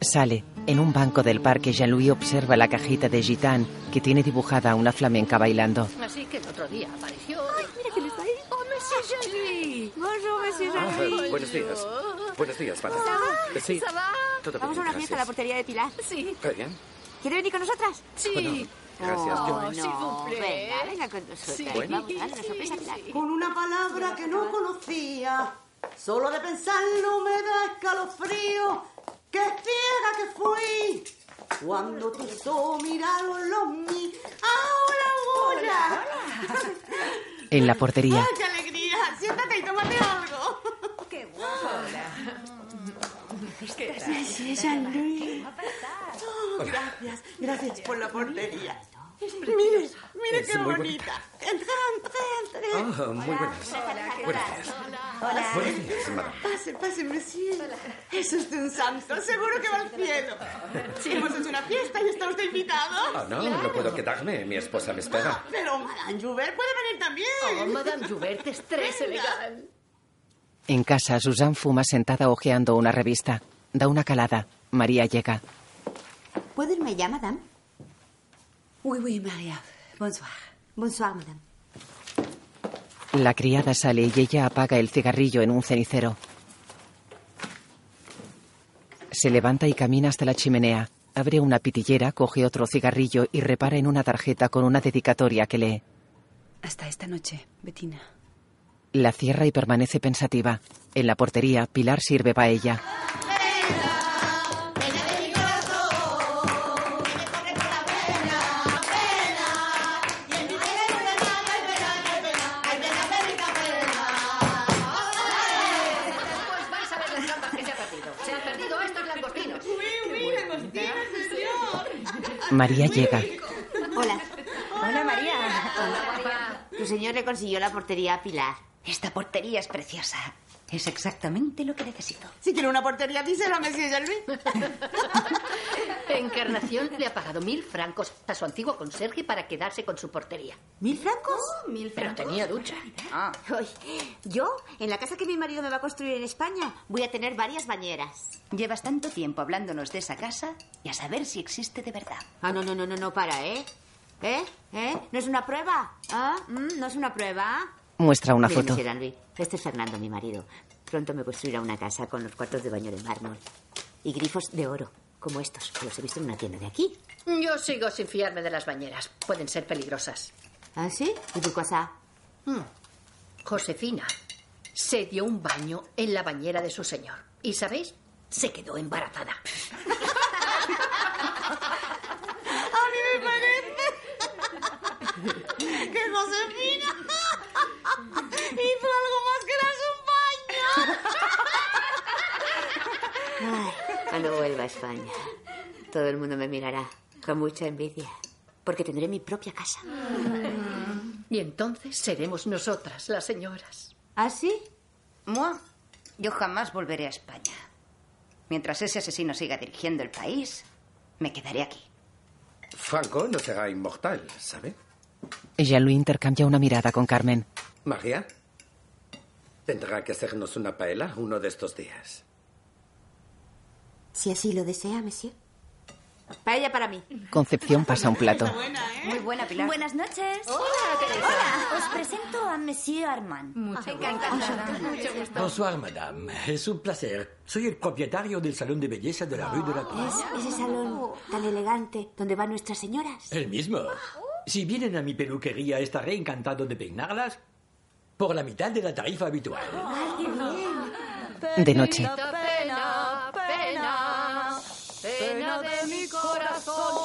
Speaker 3: Sale. En un banco del parque, Jean-Louis observa la cajita de Gitán, que tiene dibujada una flamenca bailando.
Speaker 15: Así que el otro día apareció. ¡Ay, mira quién está ahí! ¡Oh, Monsieur Jolie!
Speaker 10: Bonjour, monsieur
Speaker 9: Ah,
Speaker 15: Jolie!
Speaker 9: buenos días. Buenos días, Pata. Sí,
Speaker 10: Ça va?
Speaker 9: todo
Speaker 10: Vamos a
Speaker 9: bien,
Speaker 10: una fiesta a la
Speaker 9: gracias.
Speaker 10: portería de Pilar.
Speaker 15: Sí.
Speaker 9: Muy bien.
Speaker 10: ¿Quiere venir con nosotras?
Speaker 9: Bueno, gracias,
Speaker 10: Oh,
Speaker 9: yo-
Speaker 10: no,
Speaker 9: s'il vous plaît.
Speaker 10: Venga, venga con nosotras.
Speaker 9: Sí.
Speaker 10: Vamos a darle una sorpresa a Pilar.
Speaker 7: Con una palabra que no conocía, solo de pensarlo me da escalofrío. ¡Qué ciega que fui! Cuando tus ojos miraron los míos. ¡Ahora, ahora!
Speaker 3: En la portería,
Speaker 10: ¡Qué alegría! Siéntate y tómate algo. ¡Qué
Speaker 8: guapa.
Speaker 10: ¿Qué Sí, Jean-Louis.
Speaker 7: Hola. Oh, Gracias, gracias por la portería.
Speaker 10: Mire, mire
Speaker 9: Es
Speaker 10: qué
Speaker 9: muy
Speaker 10: bonita. Entra, entra, entra.
Speaker 9: Ah, muy buenas. Buenos días. Buenos días, madame.
Speaker 10: Pase, pase, monsieur. Es usted un santo. Seguro que va al cielo. Sí, hemos hecho una fiesta y está usted invitado.
Speaker 9: Ah, no, no puedo quedarme. Mi esposa me espera.
Speaker 10: Pero Madame Joubert puede venir también.
Speaker 15: Oh, Madame Joubert es tres elegante.
Speaker 3: en casa, Susan fuma sentada hojeando una revista. Da una calada. María llega.
Speaker 19: ¿Puedo irme ya, madame?
Speaker 6: Oui, oui, Maria. Bonsoir. Bonsoir, madame.
Speaker 3: La criada sale y ella apaga el cigarrillo en un cenicero. Se levanta y camina hasta la chimenea. Abre una pitillera, coge otro cigarrillo y repara en una tarjeta con una dedicatoria que lee.
Speaker 17: Hasta esta noche, Bettina.
Speaker 3: La cierra y permanece pensativa. En la portería, Pilar sirve paella.
Speaker 15: Pues vais a ver las trampas que se ha perdido. Se han perdido estos langostinos.
Speaker 3: María llega.
Speaker 5: Hola. Hola, María. Tu señor le consiguió la portería a Pilar.
Speaker 6: Esta portería es preciosa. Es exactamente lo que necesito.
Speaker 10: Si quiere una portería, díselo a Messi Luis.
Speaker 15: Encarnación le ha pagado mil francos a su antiguo conserje para quedarse con su portería. Oh,
Speaker 5: ¿Mil francos? mil
Speaker 15: Pero tenía ducha.
Speaker 5: Ah. yo, en la casa que mi marido me va a construir en España, voy a tener varias bañeras.
Speaker 6: Llevas tanto tiempo hablándonos de esa casa y a saber si existe de verdad.
Speaker 5: Ah, no, no, no, no, no, para, ¿eh? ¿Eh? ¿Eh? ¿No es una prueba? ¿Ah? ¿Mm? ¿No es una prueba?
Speaker 3: Muestra una
Speaker 5: Mira,
Speaker 3: foto.
Speaker 5: monsieur Henry, este es Fernando, mi marido. Pronto me construirá una casa con los cuartos de baño de mármol y grifos de oro, como estos, que los he visto en una tienda de aquí.
Speaker 15: Yo sigo sin fiarme de las bañeras. Pueden ser peligrosas.
Speaker 5: ¿Ah, sí? ¿Y tu cosa?
Speaker 15: Mm. Josefina se dio un baño en la bañera de su señor. ¿Y sabéis? Se quedó embarazada.
Speaker 10: A mí me parece que Josefina hizo algo más que darse un
Speaker 5: Ay, cuando vuelva a España, todo el mundo me mirará con mucha envidia, porque tendré mi propia casa.
Speaker 15: Y entonces seremos nosotras, las señoras.
Speaker 5: ¿Ah, sí?
Speaker 6: Mua. Yo jamás volveré a España. Mientras ese asesino siga dirigiendo el país, me quedaré aquí.
Speaker 9: Franco no será inmortal, ¿sabe?
Speaker 3: Jean-Louis intercambia una mirada con Carmen.
Speaker 9: María, tendrá que hacernos una paella uno de estos días.
Speaker 5: Si así lo desea, monsieur. Paella para mí.
Speaker 3: Concepción pasa un plato.
Speaker 5: Muy buena, ¿eh? Pilar.
Speaker 29: Buenas noches.
Speaker 5: Hola, Teresa.
Speaker 29: Hola. Os presento a Monsieur Armand.
Speaker 5: Mucho
Speaker 29: Mucho gusto.
Speaker 30: Bonsoir, madame. Es un placer. Soy el propietario del salón de belleza de la Rue de la Croix.
Speaker 17: Ah,
Speaker 5: Es ese salón tan elegante donde van nuestras señoras.
Speaker 30: El mismo. Si vienen a mi peluquería, estaré encantado de peinarlas por la mitad de la tarifa habitual.
Speaker 5: Ay, qué bien.
Speaker 3: De noche.
Speaker 15: Pena, pena, pena de mi corazón.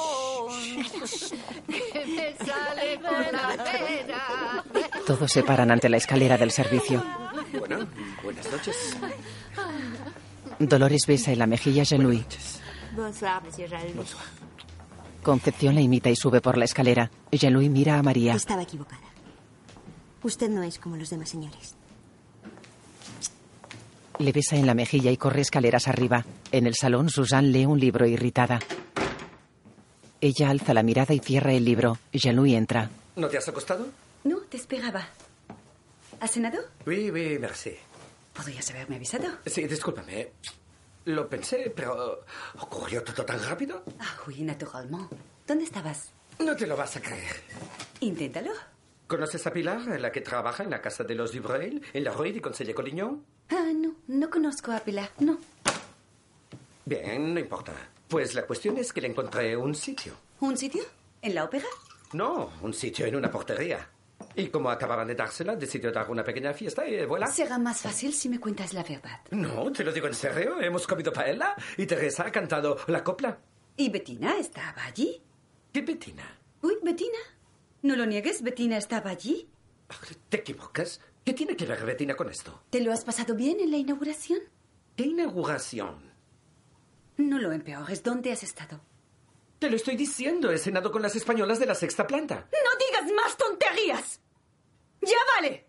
Speaker 15: Que me sale con la pena.
Speaker 3: Todos se paran ante la escalera del servicio.
Speaker 9: Bueno, buenas noches.
Speaker 3: Dolores besa en la mejilla a Jean-Louis.
Speaker 5: Bonsoir, monsieur Raoul.
Speaker 3: Concepción la imita y sube por la escalera. Jean-Louis mira a María.
Speaker 19: Estaba equivocada. Usted no es como los demás señores.
Speaker 3: Le besa en la mejilla y corre escaleras arriba. En el salón, Suzanne lee un libro irritada. Ella alza la mirada y cierra el libro. Jean-Louis entra.
Speaker 9: ¿No te has acostado?
Speaker 17: No, te esperaba. ¿Has cenado?
Speaker 9: Oui, oui, merci.
Speaker 17: Podrías haberme avisado.
Speaker 9: Sí, discúlpame. Lo pensé, pero ocurrió todo tan rápido.
Speaker 17: Ah, oui, naturalmente. ¿Dónde estabas?
Speaker 9: No te lo vas a creer.
Speaker 17: Inténtalo.
Speaker 9: ¿Conoces a Pilar, la que trabaja en la casa de los Dubreuil, en la Rue du Conseil Collignon?
Speaker 17: Ah, no, no conozco a Pilar. No.
Speaker 9: Bien, no importa. Pues la cuestión es que le encontré un sitio.
Speaker 17: ¿Un sitio? ¿En la ópera?
Speaker 9: No, un sitio en una portería. Y como acababan de dársela, decidió dar una pequeña fiesta y voilà.
Speaker 17: Será más fácil si me cuentas la verdad.
Speaker 9: No, te lo digo en serio. Hemos comido paella y Teresa ha cantado la copla.
Speaker 17: ¿Y Bettina estaba allí?
Speaker 9: ¿Qué Bettina?
Speaker 17: Uy, Bettina. No lo niegues, Bettina estaba allí.
Speaker 9: ¿Te equivocas? ¿Qué tiene que ver Bettina con esto?
Speaker 17: ¿Te lo has pasado bien en la inauguración?
Speaker 9: ¿Qué inauguración?
Speaker 17: No lo empeores. ¿Dónde has estado?
Speaker 9: Te lo estoy diciendo. He cenado con las españolas de la sexta planta.
Speaker 17: No digas más tonterías. Ya vale.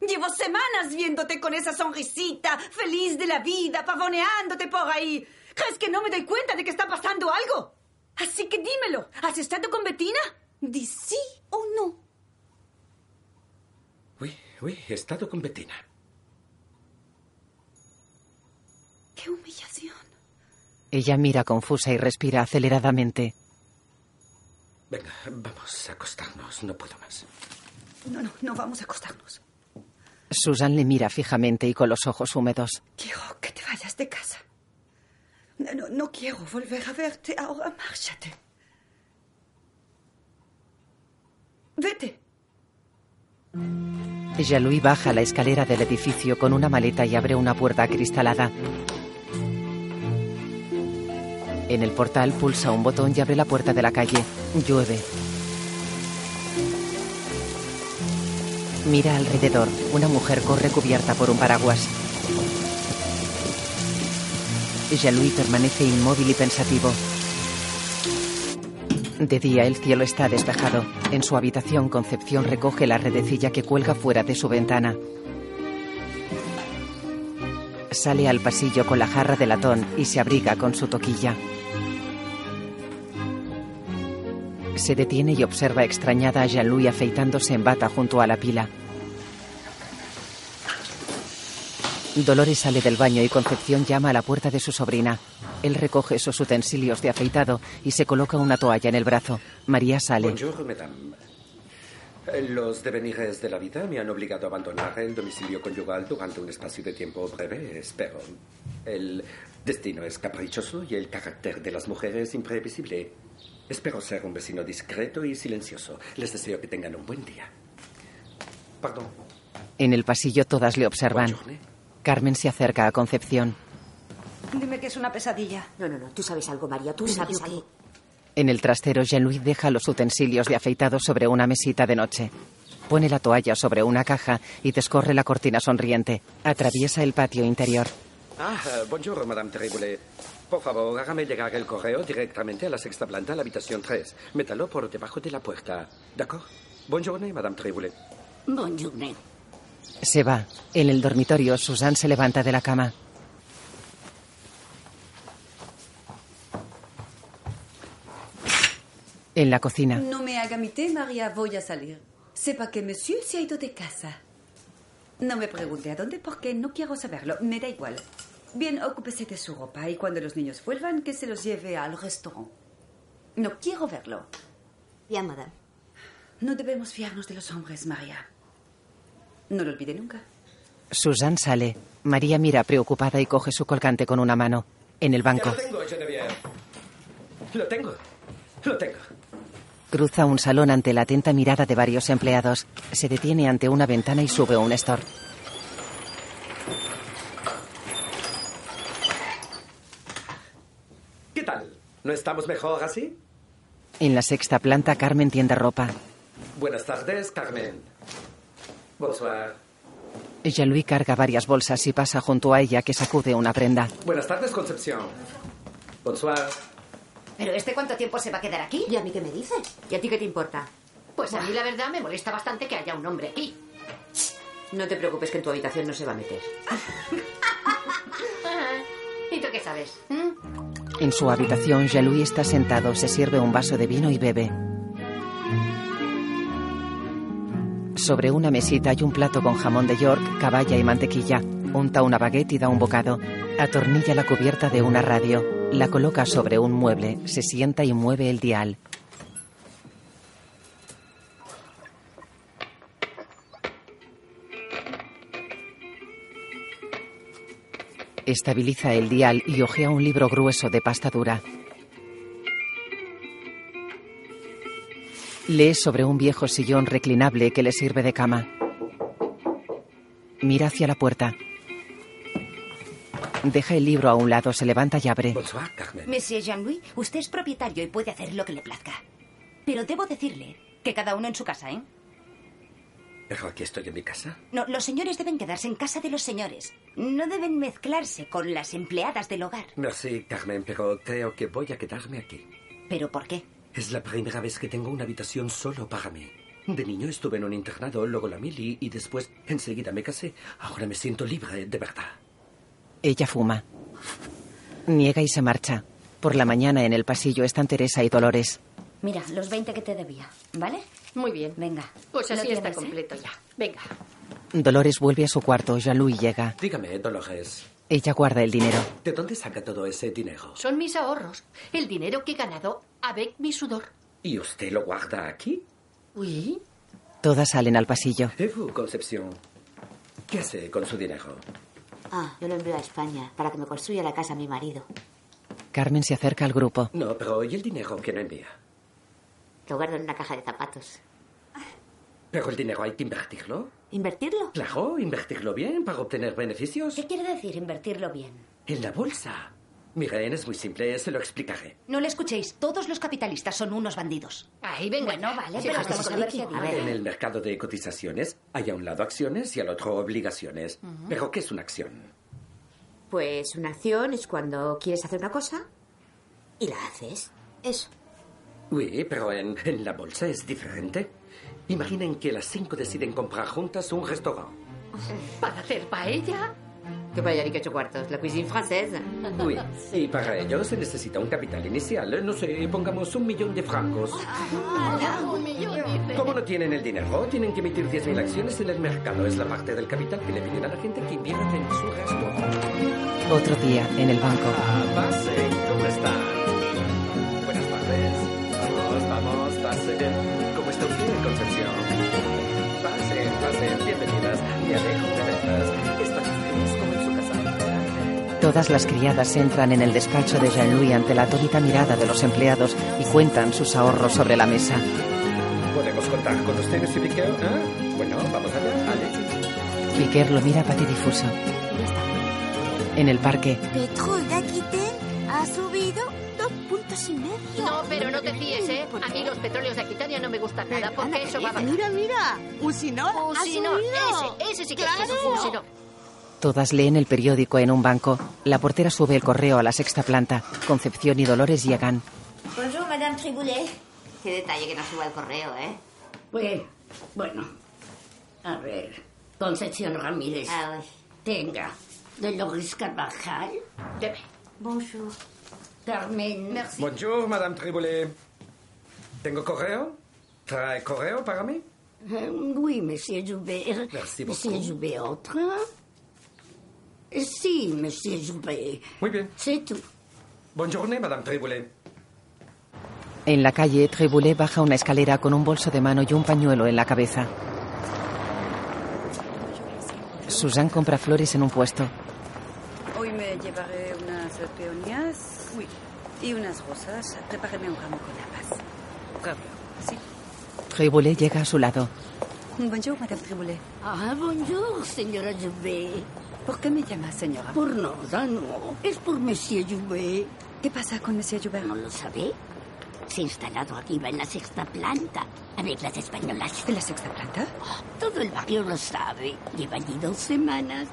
Speaker 17: Llevo semanas viéndote con esa sonrisita, feliz de la vida, pavoneándote por ahí. ¿Crees que no me doy cuenta de que está pasando algo? Así que dímelo. ¿Has estado con Bettina? Di sí o no.
Speaker 9: Uy, uy, he estado con Bettina.
Speaker 17: ¡Qué humillación!
Speaker 3: Ella mira confusa y respira aceleradamente.
Speaker 9: Venga, vamos a acostarnos. No puedo más.
Speaker 27: No, no, no vamos a acostarnos.
Speaker 3: Susan le mira fijamente y con los ojos húmedos.
Speaker 27: Quiero que te vayas de casa. No, no, no quiero volver a verte. Ahora márchate. Vete.
Speaker 3: Jalui baja la escalera del edificio con una maleta y abre una puerta acristalada. En el portal pulsa un botón y abre la puerta de la calle. Llueve. Mira alrededor. Una mujer corre cubierta por un paraguas. Jalui permanece inmóvil y pensativo. De día el cielo está despejado. En su habitación Concepción recoge la redecilla que cuelga fuera de su ventana. Sale al pasillo con la jarra de latón y se abriga con su toquilla. Se detiene y observa extrañada a Jean-Louis afeitándose en bata junto a la pila. Dolores sale del baño y Concepción llama a la puerta de su sobrina. Él recoge esos utensilios de afeitado y se coloca una toalla en el brazo. María sale.
Speaker 9: Bonjour, madame. Eh, Los devenires de la vida me han obligado a abandonar el domicilio conyugal durante un espacio de tiempo breve, espero. El destino es caprichoso y el carácter de las mujeres imprevisible. Espero ser un vecino discreto y silencioso. Les deseo que tengan un buen día. Perdón.
Speaker 3: En el pasillo todas le observan. Carmen se acerca a Concepción.
Speaker 27: Dime que es una pesadilla.
Speaker 5: No, no, no. Tú sabes algo, María. Tú sabes algo.
Speaker 3: En el trastero, Jean-Louis deja los utensilios de afeitado sobre una mesita de noche. Pone la toalla sobre una caja y descorre la cortina sonriente. Atraviesa el patio interior.
Speaker 9: Ah, eh, bonjour, madame Terrible. Por favor, hágame llegar el correo directamente a la sexta planta, a la habitación 3. Métalo por debajo de la puerta. ¿De acuerdo? Bonjour, madame Terrible.
Speaker 5: Bonjour.
Speaker 3: Se va. En el dormitorio, Susan se levanta de la cama. En la cocina,
Speaker 4: No me haga mi té, María, voy a salir. Sepa que monsieur se ha ido de casa. No me pregunte a dónde porque no quiero saberlo, me da igual. Bien, ocúpese de su ropa y cuando los niños vuelvan, que se los lleve al restaurante. No quiero verlo.
Speaker 5: Bien, madame.
Speaker 4: No debemos fiarnos de los hombres, María. No lo olvide nunca.
Speaker 3: Susan sale. María mira preocupada y coge su colgante con una mano. En el banco,
Speaker 9: Ya lo tengo, Genevieve. Lo tengo. Lo tengo.
Speaker 3: cruza un salón ante la atenta mirada de varios empleados. Se detiene ante una ventana y sube un store.
Speaker 9: ¿Qué tal? ¿No estamos mejor así?
Speaker 3: En la sexta planta, Carmen tiende ropa.
Speaker 9: Buenas tardes, Carmen. Bonsoir.
Speaker 3: Jean-Louis carga varias bolsas y pasa junto a ella que sacude una prenda.
Speaker 9: Buenas tardes, Concepción. Bonsoir.
Speaker 5: ¿Pero este cuánto tiempo se va a quedar aquí? ¿Y a mí qué me dices? ¿Y a ti qué te importa?
Speaker 6: Pues a mí la verdad me molesta bastante que haya un hombre aquí.
Speaker 5: No te preocupes que en tu habitación no se va a meter.
Speaker 6: ¿Y tú qué sabes?
Speaker 15: ¿Mm?
Speaker 3: En su habitación, Jean-Louis está sentado, se sirve un vaso de vino y bebe. Sobre una mesita hay un plato con jamón de York, caballa y mantequilla. Unta una baguette y da un bocado. Atornilla la cubierta de una radio. La coloca sobre un mueble, se sienta y mueve el dial. Estabiliza el dial y hojea un libro grueso de pasta dura. Lee sobre un viejo sillón reclinable que le sirve de cama. Mira hacia la puerta. Deja el libro a un lado, se levanta y abre.
Speaker 26: Monsieur Jean-Louis, usted es propietario y puede hacer lo que le plazca. Pero debo decirle que cada uno en su casa, ¿eh?
Speaker 9: Pero aquí estoy en mi casa.
Speaker 26: No, los señores deben quedarse en casa de los señores. No deben mezclarse con las empleadas del hogar.
Speaker 9: Merci, Carmen, pero creo que voy a quedarme aquí.
Speaker 26: ¿Pero por qué?
Speaker 9: Es la primera vez que tengo una habitación solo para mí. De niño estuve en un internado, luego la mili y después enseguida me casé. Ahora me siento libre, de verdad.
Speaker 3: Ella fuma. Niega y se marcha. Por la mañana en el pasillo están Teresa y Dolores.
Speaker 26: Mira, los 20 que te debía, ¿vale?
Speaker 15: Muy bien.
Speaker 26: Venga.
Speaker 15: Pues
Speaker 26: Lo
Speaker 15: así está
Speaker 26: tienes, ¿eh?
Speaker 15: completo ya. Venga.
Speaker 3: Dolores vuelve a su cuarto, Jean-Louis llega.
Speaker 9: Dígame, Dolores,
Speaker 3: Ella guarda el dinero.
Speaker 9: ¿de dónde saca todo ese dinero?
Speaker 15: Son mis ahorros. El dinero que he ganado avec mi sudor.
Speaker 9: ¿Y usted lo guarda aquí?
Speaker 23: Oui.
Speaker 3: Todas salen al pasillo.
Speaker 9: Et vous, Concepción, ¿qué hace con su dinero?
Speaker 5: Ah, yo lo envío a España para que me construya la casa a mi marido.
Speaker 3: Carmen se acerca al grupo.
Speaker 9: No, pero ¿y el dinero que no envía?
Speaker 5: Lo guardo en una caja de zapatos.
Speaker 9: Pero el dinero hay que invertirlo.
Speaker 5: ¿Invertirlo?
Speaker 9: Claro, invertirlo bien para obtener beneficios.
Speaker 5: ¿Qué quiere decir invertirlo bien?
Speaker 9: En la bolsa. Miren, es muy simple, se lo explicaré.
Speaker 26: No le escuchéis. Todos los capitalistas son unos bandidos.
Speaker 5: Ahí, venga. Bueno, vale,
Speaker 26: estamos
Speaker 5: pero estamos
Speaker 26: hablando
Speaker 5: hablando
Speaker 26: de-
Speaker 5: de-
Speaker 9: En el mercado de cotizaciones hay a un lado acciones y al otro obligaciones.
Speaker 5: Ujú.
Speaker 9: Pero ¿qué es una acción?
Speaker 5: Pues una acción es cuando quieres hacer una cosa y la haces. Eso.
Speaker 9: Oui, pero en, en la bolsa es diferente. Imaginen que las cinco deciden comprar juntas un restaurante.
Speaker 5: ¿Para hacer paella? ¿Qué paella ni que ocho cuartos? La cuisine francesa.
Speaker 9: Oui, y para ello se necesita un capital inicial. eh, No sé, pongamos un millón de francos.
Speaker 15: Un millón, dice.
Speaker 9: Como no tienen el dinero, tienen que emitir 10.000 acciones en el mercado. Es la parte del capital que le piden a la gente que invierte en su restaurante.
Speaker 3: Otro día, en el banco.
Speaker 9: Ah, pase, ¿cómo están? Buenas tardes. Vamos, vamos, pase. ¿Cómo está usted, Concepción? Pase, pase, bienvenidas. Me alegro de verlas. Están ustedes como en su casa.
Speaker 3: Todas las criadas entran en el despacho de Jean-Louis ante la atónita mirada de los empleados y cuentan sus ahorros sobre la mesa.
Speaker 9: ¿Podemos contar pues con ustedes, Piqueo? ¿Ah? Bueno, vamos allá. Ale.
Speaker 3: Piquer lo mira patidifuso. En el parque,
Speaker 20: Petrol de Aquitaine ha subido dos puntos y medio.
Speaker 15: No, pero no te fíes, ¿eh? A mí los petróleos de Aquitania no me gustan nada, porque eso va a bajar.
Speaker 10: Mira, mira. Usinor. ha
Speaker 15: Usinor,
Speaker 10: subido.
Speaker 15: ese, ese sí que es que es un usinor.
Speaker 3: todas leen el periódico en un banco. La portera sube el correo a la sexta planta. Concepción y Dolores llegan.
Speaker 5: Bonjour, Madame Triboulet. Qué detalle que no suba el correo, ¿eh?
Speaker 14: Pues, bueno, a ver, Concepción Ramírez. Tenga, de Loris Carvajal. Deme. Bonjour. Carmen. Merci.
Speaker 9: Bonjour, Madame Triboulet. ¿Tengo correo? ¿Trae correo para mí?
Speaker 14: Euh, oui, Monsieur Joubert.
Speaker 9: Merci
Speaker 14: Monsieur
Speaker 9: beaucoup.
Speaker 14: Joubert au train. Euh, Si, Monsieur Joubert.
Speaker 9: Muy bien.
Speaker 14: C'est tout.
Speaker 9: Bonjourné, Madame Triboulet.
Speaker 3: En la calle, Triboulet baja una escalera con un bolso de mano y un pañuelo en la cabeza. Susan compra flores en un puesto.
Speaker 4: Hoy me llevaré unas peonías y unas rosas. Prepáreme un ramo con tapas. Sí.
Speaker 3: Triboulet llega a su lado.
Speaker 4: Bonjour, Madame Triboulet.
Speaker 14: Ah, bonjour, señora Joubert.
Speaker 4: ¿Por qué me llama, señora?
Speaker 14: Por nada, no. Es por Monsieur Joubert.
Speaker 4: ¿Qué pasa con Monsieur Joubert?
Speaker 14: ¿No lo sabe? Se ha instalado aquí, va en la sexta planta. Reglas españolas. Ah,
Speaker 4: ¿De la sexta planta?
Speaker 14: todo el barrio lo sabe. Lleva allí dos semanas.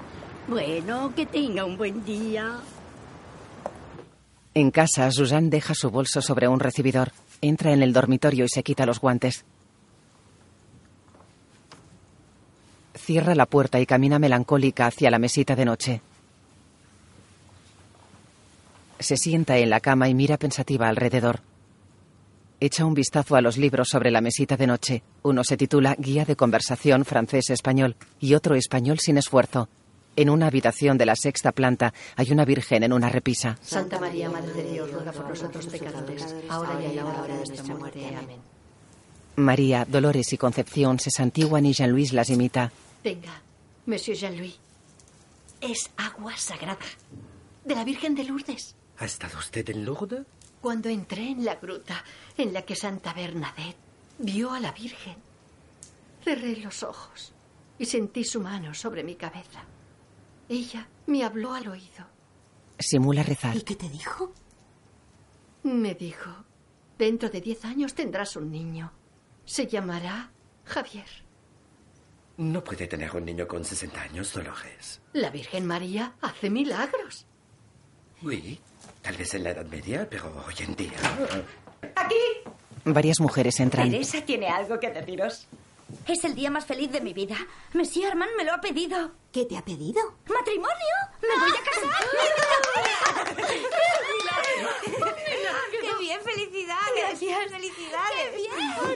Speaker 14: Bueno, que tenga un buen día.
Speaker 3: En casa, Susan deja su bolso sobre un recibidor. Entra en el dormitorio y se quita los guantes. Cierra la puerta y camina melancólica hacia la mesita de noche. Se sienta en la cama y mira pensativa alrededor. Echa un vistazo a los libros sobre la mesita de noche. Uno se titula Guía de conversación francés-español y otro Español sin esfuerzo. En una habitación de la sexta planta hay una virgen en una repisa.
Speaker 24: Santa María, Madre de Dios, ruega por nosotros pecadores, ahora y en la hora de nuestra muerte. Amén.
Speaker 3: María, Dolores y Concepción se santiguan y Jean-Louis las imita.
Speaker 15: Venga, Monsieur Jean-Louis. Es agua sagrada. De la Virgen de Lourdes.
Speaker 9: ¿Ha estado usted en Lourdes?
Speaker 15: Cuando entré en la gruta en la que Santa Bernadette vio a la Virgen, cerré los ojos y sentí su mano sobre mi cabeza. Ella me habló al oído.
Speaker 3: Simula rezar.
Speaker 15: qué te dijo? Me dijo, dentro de diez años tendrás un niño. Se llamará Javier.
Speaker 9: No puede tener un niño con 60 años, Dolores.
Speaker 15: La Virgen María hace milagros.
Speaker 9: Oui, tal vez en la Edad Media, pero hoy en día.
Speaker 3: Varias mujeres entran.
Speaker 31: Teresa tiene algo que deciros. Es el día más feliz de mi vida. Monsieur Armand me lo ha pedido. ¿Qué te ha pedido? ¡Matrimonio!
Speaker 15: Ah,
Speaker 31: ¡Me voy a casar!
Speaker 24: ¡Qué bien!
Speaker 31: ¡Felicidades!
Speaker 24: Gracias.
Speaker 31: ¡Felicidades!
Speaker 24: ¡Qué bien!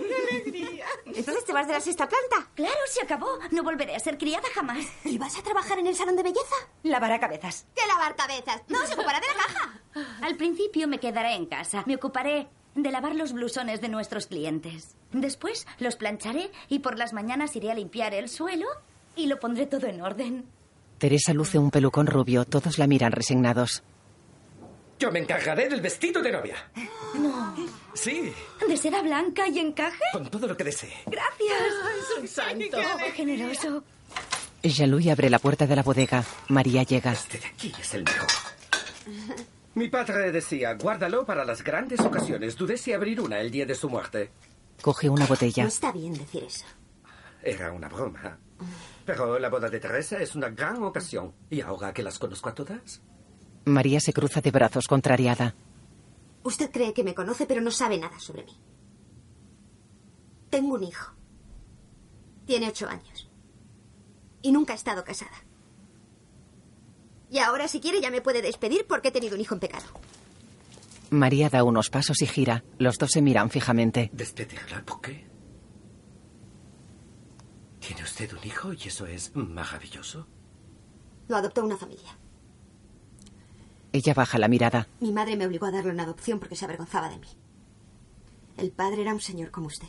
Speaker 31: ¡Qué alegría! ¿Entonces te vas de la sexta planta? Claro, se acabó. No volveré a ser criada jamás. ¿Y vas a trabajar en el salón de belleza? Lavará cabezas.
Speaker 20: ¿Qué lavar cabezas? No, se ocupará de la caja.
Speaker 31: Al principio me quedaré en casa. Me ocuparé
Speaker 6: de lavar los blusones de nuestros clientes. Después los plancharé y por las mañanas iré a limpiar el suelo y lo pondré todo en orden.
Speaker 3: Teresa luce un pelucón rubio. Todos la miran resignados.
Speaker 9: Yo me encargaré del vestido de novia.
Speaker 6: No.
Speaker 9: Sí,
Speaker 6: ¿De seda blanca y encaje?
Speaker 9: con todo lo que desee.
Speaker 6: Gracias. es un santo. Qué generoso.
Speaker 3: Jean-Louis abre la puerta de la bodega. María llega.
Speaker 9: Este Aquí es el mejor. Mi padre decía, guárdalo para las grandes ocasiones. Dudé si abrir una el día de su muerte.
Speaker 3: Coge una botella.
Speaker 19: está bien decir eso.
Speaker 9: Era una broma. Pero la boda de Teresa es una gran ocasión. Y ahora que las conozco a todas.
Speaker 3: María se cruza de brazos contrariada.
Speaker 19: Usted cree que me conoce, pero no sabe nada sobre mí. Tengo un hijo. Tiene ocho años. Y nunca he estado casada. Y ahora, si quiere, ya me puede despedir porque he tenido un hijo en pecado.
Speaker 3: María da unos pasos y gira. Los dos se miran fijamente.
Speaker 9: ¿Despedirla? ¿Por qué? ¿Tiene usted un hijo y eso es maravilloso?
Speaker 19: Lo adoptó una familia.
Speaker 3: Ella baja la mirada.
Speaker 19: Mi madre me obligó a darlo en adopción porque se avergonzaba de mí. El padre era un señor como usted.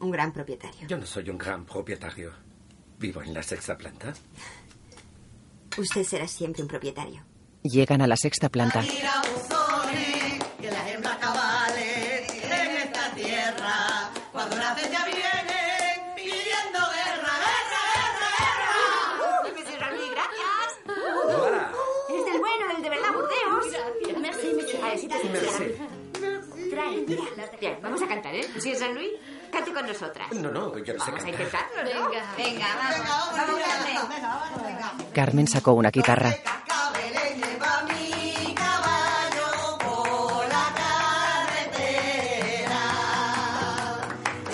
Speaker 19: Un gran propietario.
Speaker 9: Yo no soy un gran propietario. Vivo en la sexta planta.
Speaker 19: Usted será siempre un propietario.
Speaker 3: Llegan a la sexta planta.
Speaker 10: Mira, buzones, que las hembras cabales en esta tierra, cuando nacen ya vienen pidiendo guerra, guerra, guerra, guerra.
Speaker 6: Mrs. Ramírez, gracias. Es del bueno, del de verdad, Burdeos. Merci, Mrs.
Speaker 9: Merci.
Speaker 6: Trae, Bien, vamos a cantar, ¿eh? Si es San Luis, cante con nosotras.
Speaker 9: No, no, yo no sé
Speaker 6: Vamos a
Speaker 9: cantar.
Speaker 6: intentarlo, ¿no? Venga, venga, vamos. Vamos, Carmen.
Speaker 3: Carmen sacó una guitarra.
Speaker 10: Cabelén lleva mi caballo por la carretera.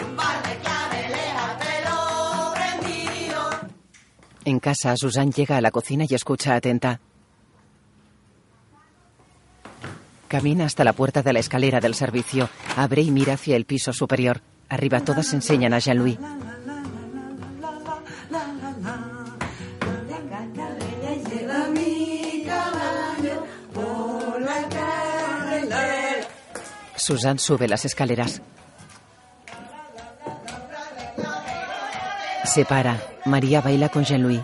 Speaker 10: Un par de claveles a pelo prendido.
Speaker 3: En casa, Susan llega a la cocina y escucha atenta. Camina hasta la puerta de la escalera del servicio. Abre y mira hacia el piso superior. Arriba todas enseñan a Jean-Louis.
Speaker 10: Cabelén lleva mi caballo por la carretera.
Speaker 3: Susan sube las escaleras. Se para. María baila con Jean-Louis.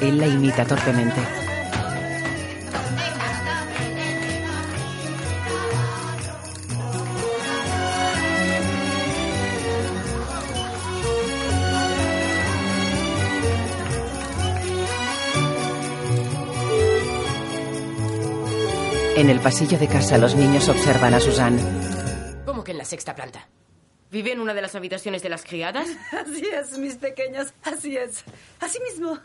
Speaker 3: Él la imita torpemente. En el pasillo de casa los niños observan a Susan.
Speaker 24: ¿Cómo que en la sexta planta? ¿Vive en una de las habitaciones de las criadas?
Speaker 17: Así es, mis pequeños, así es. Así mismo,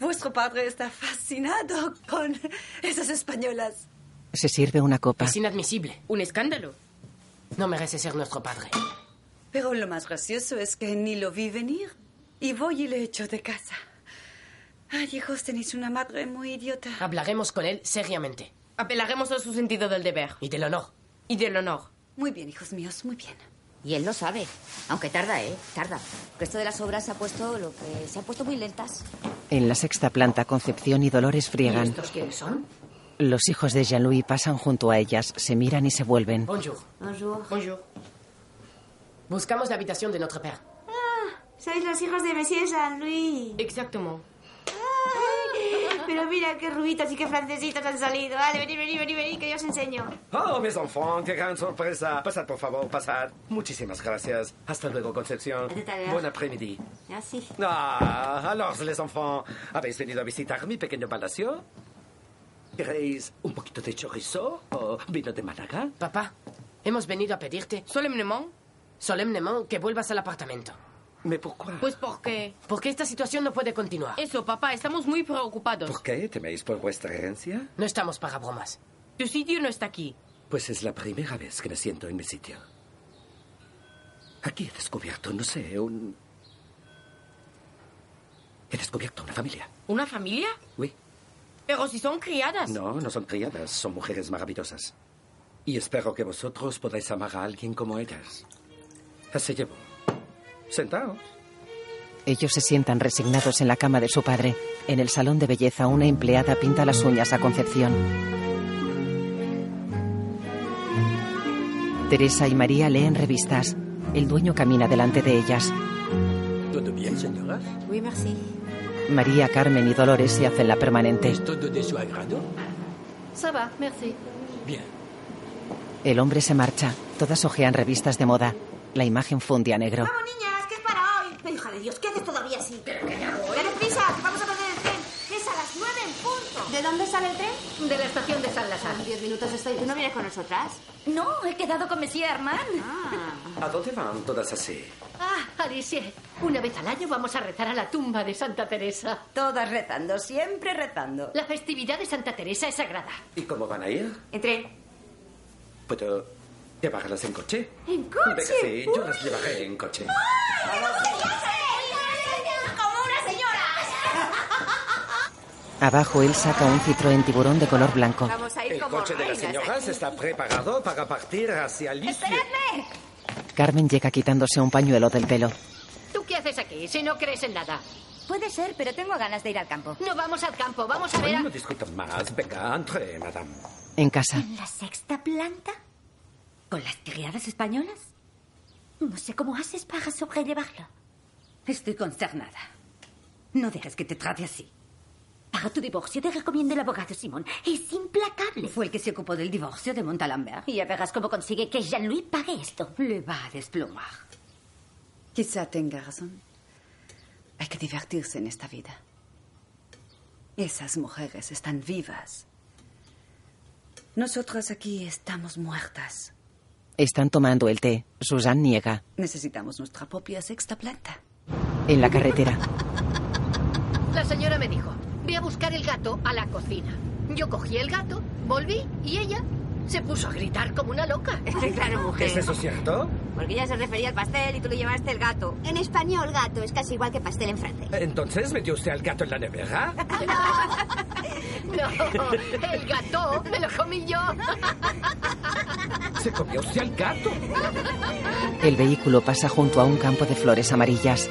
Speaker 17: vuestro padre está fascinado con esas españolas.
Speaker 3: Se sirve una copa.
Speaker 24: Es inadmisible. Un escándalo. No merece ser nuestro padre.
Speaker 17: Pero lo más gracioso es que ni lo vi venir y voy y le echo de casa. Ay, hijos, tenéis una madre muy idiota.
Speaker 24: Hablaremos con él seriamente. Apelaremos a su sentido del deber. Y del honor. Y del honor.
Speaker 17: Muy bien, hijos míos, muy bien.
Speaker 32: Y él lo sabe, aunque tarda, ¿eh? Tarda. Que esto de las obras se ha puesto lo que se ha puesto muy lentas.
Speaker 3: En la sexta planta, Concepción y Dolores friegan.
Speaker 24: quiénes son?
Speaker 3: Los hijos de Jean-Louis pasan junto a ellas, se miran y se vuelven.
Speaker 24: Bonjour. Bonjour. Bonjour. Buscamos la habitación de notre père.
Speaker 5: Sois los hijos de Monsieur San Luis.
Speaker 24: Exactamente.
Speaker 5: Pero mira qué rubitos y qué francesitos han salido. Vale, venid, venid, venid, venid, que yo os enseño.
Speaker 9: Oh, mes enfants, qué gran sorpresa. Pasad, por favor, pasad. Muchísimas gracias. Hasta luego, Concepción.
Speaker 5: De tarea.
Speaker 9: Buen après-midi.
Speaker 5: Así.
Speaker 9: Ah, alors, les enfants, ¿habéis venido a visitar mi pequeño palacio? ¿Queréis un poquito de chorizo o vino de Málaga?
Speaker 24: Papá, hemos venido a pedirte solemnemente, solemnemente que vuelvas al apartamento.
Speaker 9: ¿Me pourquoi?
Speaker 24: Pues porque... Porque esta situación no puede continuar. Eso, papá, estamos muy preocupados.
Speaker 9: ¿Por qué? ¿Teméis por vuestra herencia?
Speaker 24: No estamos para bromas. Tu sitio no está aquí.
Speaker 9: Pues es la primera vez que me siento en mi sitio. Aquí he descubierto, no sé, un... He descubierto una familia.
Speaker 24: ¿Una familia?
Speaker 9: Oui.
Speaker 24: Pero si son criadas.
Speaker 9: No, no son criadas, son mujeres maravillosas. Y espero que vosotros podáis amar a alguien como ellas. Así llevo. Sentaos.
Speaker 3: Ellos se sientan resignados en la cama de su padre. En el salón de belleza, una empleada pinta las uñas a Concepción. Teresa y María leen revistas. El dueño camina delante de ellas.
Speaker 11: ¿Todo bien, señoras?
Speaker 12: Oui, merci.
Speaker 3: María, Carmen y Dolores se hacen la permanente.
Speaker 11: ¿Es todo de su agrado?
Speaker 15: Ça va, merci.
Speaker 11: Bien.
Speaker 3: El hombre se marcha. Todas ojean revistas de moda. La imagen funde a negro.
Speaker 2: Vamos, niñas, que es para hoy. Pero, hija de Dios, ¿qué haces todavía así? Pero que ya voy. Dale prisa, que vamos a perder el tren. Es a las nueve en punto.
Speaker 12: ¿De dónde sale el tren?
Speaker 15: De la estación de San Lazaro.
Speaker 12: Diez minutos estoy.
Speaker 19: ¿Tú no vienes con nosotras?
Speaker 12: No, he quedado con Mesía Herman.
Speaker 5: Ah.
Speaker 9: ¿A dónde van todas así?
Speaker 15: Ah, Alicia, una vez al año vamos a rezar a la tumba de Santa Teresa.
Speaker 27: Todas rezando, siempre rezando.
Speaker 15: La festividad de Santa Teresa es sagrada.
Speaker 9: ¿Y cómo van a ir?
Speaker 15: Entre.
Speaker 9: ¿Puedo llevarlas en coche?
Speaker 15: ¿En
Speaker 9: Venga, sí, yo las llevaré en coche.
Speaker 2: ¡Como una señora!
Speaker 3: Abajo él saca un Citroën tiburón de color blanco.
Speaker 12: a ir
Speaker 9: El
Speaker 12: como
Speaker 9: coche de las
Speaker 12: reinas
Speaker 9: señoras está preparado para partir hacia Alicia.
Speaker 3: Carmen llega quitándose un pañuelo del pelo.
Speaker 15: ¿Tú qué haces aquí si no crees en nada?
Speaker 12: Puede ser, pero tengo ganas de ir al campo.
Speaker 15: No vamos al campo, vamos a ver
Speaker 9: Bueno,
Speaker 15: a...
Speaker 9: no discutan más. Venga, entre, madame.
Speaker 3: En casa,
Speaker 12: ¿La sexta planta? ¿Con las criadas españolas? No sé cómo haces para sobrellevarlo. Estoy consternada. No dejes que te trate así. Para tu divorcio te recomiendo el abogado Simón. Es implacable. Fue el que se ocupó del divorcio de Montalembert. Y ya verás cómo consigue que Jean-Louis pague esto. Le va a desplomar.
Speaker 4: Quizá tenga razón. Hay que divertirse en esta vida. Esas mujeres están vivas. Nosotras aquí estamos muertas.
Speaker 3: están tomando el té. Susan niega.
Speaker 4: Necesitamos nuestra propia sexta planta.
Speaker 3: En la carretera,
Speaker 15: La señora me dijo, ve a buscar el gato a la cocina. Yo cogí el gato, volví y ella se puso a gritar como una loca.
Speaker 12: claro, mujer.
Speaker 15: Este
Speaker 9: ¿Es eso cierto?
Speaker 19: Porque ya se refería al pastel y tú le llevaste el gato. En español, gato es casi igual que pastel en francés.
Speaker 9: ¿Entonces metió usted al gato en la nevera?
Speaker 15: No, el gato me lo comí yo.
Speaker 9: ¿Se comió usted al gato?
Speaker 3: el vehículo pasa junto a un campo de flores amarillas.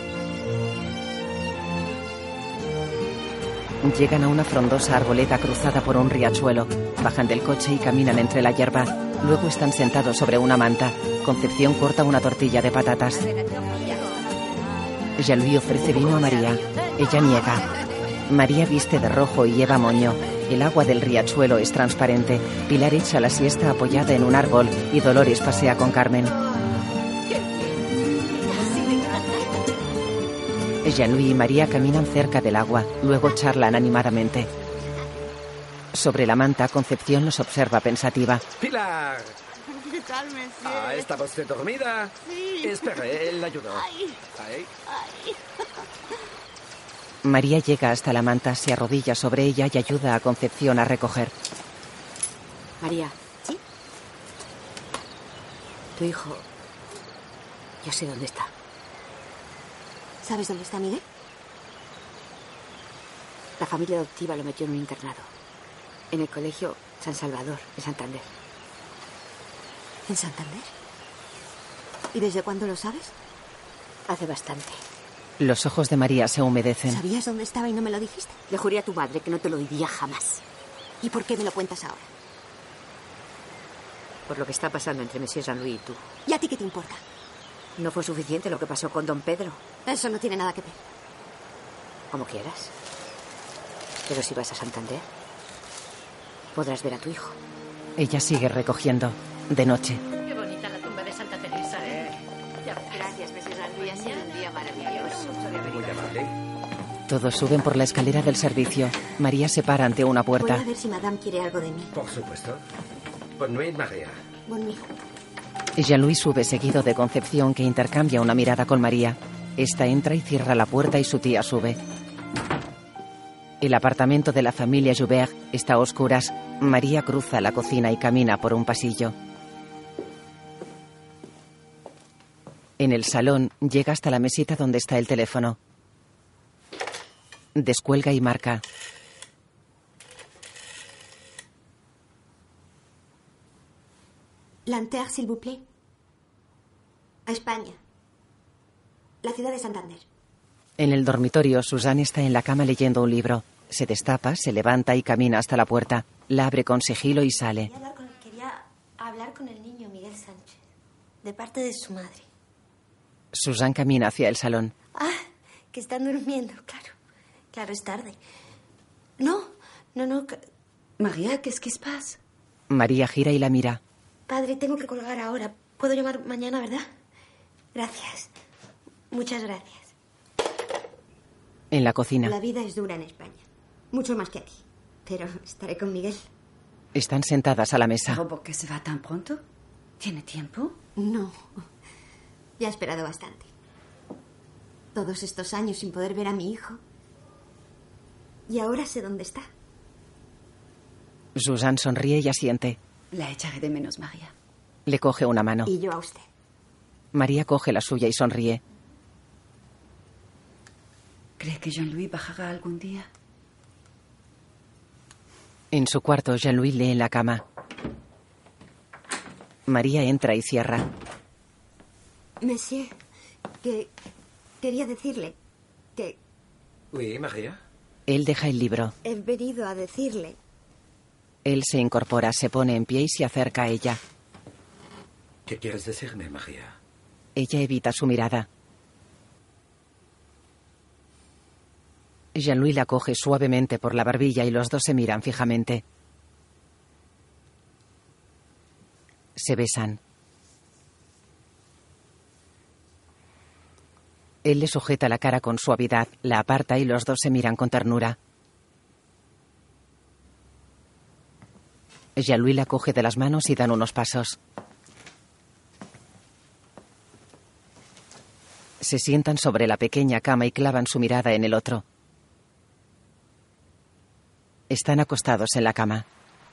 Speaker 3: Llegan a una frondosa arboleda cruzada por un riachuelo. Bajan del coche y caminan entre la hierba. Luego están sentados sobre una manta. Concepción corta una tortilla de patatas. Jean-Louis ofrece vino a María. Ella niega. María viste de rojo y lleva moño. El agua del riachuelo es transparente. Pilar echa la siesta apoyada en un árbol y Dolores pasea con Carmen. Jean-Louis y María caminan cerca del agua, luego charlan animadamente. Sobre la manta, Concepción los observa pensativa.
Speaker 9: ¡Pilar!
Speaker 7: ¿Qué tal, monsieur?
Speaker 9: Ah, ¿estaba usted dormida?
Speaker 7: Sí.
Speaker 9: Espere, él la ayudó.
Speaker 7: Ay.
Speaker 9: Ay.
Speaker 3: María llega hasta la manta, se arrodilla sobre ella y ayuda a Concepción a recoger.
Speaker 5: María. ¿Sí? Tu hijo. Yo sé dónde está.
Speaker 19: ¿Sabes dónde está Miguel?
Speaker 5: La familia adoptiva lo metió en un internado. En el colegio San Salvador, de Santander.
Speaker 19: ¿En Santander? ¿Y desde cuándo lo sabes?
Speaker 5: Hace bastante.
Speaker 3: Los ojos de María se humedecen.
Speaker 19: ¿Sabías dónde estaba y no me lo dijiste?
Speaker 5: Le juré a tu madre que no te lo diría jamás.
Speaker 19: ¿Y por qué me lo cuentas ahora?
Speaker 5: Por lo que está pasando entre Monsieur Jean-Louis y tú.
Speaker 19: ¿Y a ti qué te importa?
Speaker 5: No fue suficiente lo que pasó con don Pedro.
Speaker 19: Eso no tiene nada que ver.
Speaker 5: Como quieras. Pero si vas a Santander, podrás ver a tu hijo.
Speaker 3: Ella sigue recogiendo. De noche,
Speaker 15: Qué bonita la tumba de Santa Teresa. ¿eh? Gracias, Messi Luis. Ha sido un día maravilloso.
Speaker 9: Muy amable.
Speaker 3: todos suben por la escalera del servicio. María se para ante una
Speaker 19: Voy
Speaker 3: puerta.
Speaker 19: a ver si Madame quiere algo de mí.
Speaker 9: Por supuesto. Pues no hay María.
Speaker 19: Bonnie.
Speaker 3: Jean-Louis sube seguido de Concepción que intercambia una mirada con María. Esta entra y cierra la puerta y su tía sube. El apartamento de la familia Joubert está a oscuras. María cruza la cocina y camina por un pasillo. En el salón llega hasta la mesita donde está el teléfono. Descuelga y marca.
Speaker 19: Lanterre, s'il vous plaît. A España. La ciudad de Santander.
Speaker 3: En el dormitorio, Suzanne está en la cama leyendo un libro. Se destapa, se levanta y camina hasta la puerta. La abre con sigilo y sale.
Speaker 20: Quería hablar, con, quería hablar con el niño Miguel Sánchez, de parte de su madre, Ah,
Speaker 3: Suzanne camina hacia el salón.
Speaker 20: que está durmiendo, claro. Claro, es tarde. No, no, no. ca-
Speaker 4: María, ¿qué es que se pasa?
Speaker 3: María gira y la mira.
Speaker 20: Padre, tengo que colgar ahora. Puedo llamar mañana, ¿verdad? Gracias. Muchas gracias.
Speaker 3: En la cocina.
Speaker 19: La vida es dura en España. Mucho más que aquí. Pero estaré con Miguel.
Speaker 3: Están sentadas a la mesa.
Speaker 4: ¿Por qué se va tan pronto? ¿Tiene tiempo?
Speaker 19: No. Ya he esperado bastante. Todos estos años sin poder ver a mi hijo. Y ahora sé dónde está.
Speaker 3: Suzanne sonríe y asiente.
Speaker 4: La echaré de menos, María.
Speaker 3: Le coge una mano.
Speaker 19: Y yo a usted.
Speaker 3: María coge la suya y sonríe.
Speaker 4: ¿Cree que Jean-Louis bajará algún día?
Speaker 3: En su cuarto, Jean-Louis lee en la cama. María entra y cierra.
Speaker 19: Monsieur, que quería decirle que
Speaker 9: Uy, María.
Speaker 3: Él deja el libro.
Speaker 19: he venido a decirle
Speaker 3: Él se incorpora, se pone en pie y se acerca a ella.
Speaker 9: ¿Qué quieres decirme, María?
Speaker 3: Ella evita su mirada. Jean-Louis la coge suavemente por la barbilla y los dos se miran fijamente. Se besan. Él le sujeta la cara con suavidad, la aparta y los dos se miran con ternura. Jean-Louis la coge de las manos y dan unos pasos. Se sientan sobre la pequeña cama y clavan su mirada en el otro. Están acostados en la cama.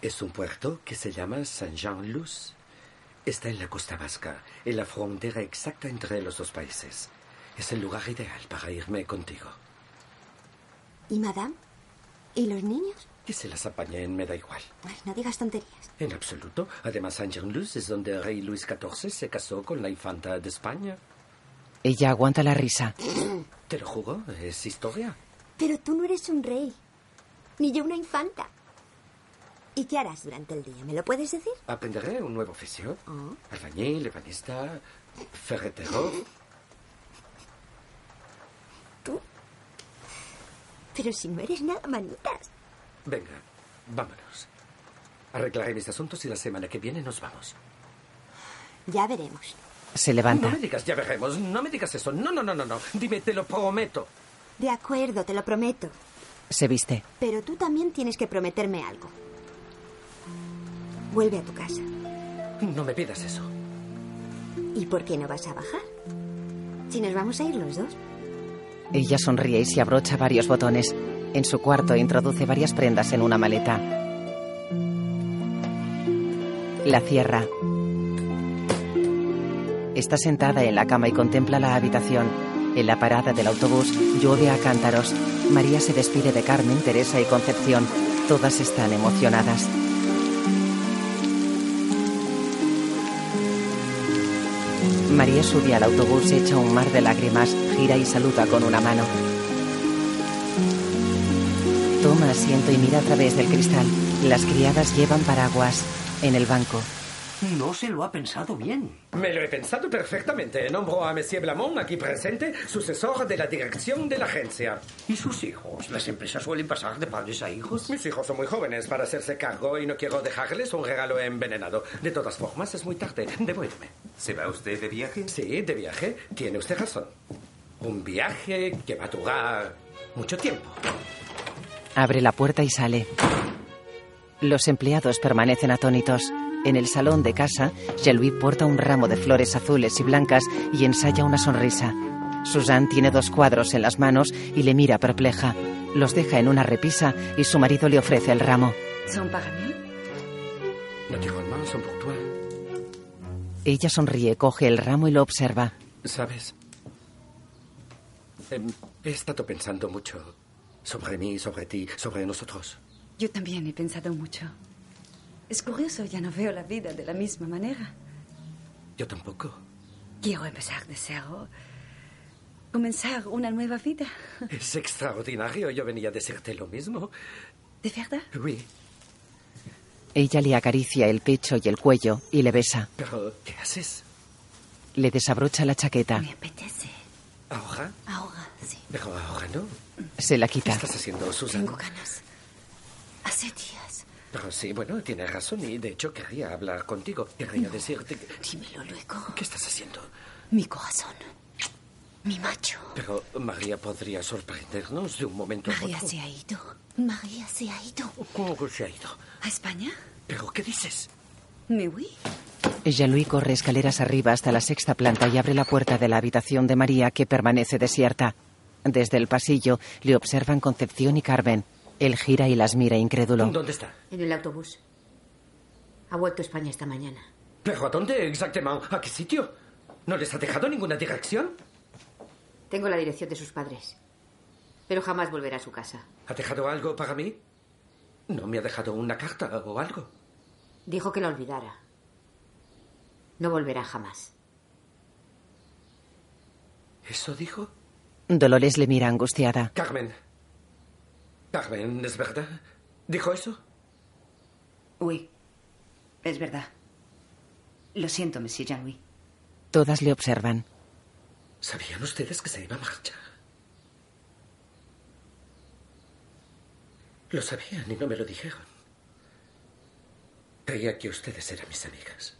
Speaker 9: Es un puerto que se llama Saint-Jean-Luz. Está en la costa vasca, en la frontera exacta entre los dos países. Es el lugar ideal para irme contigo.
Speaker 19: y madame y los niños.
Speaker 9: Que se las apañen me da igual.
Speaker 19: Ay, no digas tonterías.
Speaker 9: En absoluto. Además, Saint-Jean-Luz es donde el rey Luis XIV se casó con la infanta de España.
Speaker 3: Ella aguanta la risa.
Speaker 9: Te lo juro, es historia.
Speaker 19: Pero tú no eres un rey, ni yo una infanta. ¿Y qué harás durante el día? ¿Me lo puedes decir?
Speaker 9: Aprenderé un nuevo oficio. Albañil, ebanista, ferretero.
Speaker 19: Pero si no eres nada manitas.
Speaker 9: Venga, vámonos. Arreglaré mis asuntos y la semana que viene nos vamos.
Speaker 19: Ya veremos.
Speaker 3: Se levanta.
Speaker 9: No me digas, ya veremos. No me digas eso. No, no, no, no, no. Dime, te lo prometo.
Speaker 19: De acuerdo, te lo prometo.
Speaker 3: Se viste.
Speaker 19: Pero tú también tienes que prometerme algo. Vuelve a tu casa.
Speaker 9: No me pidas eso.
Speaker 19: ¿Y por qué no vas a bajar? Si nos vamos a ir los dos.
Speaker 3: Ella sonríe y se abrocha varios botones. En su cuarto introduce varias prendas en una maleta. La cierra. Está sentada en la cama y contempla la habitación. En la parada del autobús llueve a cántaros. María se despide de Carmen, Teresa y Concepción. Todas están emocionadas. María sube al autobús, echa un mar de lágrimas, gira y saluda con una mano. Toma asiento y mira a través del cristal. Las criadas llevan paraguas en el banco.
Speaker 9: No se lo ha pensado bien. Me lo he pensado perfectamente. Nombro a Monsieur Blamont, aquí presente, sucesor de la dirección de la agencia. ¿Y sus hijos? Las empresas suelen pasar de padres a hijos. Mis hijos son muy jóvenes para hacerse cargo y no quiero dejarles un regalo envenenado. De todas formas, es muy tarde. Debo irme. ¿Se va usted de viaje? Sí, de viaje. Tiene usted razón. Un viaje que va a durar mucho tiempo.
Speaker 3: Abre la puerta y sale. Los empleados permanecen atónitos. En el salón de casa, Jean-Louis porta un ramo de flores azules y blancas y ensaya una sonrisa. Suzanne tiene dos cuadros en las manos y le mira perpleja. Los deja en una repisa y su marido le ofrece el ramo.
Speaker 4: ¿Son para mí?
Speaker 9: Naturellement, son pour toi.
Speaker 3: Ella sonríe, coge el ramo y lo observa.
Speaker 9: ¿Sabes? Em, He estado pensando mucho sobre mí, sobre ti, sobre nosotros.
Speaker 4: Yo también he pensado mucho. Es curioso, ya no veo la vida de la misma manera.
Speaker 9: Yo tampoco.
Speaker 4: Quiero empezar de cero. comenzar una nueva vida.
Speaker 9: Es extraordinario. Yo venía a decirte lo mismo.
Speaker 4: ¿De verdad?
Speaker 9: Oui,
Speaker 3: Ella le acaricia el pecho y el cuello y le besa.
Speaker 9: pero ¿qué haces?
Speaker 3: Le desabrocha la chaqueta.
Speaker 9: apetece. ¿Ahora?
Speaker 8: Ahoga, sí.
Speaker 9: Pero ahora no.
Speaker 3: Se la
Speaker 9: ¿Qué
Speaker 3: quita.
Speaker 9: estás haciendo, Susan?
Speaker 8: Hace días.
Speaker 9: Pero sí, bueno, tienes razón y de hecho quería hablar contigo. Querría decirte que...
Speaker 8: Dímelo luego.
Speaker 9: ¿Qué estás haciendo?
Speaker 8: Mi corazón. Mi macho.
Speaker 9: Pero María podría sorprendernos de un momento a
Speaker 8: María
Speaker 9: otro.
Speaker 8: se ha ido. María se ha ido.
Speaker 9: ¿Cómo que se ha ido?
Speaker 8: ¿A España?
Speaker 9: ¿Pero qué dices?
Speaker 8: Me voy.
Speaker 3: Jean-Louis corre escaleras arriba hasta la sexta planta y abre la puerta de la habitación de María, que permanece desierta. Desde el pasillo le observan Concepción y Carmen. Él gira y las mira incrédulo.
Speaker 9: ¿Dónde está?
Speaker 5: En el autobús. Ha vuelto a España esta mañana.
Speaker 9: ¿Pero a dónde exactamente? ¿A qué sitio? ¿No les ha dejado ninguna dirección?
Speaker 5: Tengo la dirección de sus padres. Pero jamás volverá a su casa.
Speaker 9: ¿Ha dejado algo para mí? ¿No me ha dejado una carta o algo?
Speaker 5: Dijo que la olvidara. No volverá jamás.
Speaker 9: ¿Eso dijo?
Speaker 3: Dolores le mira angustiada.
Speaker 9: Carmen. Carmen, ¿es verdad? ¿Dijo eso?
Speaker 4: Uy, es verdad. Lo siento, Monsieur Jean-Louis.
Speaker 3: Todas le observan.
Speaker 9: ¿Sabían ustedes que se iba a marchar? Lo sabían y no me lo dijeron. Creía que ustedes eran mis amigas.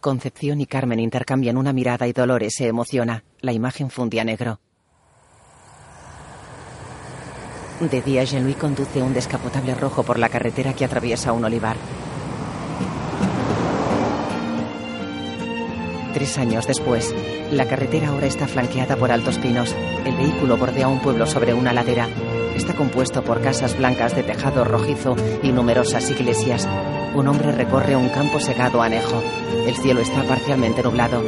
Speaker 3: Concepción y Carmen intercambian una mirada y Dolores se emociona. La imagen fundía negro. De día, Jean-Louis conduce un descapotable rojo por la carretera que atraviesa un olivar. Tres años después, la carretera ahora está flanqueada por altos pinos. El vehículo bordea un pueblo sobre una ladera. Está compuesto por casas blancas de tejado rojizo y numerosas iglesias. Un hombre recorre un campo segado anejo. El cielo está parcialmente nublado.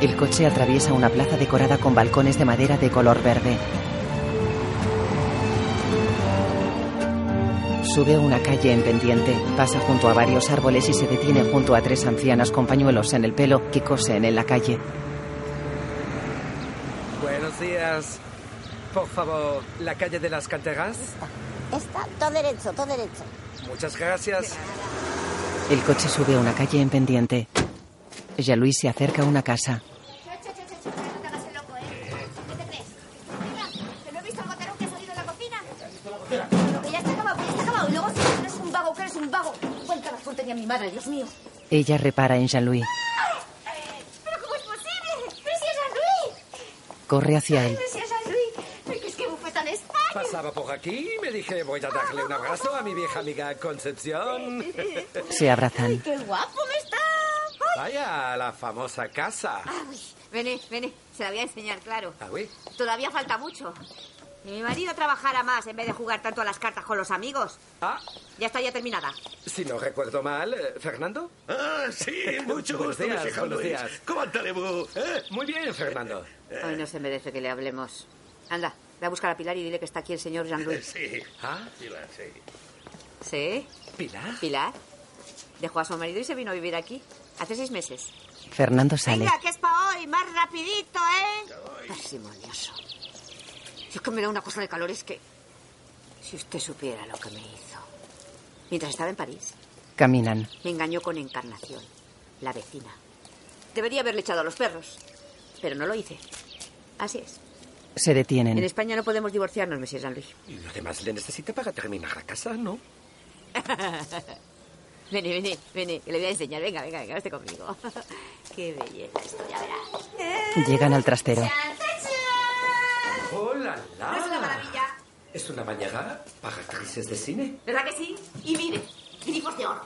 Speaker 3: El coche atraviesa una plaza decorada con balcones de madera de color verde. Sube una calle en pendiente, pasa junto a varios árboles y se detiene junto a tres ancianas con pañuelos en el pelo que cosen en la calle.
Speaker 17: Buenos días. Por favor, la calle de las canteras.
Speaker 25: Está todo derecho, todo derecho.
Speaker 17: Muchas gracias.
Speaker 3: El coche sube una calle en pendiente. Jean-Louis se acerca a una casa.
Speaker 2: ¿Que no he visto al botarón que ha salido de la cocina? Que ya está acabado, que ya está acabado. Y luego si eres un vago, que eres un vago. Cuenta la tenía mi madre, Dios mío.
Speaker 3: Ella repara en Jean-Louis.
Speaker 2: ¿Pero cómo es posible? ¡Pero si es Luis!
Speaker 3: Corre hacia él.
Speaker 2: ¡Pero si es Luis! ¡Pero que es que bufeta en España!
Speaker 17: Pasaba por aquí y me dije, voy a darle un abrazo a mi vieja amiga Concepción.
Speaker 3: Se abrazan.
Speaker 2: ¡Qué guapo me está!
Speaker 17: Vaya, la famosa casa.
Speaker 19: Vení, vení. Se la voy a enseñar, claro.
Speaker 17: Ah, oui.
Speaker 19: Todavía falta mucho. Que mi marido trabajara más en vez de jugar tanto a las cartas con los amigos.
Speaker 17: Ah.
Speaker 19: Ya está ya terminada.
Speaker 17: Si no recuerdo mal, eh, ¿Fernando?
Speaker 33: Ah, sí, mucho
Speaker 17: Buenos
Speaker 33: gusto,
Speaker 17: días,
Speaker 33: mi hija
Speaker 17: buenos
Speaker 33: Luis.
Speaker 17: días.
Speaker 33: ¿Cómo andaremos? eh?
Speaker 17: Muy bien, Fernando.
Speaker 5: Hoy no se merece que le hablemos. Anda, ve a buscar a Pilar y dile que está aquí el señor Jean-Louis.
Speaker 33: eh, Sí.
Speaker 17: ¿Ah?
Speaker 33: Sí, la- sí.
Speaker 5: ¿Sí?
Speaker 17: ¿Pilar?
Speaker 5: Pilar. Dejó a su marido y se vino a vivir aquí. Hace seis meses.
Speaker 3: Fernando sale.
Speaker 19: que es para hoy, más rapidito, ¿eh?
Speaker 5: Parsimonioso. Si es que me da una cosa de calor, es que... Si usted supiera lo que me hizo. Mientras estaba en París,
Speaker 3: Caminan.
Speaker 5: me engañó con Encarnación, la vecina. Debería haberle echado a los perros, pero no lo hice. Así es.
Speaker 3: Se
Speaker 5: En
Speaker 3: detienen.
Speaker 5: España no podemos divorciarnos, monsieur Jean-Louis.
Speaker 17: Y lo demás le necesita para terminar la casa, ¿no?
Speaker 5: vení, vení, vení, que le voy a enseñar. Venga, venga, venga, vete conmigo. Qué belleza esto, ya
Speaker 19: Eh,
Speaker 5: verás.
Speaker 3: Llegan al trastero.
Speaker 17: ¡Hola,
Speaker 19: Es una maravilla.
Speaker 17: Es una mañana para actrices de cine.
Speaker 19: ¿Verdad que sí? Y mire, grifos de oro.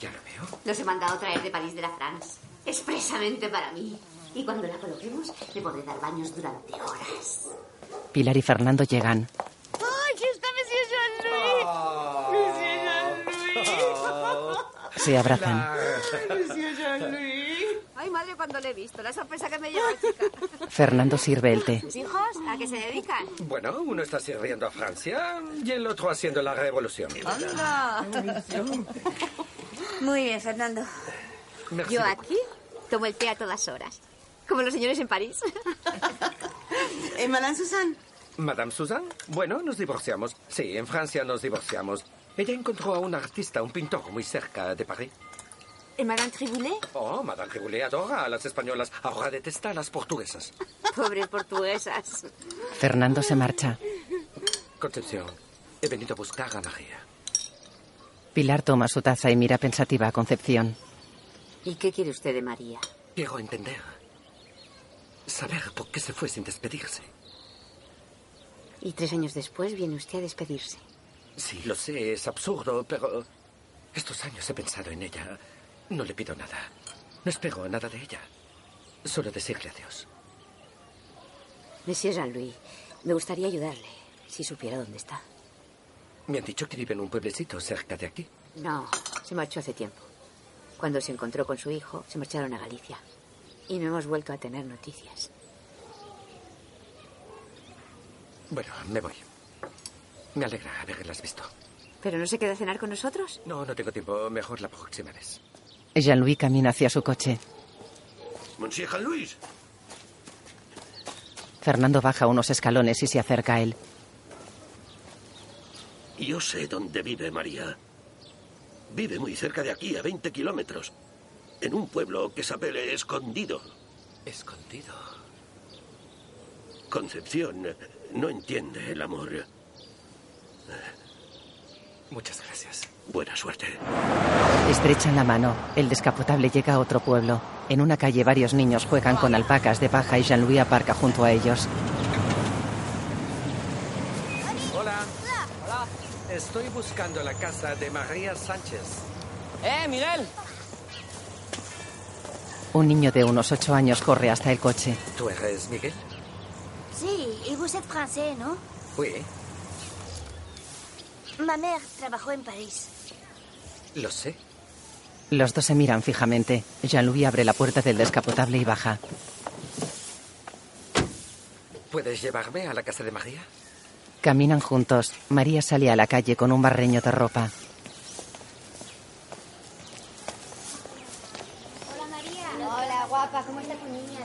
Speaker 17: Ya lo veo.
Speaker 19: Los he mandado traer de París de la France, expresamente para mí. Y cuando la coloquemos, le podré dar baños durante horas.
Speaker 3: Pilar y Fernando llegan.
Speaker 19: ¡Ay, que está Monsieur
Speaker 3: Se abrazan.
Speaker 19: Ay, madre, cuando le he visto, la sorpresa que me lleva, chica.
Speaker 3: Fernando sirve el té.
Speaker 19: ¿Sus hijos a qué se dedican?
Speaker 17: Bueno, uno está sirviendo a Francia y el otro haciendo la revolución.
Speaker 8: Muy bien, Fernando.
Speaker 17: Ah,
Speaker 9: Merci
Speaker 5: Yo
Speaker 9: beaucoup.
Speaker 5: aquí tomo el té a todas horas. Como los señores en París.
Speaker 34: Eh, Madame Susan,
Speaker 9: Madame Susan, bueno, nos divorciamos. Sí, en Francia nos divorciamos. Ella encontró a un artista, un pintor muy cerca de París.
Speaker 5: ¿En Madame Triboulet?
Speaker 9: Oh, Madame Riboulet adora a las españolas. Ahora detesta a las portuguesas.
Speaker 5: Pobres portuguesas.
Speaker 3: Fernando se marcha.
Speaker 9: Concepción, he venido a buscar a María.
Speaker 3: Pilar toma su taza y mira pensativa a Concepción.
Speaker 5: ¿Y qué quiere usted de María?
Speaker 9: Quiero entender. Saber por qué se fue sin despedirse.
Speaker 5: Y tres años después viene usted a despedirse.
Speaker 9: Sí, lo sé, es absurdo, pero estos años he pensado en ella. No le pido nada. No espero nada de ella. Solo decirle adiós.
Speaker 5: Monsieur Jean-Louis, me gustaría ayudarle, si supiera dónde está.
Speaker 9: Me han dicho que vive en un pueblecito cerca de aquí.
Speaker 5: No, se marchó hace tiempo. Cuando se encontró con su hijo, se marcharon a Galicia. Y no hemos vuelto a tener noticias.
Speaker 9: Bueno, me voy. Me alegra haberlas visto.
Speaker 5: ¿Pero no se queda a cenar con nosotros?
Speaker 9: No, no tengo tiempo. Mejor la próxima vez.
Speaker 3: Jean-Louis camina hacia su coche.
Speaker 12: Monsieur Jean-Louis.
Speaker 3: Fernando baja unos escalones y se acerca a él.
Speaker 12: Yo sé dónde vive María. Vive muy cerca de aquí, a 20 kilómetros. En un pueblo que se apela escondido.
Speaker 9: Escondido.
Speaker 12: Concepción no entiende el amor.
Speaker 9: Eh. Muchas gracias.
Speaker 12: Buena suerte.
Speaker 3: Estrechan la mano. El descapotable llega a otro pueblo. En una calle varios niños juegan con alpacas de paja y Jean-Louis aparca junto a ellos.
Speaker 9: Hola. Hola. Estoy buscando la casa de María Sánchez.
Speaker 35: ¡Eh, Miguel!
Speaker 3: Un niño de unos ocho años corre hasta el coche.
Speaker 9: ¿Tú eres Miguel?
Speaker 19: Sí, y vous êtes français, ¿no?
Speaker 9: Oui.
Speaker 19: Ma mère trabajó en París.
Speaker 9: Lo sé.
Speaker 3: Los dos se miran fijamente. Jean-Louis abre la puerta del descapotable y baja.
Speaker 9: ¿Puedes llevarme a la casa de María?
Speaker 3: Caminan juntos. María sale a la calle con un barreño de ropa.
Speaker 19: Hola, María. Hola, guapa. ¿Cómo está tu niña?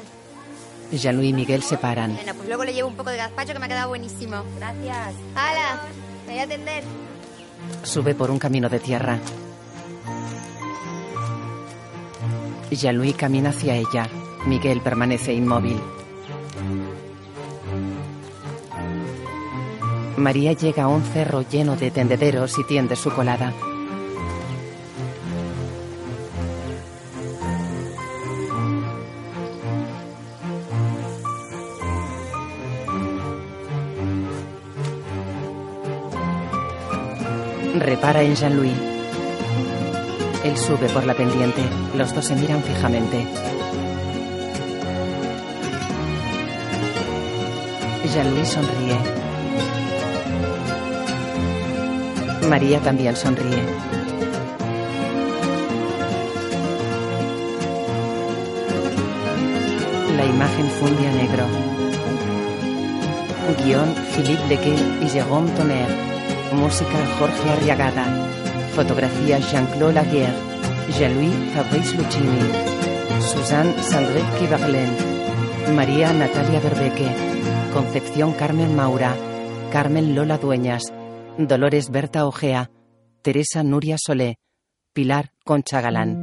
Speaker 3: Jean-Louis y Miguel se paran.
Speaker 19: Bueno, pues luego le llevo un poco de gazpacho que me ha quedado buenísimo. Gracias. ¡Hala! Me voy a atender.
Speaker 3: Sube por un camino de tierra. Jean-Louis camina hacia ella. Miguel permanece inmóvil. María llega a un cerro lleno de tendederos y tiende su colada. Repara en Jean-Louis. Él sube por la pendiente. Los dos se miran fijamente. Jean-Louis sonríe. María también sonríe. La imagen funde a negro. Guión Philippe Lequet y Jérôme Tonnerre. Música Jorge Arriagada. Fotografía Jean-Claude Laguerre. Jean-Louis Fabrice Lucchini. Suzanne Sandré Kibarlen. María Natalia Berbeque. Concepción Carmen Maura. Carmen Lola Dueñas. Dolores Berta Ojea. Teresa Nuria Solé. Pilar Concha Galán.